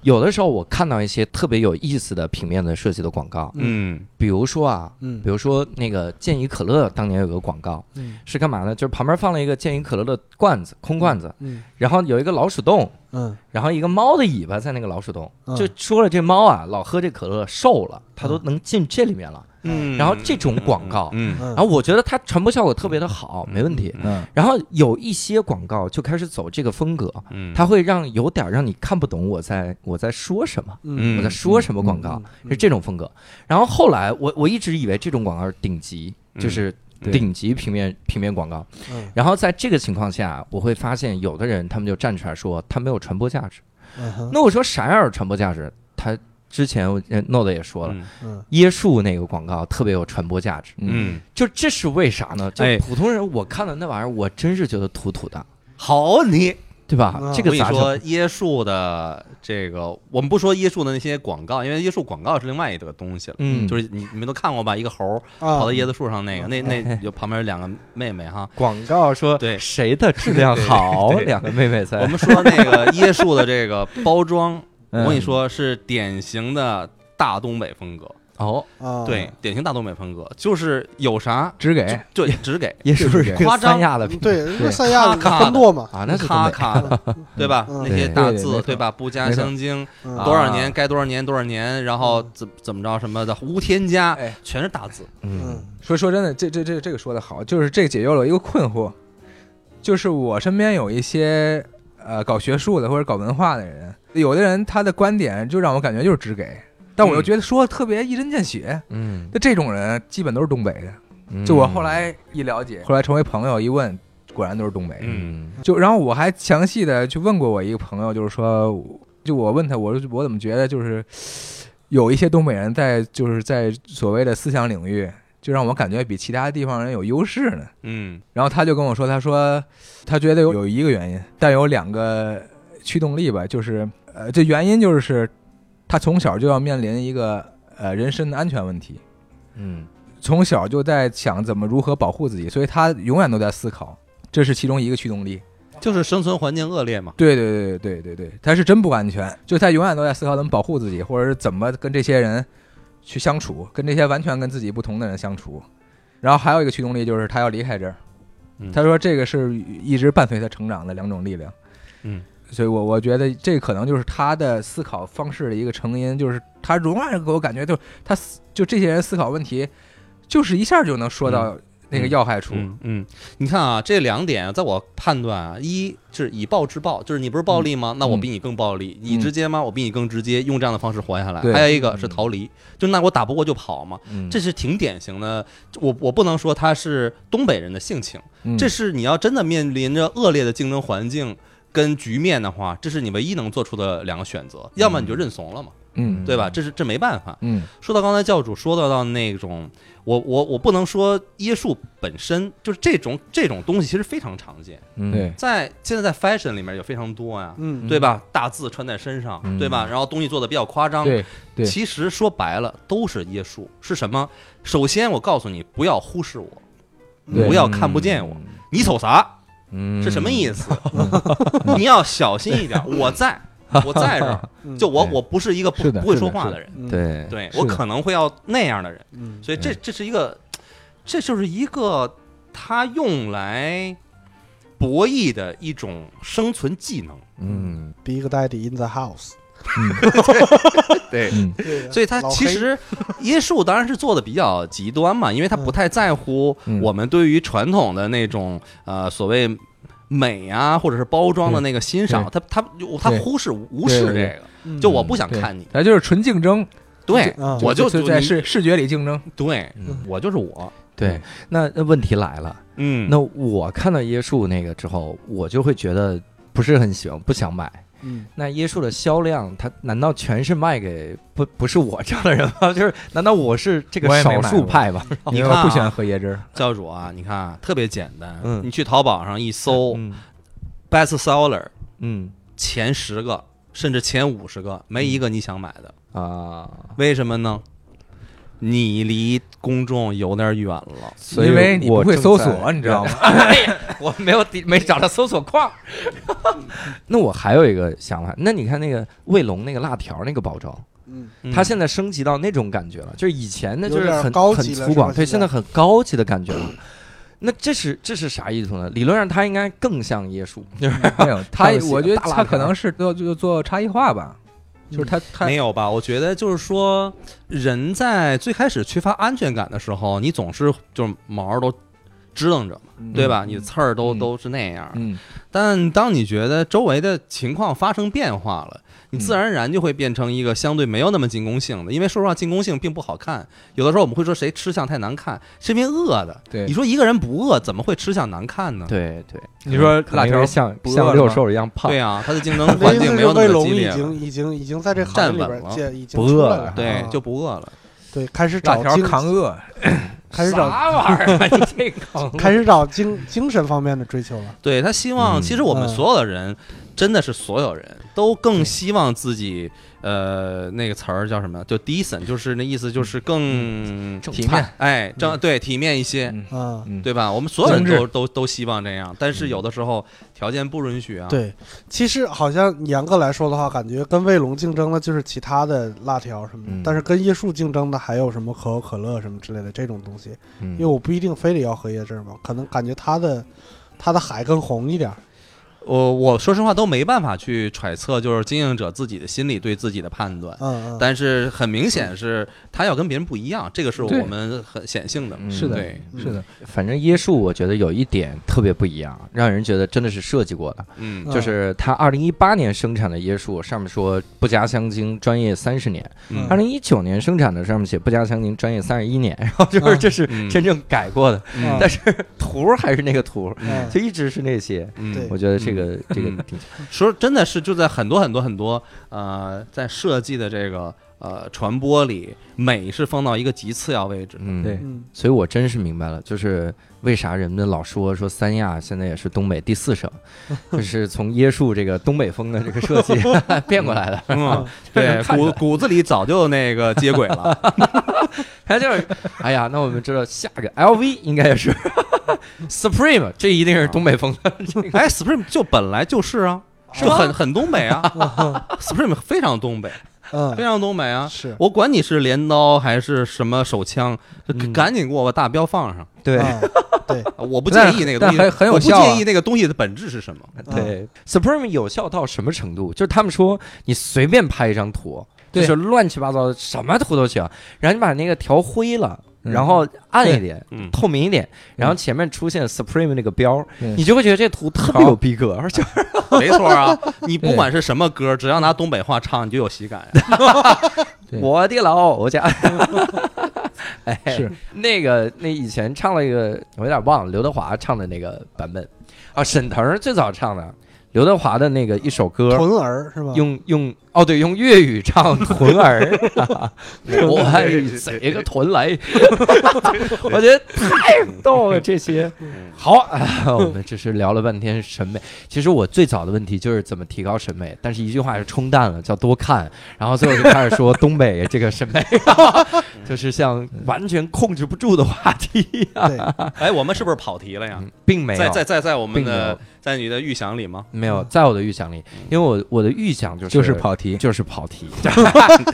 [SPEAKER 1] 有的时候我看到一些特别有意思的平面的设计的广告，
[SPEAKER 4] 嗯
[SPEAKER 1] 比如说啊，
[SPEAKER 2] 嗯
[SPEAKER 1] 比如说那个健怡可乐当年有个广告
[SPEAKER 2] 嗯
[SPEAKER 1] 是干嘛呢？就是旁边放了一个健怡可乐的罐子，空罐子，
[SPEAKER 2] 嗯
[SPEAKER 1] 然后有一个老鼠洞，
[SPEAKER 2] 嗯
[SPEAKER 1] 然后一个猫的尾巴在那个老鼠洞，
[SPEAKER 2] 嗯
[SPEAKER 1] 就说了这猫啊，老喝这可乐瘦了，它都能进这里面了。
[SPEAKER 4] 嗯
[SPEAKER 1] 然后这种广告
[SPEAKER 4] 嗯
[SPEAKER 2] 嗯，
[SPEAKER 1] 然后我觉得它传播效果特别的好，没问题。
[SPEAKER 3] 嗯，
[SPEAKER 1] 然后有一些广告就开始走这个风格，
[SPEAKER 4] 嗯，
[SPEAKER 1] 它会让有点让你看不懂我在我在说什么，
[SPEAKER 2] 嗯
[SPEAKER 1] 我在说什么广告、是这种风格。然后后来我我一直以为这种广告是顶级，
[SPEAKER 4] 嗯
[SPEAKER 1] 就是
[SPEAKER 4] 对
[SPEAKER 1] 顶级平面平面广告。
[SPEAKER 2] 嗯
[SPEAKER 1] 然后在这个情况下，我会发现有的人他们就站出来说他没有传播价值。
[SPEAKER 2] 嗯哼
[SPEAKER 1] 那我说啥样的传播价值？他之前我呃 Node 也说了，
[SPEAKER 4] 嗯
[SPEAKER 2] 嗯
[SPEAKER 1] 椰树那个广告特别有传播价值。
[SPEAKER 4] 嗯，
[SPEAKER 1] 就这是为啥呢？就
[SPEAKER 4] 哎
[SPEAKER 1] 普通人我看到那玩意儿，我真是觉得土土的，
[SPEAKER 4] 好你，
[SPEAKER 1] 对吧？
[SPEAKER 2] 嗯
[SPEAKER 4] 我
[SPEAKER 1] 这个
[SPEAKER 4] 跟你
[SPEAKER 1] 咋
[SPEAKER 4] 说，椰树的这个，我们不说椰树的那些广告，因为椰树广告是另外一个东西了。
[SPEAKER 1] 嗯，
[SPEAKER 4] 就是你你们都看过吧？一个猴儿
[SPEAKER 2] 啊
[SPEAKER 4] 跑到椰子树上那个，那那
[SPEAKER 1] 哎
[SPEAKER 4] 有旁边两个妹妹哈，
[SPEAKER 1] 广告说
[SPEAKER 4] 对
[SPEAKER 1] 谁的质量好，
[SPEAKER 4] 对对
[SPEAKER 1] 两个妹妹
[SPEAKER 4] 我
[SPEAKER 1] 在。
[SPEAKER 4] 们说那个椰树的这个包装，
[SPEAKER 1] 嗯
[SPEAKER 4] 我跟你说是典型的大东北风格，
[SPEAKER 1] 哦，
[SPEAKER 2] 啊，
[SPEAKER 4] 对，典型大东北风格，就是有啥
[SPEAKER 3] 只给
[SPEAKER 4] 就只给
[SPEAKER 1] 也是
[SPEAKER 3] 就是这个
[SPEAKER 4] 夸张
[SPEAKER 1] 三亚的
[SPEAKER 2] 嗯对，那三
[SPEAKER 4] 咔
[SPEAKER 2] 亚
[SPEAKER 4] 咔的
[SPEAKER 2] 分舵嘛，
[SPEAKER 1] 啊，那是
[SPEAKER 4] 咔
[SPEAKER 1] 东北
[SPEAKER 4] 咔的，对吧？
[SPEAKER 2] 嗯
[SPEAKER 4] 那些
[SPEAKER 1] 对
[SPEAKER 4] 大
[SPEAKER 3] 对没
[SPEAKER 4] 字
[SPEAKER 3] 错
[SPEAKER 4] 对吧？不加
[SPEAKER 3] 没错
[SPEAKER 4] 香精，
[SPEAKER 2] 嗯
[SPEAKER 4] 多少
[SPEAKER 3] 啊
[SPEAKER 4] 年该多少年多少年，然后怎怎么着什么的，无添加
[SPEAKER 3] 哎，
[SPEAKER 4] 全是大字。
[SPEAKER 2] 嗯
[SPEAKER 3] 说说真的，这这这这个说的好，就是这解决了我一个困惑，就是我身边有一些呃搞学术的或者搞文化的人，有的人他的观点就让我感觉就是只给，但我又
[SPEAKER 4] 嗯
[SPEAKER 3] 觉得说的特别一针见血。
[SPEAKER 1] 嗯，
[SPEAKER 3] 那这种人基本都是东北的，
[SPEAKER 1] 嗯
[SPEAKER 3] 就我后，来一了解，后来成为朋友一问，果然都是东北的。
[SPEAKER 1] 嗯
[SPEAKER 3] 就然后我还详细的去问过我一个朋友，就是说，就我问他，我说我怎么觉得就是有一些东北人在就是在所谓的思想领域，就让我感觉比其他地方人有优势呢？
[SPEAKER 4] 嗯
[SPEAKER 3] 然后他就跟我说，他说他觉得有有一个原因，但有两个驱动力吧，就是呃，这原因就是他从小就要面临一个呃人身的安全问题，
[SPEAKER 1] 嗯
[SPEAKER 3] 从小就在想怎么如何保护自己，所以他永远都在思考，这是其中一个驱动力。
[SPEAKER 4] 就是生存环境恶劣嘛。
[SPEAKER 3] 对对对对对对，他是真不安全，就他永远都在思考怎么保护自己，或者是怎么跟这些人去相处，跟这些完全跟自己不同的人相处。然后还有一个驱动力就是他要离开这儿，
[SPEAKER 4] 嗯
[SPEAKER 3] 他说这个是一直伴随他成长的两种力量。
[SPEAKER 4] 嗯，
[SPEAKER 3] 所以我我觉得这可能就是他的思考方式的一个成因，就是他永远给我感觉就他思就这些人思考问题，就是一下就能说到那个要害处。
[SPEAKER 4] 嗯嗯，你看啊，这两点在我判断啊，一是以暴制暴，就是你不是暴力吗？那我比你更暴力；你直接吗？我比你更直接，用这样的方式活下来。
[SPEAKER 3] 对
[SPEAKER 4] 还有一个是逃离，就那我打不过就跑嘛，
[SPEAKER 3] 嗯
[SPEAKER 4] 这是挺典型的。我我不能说他是东北人的性情，
[SPEAKER 3] 嗯
[SPEAKER 4] 这是你要真的面临着恶劣的竞争环境跟局面的话，这是你唯一能做出的两个选择，要么你就认怂了嘛，
[SPEAKER 3] 嗯
[SPEAKER 4] 对吧？这是这没办法。
[SPEAKER 3] 嗯
[SPEAKER 4] 说到刚才教主说到到那种，我我我不能说椰树本身就是这种这种东西，其实非常常见，
[SPEAKER 1] 嗯
[SPEAKER 3] 对，
[SPEAKER 4] 在现在在 fashion 里面有非常多呀，
[SPEAKER 2] 嗯，
[SPEAKER 4] 对吧？大字穿在身上，对吧？然后东西做的比较夸张，
[SPEAKER 3] 嗯对对
[SPEAKER 4] 其实说白了都是椰树，是什么？首先我告诉你，不要忽视我，
[SPEAKER 2] 嗯
[SPEAKER 3] 对
[SPEAKER 4] 不要看不见我，你瞅啥？
[SPEAKER 1] 嗯
[SPEAKER 4] 是什么意思？ 你要小心一点，我在，我在这 儿，
[SPEAKER 2] 嗯
[SPEAKER 4] 就我
[SPEAKER 3] 对
[SPEAKER 4] 我不是一个不
[SPEAKER 3] 是的
[SPEAKER 4] 不会
[SPEAKER 3] 是的
[SPEAKER 4] 说话的人，
[SPEAKER 2] 嗯，
[SPEAKER 1] 对，
[SPEAKER 4] 对
[SPEAKER 3] 是的
[SPEAKER 4] 我可能会要那样的人，
[SPEAKER 2] 嗯
[SPEAKER 4] 所以这这是一个，这就是一个他用来博弈的一种生存技能，
[SPEAKER 1] 嗯，
[SPEAKER 2] ，Big Daddy in the house，
[SPEAKER 4] 对
[SPEAKER 3] 嗯
[SPEAKER 2] 对呀
[SPEAKER 4] 所以他
[SPEAKER 2] 老
[SPEAKER 4] 其
[SPEAKER 2] 黑
[SPEAKER 4] 实椰树当然是做的比较极端嘛，因为他不太在乎
[SPEAKER 3] 嗯
[SPEAKER 4] 我们对于传统的那种呃所谓美啊，或者是包装的那个欣赏，他他他
[SPEAKER 3] 对
[SPEAKER 4] 忽视无视
[SPEAKER 3] 对
[SPEAKER 4] 这
[SPEAKER 3] 对
[SPEAKER 4] 个，
[SPEAKER 2] 嗯
[SPEAKER 4] 就我不想看你，
[SPEAKER 3] 他就是纯竞争，
[SPEAKER 4] 对
[SPEAKER 2] 嗯
[SPEAKER 4] 我就
[SPEAKER 3] 就
[SPEAKER 4] 就
[SPEAKER 3] 在
[SPEAKER 4] 你
[SPEAKER 3] 视视觉里竞争。
[SPEAKER 4] 对
[SPEAKER 1] 嗯
[SPEAKER 4] 我就是我，
[SPEAKER 1] 对，
[SPEAKER 3] 嗯
[SPEAKER 1] 那那问题来了，
[SPEAKER 4] 嗯，
[SPEAKER 1] 那我看到椰树那个之后，我就会觉得不是很喜欢，不想买。
[SPEAKER 2] 嗯
[SPEAKER 1] 那椰树的销量，它难道全是卖给不不是我这样的人吗？ 就是难道我是这
[SPEAKER 3] 我
[SPEAKER 1] 个
[SPEAKER 3] 也没
[SPEAKER 1] 少
[SPEAKER 3] 买
[SPEAKER 1] 数
[SPEAKER 3] 过
[SPEAKER 1] 派 吗？
[SPEAKER 4] 你
[SPEAKER 3] 因为
[SPEAKER 4] 看
[SPEAKER 3] 我
[SPEAKER 4] 啊
[SPEAKER 3] 不喜欢喝椰汁儿。
[SPEAKER 4] 教主啊，你看啊特别简单，
[SPEAKER 1] 嗯
[SPEAKER 4] 你去淘宝上一
[SPEAKER 3] 哦
[SPEAKER 4] 搜
[SPEAKER 1] 嗯
[SPEAKER 4] best seller
[SPEAKER 1] 嗯
[SPEAKER 4] 前十个甚至前五十个，没一个你想买的，
[SPEAKER 1] 啊，
[SPEAKER 4] 为什么呢？你离公众有点远了。
[SPEAKER 1] 所以
[SPEAKER 3] 因为你不
[SPEAKER 1] 我
[SPEAKER 3] 会
[SPEAKER 1] 正
[SPEAKER 3] 搜
[SPEAKER 1] 在
[SPEAKER 3] 索， 你知道吗？
[SPEAKER 1] 我没有没找到 搜索 框。那我还有一个想法，那你看那个卫龙那个辣条那个包装，
[SPEAKER 2] 嗯
[SPEAKER 1] 它现在升级到那种感觉了，就是以前的
[SPEAKER 2] 有
[SPEAKER 1] 就是
[SPEAKER 2] 点
[SPEAKER 1] 很
[SPEAKER 2] 高
[SPEAKER 1] 很
[SPEAKER 2] 级了
[SPEAKER 1] 粗
[SPEAKER 2] 是吧
[SPEAKER 1] 犷，对，
[SPEAKER 2] 现
[SPEAKER 1] 现
[SPEAKER 2] 在
[SPEAKER 1] 在很高级的感觉了。那这是这是啥意思呢？理论上它应该更像椰树，就是
[SPEAKER 3] 没 有，他
[SPEAKER 1] 大
[SPEAKER 3] 我觉得
[SPEAKER 1] 大辣
[SPEAKER 3] 他
[SPEAKER 1] 条
[SPEAKER 3] 可能是做就做差异化吧，就是他
[SPEAKER 4] 嗯
[SPEAKER 3] 他
[SPEAKER 4] 没有吧？我觉得就是说，人在最开始缺乏安全感的时候，你总是就是毛儿都支棱着嘛，对？吧？你的刺儿都、
[SPEAKER 3] 嗯
[SPEAKER 4] 都是那样儿。
[SPEAKER 3] 嗯，
[SPEAKER 4] 但当你觉得周围的情况发生变化了，你自然而然就会变成一个相对没有那么进攻性的。因为说实话，进攻性并不好看。有的时候我们会说谁吃相太难看，是因为饿的。
[SPEAKER 3] 对
[SPEAKER 4] 你说一个人不饿，怎么会吃相难看呢？
[SPEAKER 1] 对对，
[SPEAKER 3] 你说
[SPEAKER 1] 可能
[SPEAKER 3] 嗯辣
[SPEAKER 1] 因
[SPEAKER 3] 条
[SPEAKER 1] 为像
[SPEAKER 3] 不饿
[SPEAKER 1] 像
[SPEAKER 3] 了
[SPEAKER 1] 六
[SPEAKER 3] 吗
[SPEAKER 1] 兽一样胖，
[SPEAKER 4] 对啊，他的竞争
[SPEAKER 2] 那
[SPEAKER 4] 环
[SPEAKER 2] 意
[SPEAKER 4] 境
[SPEAKER 2] 思
[SPEAKER 4] 没
[SPEAKER 2] 是
[SPEAKER 4] 有那
[SPEAKER 2] 卫
[SPEAKER 4] 么
[SPEAKER 2] 龙
[SPEAKER 4] 激烈
[SPEAKER 2] 已
[SPEAKER 4] 了嗯
[SPEAKER 2] 经已经已经在这行
[SPEAKER 4] 站
[SPEAKER 2] 业里
[SPEAKER 4] 稳
[SPEAKER 2] 边
[SPEAKER 4] 了
[SPEAKER 2] 见已经
[SPEAKER 1] 不
[SPEAKER 2] 出
[SPEAKER 1] 饿
[SPEAKER 2] 来
[SPEAKER 1] 了
[SPEAKER 2] 了，
[SPEAKER 4] 对
[SPEAKER 2] 啊，
[SPEAKER 4] 就不饿了。
[SPEAKER 2] 对，开始
[SPEAKER 3] 辣
[SPEAKER 2] 找
[SPEAKER 3] 条
[SPEAKER 2] 精
[SPEAKER 3] 扛饿，
[SPEAKER 2] 开始找
[SPEAKER 1] 啥玩意儿啊？你这个
[SPEAKER 2] 开始找精精神方面的追求了，
[SPEAKER 4] 对他希望，
[SPEAKER 1] 嗯
[SPEAKER 4] 其实我们
[SPEAKER 2] 嗯
[SPEAKER 4] 所有的人真的是所有人都更希望自己，呃，那个词儿叫什么？就 decent，就是那意思，就是
[SPEAKER 3] 嗯
[SPEAKER 4] 更
[SPEAKER 3] 体面，
[SPEAKER 4] 哎，正对体面一些，
[SPEAKER 3] 嗯
[SPEAKER 2] 啊，
[SPEAKER 3] 嗯，
[SPEAKER 4] 对吧？我们所有人
[SPEAKER 3] 精致嗯
[SPEAKER 4] 都都都希望这样，但是有的时候条件不允许啊。，
[SPEAKER 2] 对，其实好像严格来说的话，感觉跟卫龙竞争的就是其他的辣条什么的，
[SPEAKER 5] 嗯
[SPEAKER 2] 但是跟椰树竞争的还有什么可口可乐什么之类的这种东西，
[SPEAKER 5] 嗯
[SPEAKER 2] 因为我不一定非得要喝椰汁儿嘛，可能感觉它的它的海更红一点儿。
[SPEAKER 4] 我我说实话都没办法去揣测，就是经营者自己的心理对自己的判断。
[SPEAKER 2] 嗯嗯，
[SPEAKER 4] 但是很明显是他要跟别人不一样，这个是
[SPEAKER 3] 对嗯
[SPEAKER 4] 我们很显性的。
[SPEAKER 3] 是的
[SPEAKER 4] 对，
[SPEAKER 3] 是的，
[SPEAKER 1] 嗯反正椰树我觉得有一点特别不一样，让人觉得真的是设计过的，
[SPEAKER 4] 嗯
[SPEAKER 2] 嗯
[SPEAKER 1] 就是它二零一八年生产的椰树上面说不加香精，专业三十年；
[SPEAKER 4] 嗯
[SPEAKER 1] 二零一九年生产的上面写不加香精，专业三十一年。然 后就是
[SPEAKER 2] 嗯
[SPEAKER 1] 这是
[SPEAKER 4] 嗯
[SPEAKER 1] 真正改过的，
[SPEAKER 2] 嗯
[SPEAKER 1] 但是 图儿还是那个图儿，
[SPEAKER 2] 嗯
[SPEAKER 1] 就一直是那些。
[SPEAKER 4] 嗯
[SPEAKER 2] 对
[SPEAKER 1] 我觉得这个这个
[SPEAKER 4] 嗯
[SPEAKER 1] 挺
[SPEAKER 4] 说真的是就在很多很多很多呃，在设计的这个呃传播里，美是放到一个极次要位置。
[SPEAKER 1] 嗯
[SPEAKER 3] 对
[SPEAKER 2] 嗯
[SPEAKER 1] 所以我真是明白了，就是为啥人们老说说三亚现在也是东北第四 省，就是从椰树这个东北风的这个 设计 变过来的。
[SPEAKER 4] 嗯，对，骨骨子里早就那个接轨了。
[SPEAKER 1] 它就是，哎呀，那我们知道下个 LV 应该也是 Supreme，这一定
[SPEAKER 4] 啊
[SPEAKER 1] 是东北风的。
[SPEAKER 4] 哎，Supreme 就本来就是 啊，就很很东北啊 ，Supreme 非常东 北，非
[SPEAKER 2] 嗯，
[SPEAKER 4] 常东北啊。
[SPEAKER 2] 是
[SPEAKER 4] 我管你是镰刀还是什么手枪，就
[SPEAKER 3] 嗯
[SPEAKER 4] 赶紧给我把大标放上。
[SPEAKER 1] 对
[SPEAKER 2] 啊对，
[SPEAKER 4] 我不介
[SPEAKER 3] 但
[SPEAKER 4] 意那个东
[SPEAKER 3] 但
[SPEAKER 4] 西，
[SPEAKER 3] 很很有
[SPEAKER 4] 我不
[SPEAKER 3] 效啊
[SPEAKER 4] 介意那个东西的本质是什么。
[SPEAKER 3] 嗯
[SPEAKER 1] 对，Supreme 有效到什么程度？就是他们说你随便拍一张图，就
[SPEAKER 3] 对
[SPEAKER 1] 是乱七八糟的什么图都行，然后你把那个调灰了，
[SPEAKER 3] 嗯
[SPEAKER 1] 然后暗一点，
[SPEAKER 4] 嗯
[SPEAKER 1] 透明一点，然后前面出现 Supreme 那个标儿，
[SPEAKER 3] 对
[SPEAKER 1] 嗯你就会觉得这图特别有逼格，
[SPEAKER 3] 啊
[SPEAKER 1] 而且
[SPEAKER 4] 没错啊，你不管是什么歌，只要拿东北话唱，你就有喜感。
[SPEAKER 3] 对
[SPEAKER 1] 我的老偶 像。哎，
[SPEAKER 3] 是
[SPEAKER 1] 那个那以前唱了一个，我有点忘了刘德华唱的那个版本啊，沈腾最早唱的刘德华的那个一首歌，
[SPEAKER 2] 屯嗯儿是吧？
[SPEAKER 1] 用用哦对，用粤语 唱《屯儿》，我爱谁个屯来？我觉得太逗了，这些 好、啊。我们只是聊了半天审美，其实我最早的问题就是怎么提高审美，但是一句话是冲淡了，叫多看。然后最后就开始说东北这个审美， 就是像完全控制不住的话题啊，
[SPEAKER 2] 对，
[SPEAKER 4] 哎，我们是不是跑题了呀？
[SPEAKER 1] 并嗯没有
[SPEAKER 4] 在在在在我们
[SPEAKER 1] 并没
[SPEAKER 4] 的
[SPEAKER 1] 有
[SPEAKER 4] 在你的预想里 吗？
[SPEAKER 1] 没有在我的预想里，因为我我的预想就是
[SPEAKER 3] 就是跑题，
[SPEAKER 1] 就是跑题。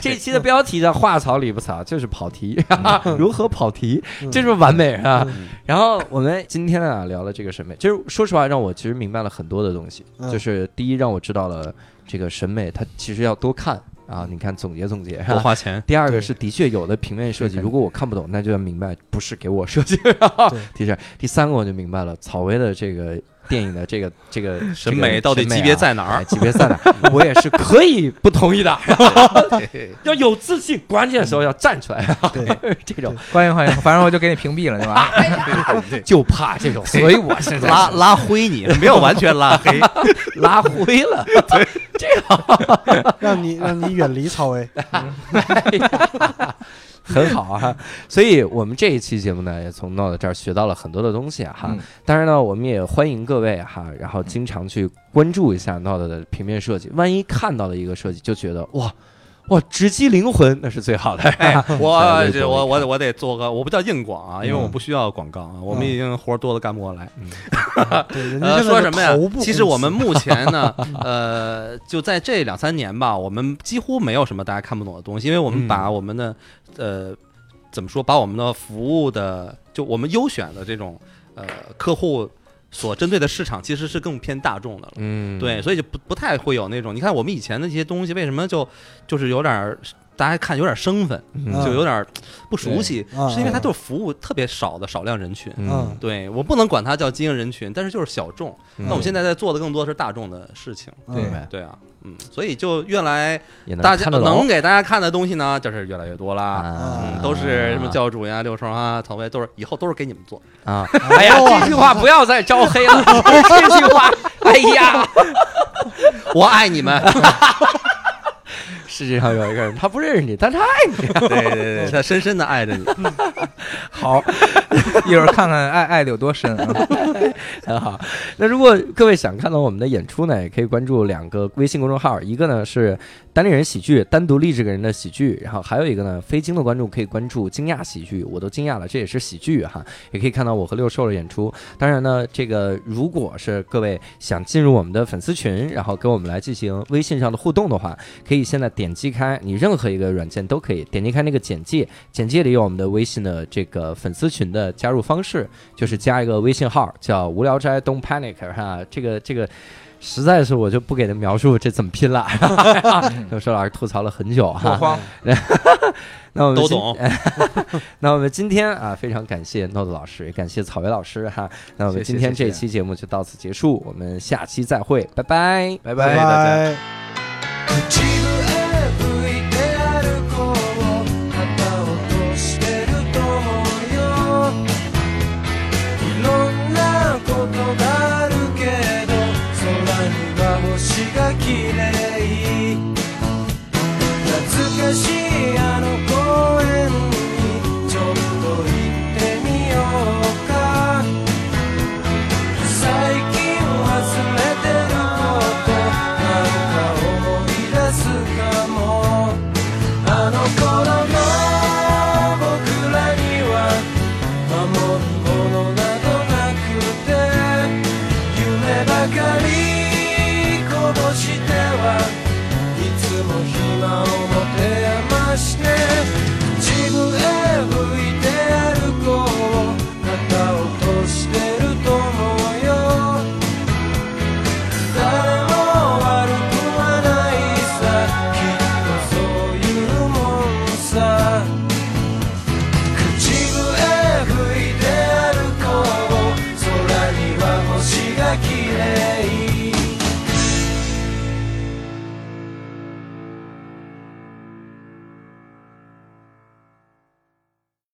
[SPEAKER 1] 这一期的标题叫“话糙理不糙”，就是跑题， 如何跑题，
[SPEAKER 2] 嗯
[SPEAKER 1] 这是完美啊
[SPEAKER 2] 嗯！
[SPEAKER 1] 然后我们今天啊聊了这个审美，就是说实话，让我其实明白了很多的东西。
[SPEAKER 2] 嗯
[SPEAKER 1] 就是第一，让我知道了这个审美，它其实要多看啊。你看，总结总结。啊
[SPEAKER 4] 不花钱。
[SPEAKER 1] 第二个
[SPEAKER 2] 对
[SPEAKER 1] 是，的确有的平面设计，
[SPEAKER 3] 对
[SPEAKER 1] 如果我看不懂，那就要明白不是给我设计。啊 提示。第三个我就明白了，草薇的这个电影的这个这个
[SPEAKER 4] 审美到底级
[SPEAKER 1] 在。这
[SPEAKER 4] 别
[SPEAKER 1] 个啊
[SPEAKER 4] 在哪儿
[SPEAKER 1] 哎，？级别赛的， 我也是可以不同意的，要有自信，关键时候要站出来，
[SPEAKER 2] 对，
[SPEAKER 1] 这种
[SPEAKER 3] 欢迎欢迎，反正我就给你屏蔽了，对 吧？
[SPEAKER 1] 就怕这种，所以我现在
[SPEAKER 4] 拉拉灰 你，没有完全拉黑。
[SPEAKER 1] 拉灰了，
[SPEAKER 2] 让你让你远离曹薇。
[SPEAKER 1] 很好啊。所以我们这一期节目呢，也从闹到这儿学到了很多的东西啊哈
[SPEAKER 3] 嗯。
[SPEAKER 1] 当然呢，我们也欢迎各位啊哈，然后经常去关注一下闹到的平面设计，万一看到了一个设计就觉得哇。哇，直击灵魂那是最好的。
[SPEAKER 4] 哎，我
[SPEAKER 1] 在微博里
[SPEAKER 4] 这我我
[SPEAKER 1] 看嗯
[SPEAKER 4] 我得做个，我不叫硬广啊，因为我不需要广告啊，我们已经活儿多的干不过来。
[SPEAKER 2] 对，人家
[SPEAKER 4] 呃，
[SPEAKER 2] 现在
[SPEAKER 4] 说
[SPEAKER 2] 是
[SPEAKER 4] 什么呀
[SPEAKER 2] 头部？
[SPEAKER 4] 其实
[SPEAKER 2] 公
[SPEAKER 4] 我
[SPEAKER 2] 司
[SPEAKER 4] 们目前 呢，呃，就在这两三年吧，我们几乎没有什么大家看不懂的东西，因为我们
[SPEAKER 1] 嗯
[SPEAKER 4] 把我们的、呃怎么说，把我们的服务的，就我们优选的这种呃客户所针对的市场，其实是更偏大众的了。
[SPEAKER 1] 嗯，
[SPEAKER 4] 对，所以就不不太会有那种，你看我们以前的一些东西，为什么就就是有点儿大家看有点儿生分，
[SPEAKER 1] 嗯
[SPEAKER 2] 啊
[SPEAKER 4] 就有点儿不熟悉，
[SPEAKER 2] 啊
[SPEAKER 4] 是因为它
[SPEAKER 2] 啊
[SPEAKER 4] 就是服务特别少的少量人群。
[SPEAKER 2] 嗯
[SPEAKER 4] 对我不能管它叫精英人群，但是就是小众。
[SPEAKER 1] 嗯
[SPEAKER 4] 那我们现在在做的更多是大众的事情，
[SPEAKER 2] 嗯
[SPEAKER 3] 对
[SPEAKER 2] 嗯
[SPEAKER 4] 对啊，嗯，所以就越来
[SPEAKER 1] 也能
[SPEAKER 4] 大家
[SPEAKER 1] 看得懂
[SPEAKER 4] 能给大家看的东西呢，就是越来越多啦。
[SPEAKER 1] 啊
[SPEAKER 4] 嗯，都是什么教主呀、六叔啊、曹薇，都是以后都是给你们做。
[SPEAKER 1] 啊！
[SPEAKER 2] 哎
[SPEAKER 1] 哎呀，
[SPEAKER 2] 呦
[SPEAKER 1] 这句话不要再招黑了，这句话，哎呀，
[SPEAKER 4] 我爱你 们，
[SPEAKER 1] 世界上有一个人，他不认识你，但他爱你。
[SPEAKER 4] 对对 对， 他深深的爱着你。
[SPEAKER 3] 好，一会儿看看爱爱的有多深啊！
[SPEAKER 1] 很好。那如果各位想看到我们的演出呢，也可以关注两个微信公众号，一个呢是单立人喜剧，单独立这个人的喜剧，然后还有一个呢，非京的观众可以关注惊讶喜剧，我都惊讶了，这也是喜剧哈，也可以看到我和六兽的演出。当然呢，这个如果是各位想进入我们的粉丝群，然后跟我们来进行微信上的互动的话，可以现在点击开你任何一个软件都可以点击开那个简介，简介里有我们的微信的这个粉丝群的加入方式，就是加一个微信号叫“无聊斋 Don't Panic” 哈、这个这个实在是我就不给他描述这怎 么拼了， 刘硕老师吐槽了很久哈、
[SPEAKER 3] 拓荒，
[SPEAKER 1] 那我们
[SPEAKER 4] 都
[SPEAKER 1] 今
[SPEAKER 4] 懂。啊
[SPEAKER 1] 那我们今天啊，非常感谢诺子老师，也感谢草莓老师哈、那我们
[SPEAKER 3] 谢谢
[SPEAKER 1] 今天
[SPEAKER 3] 谢
[SPEAKER 1] 这
[SPEAKER 3] 谢
[SPEAKER 1] 一期节目就到此结束，我们下期再会，拜拜。
[SPEAKER 3] 拜
[SPEAKER 2] 拜
[SPEAKER 3] 大家。
[SPEAKER 2] 拜。
[SPEAKER 6] Jesus.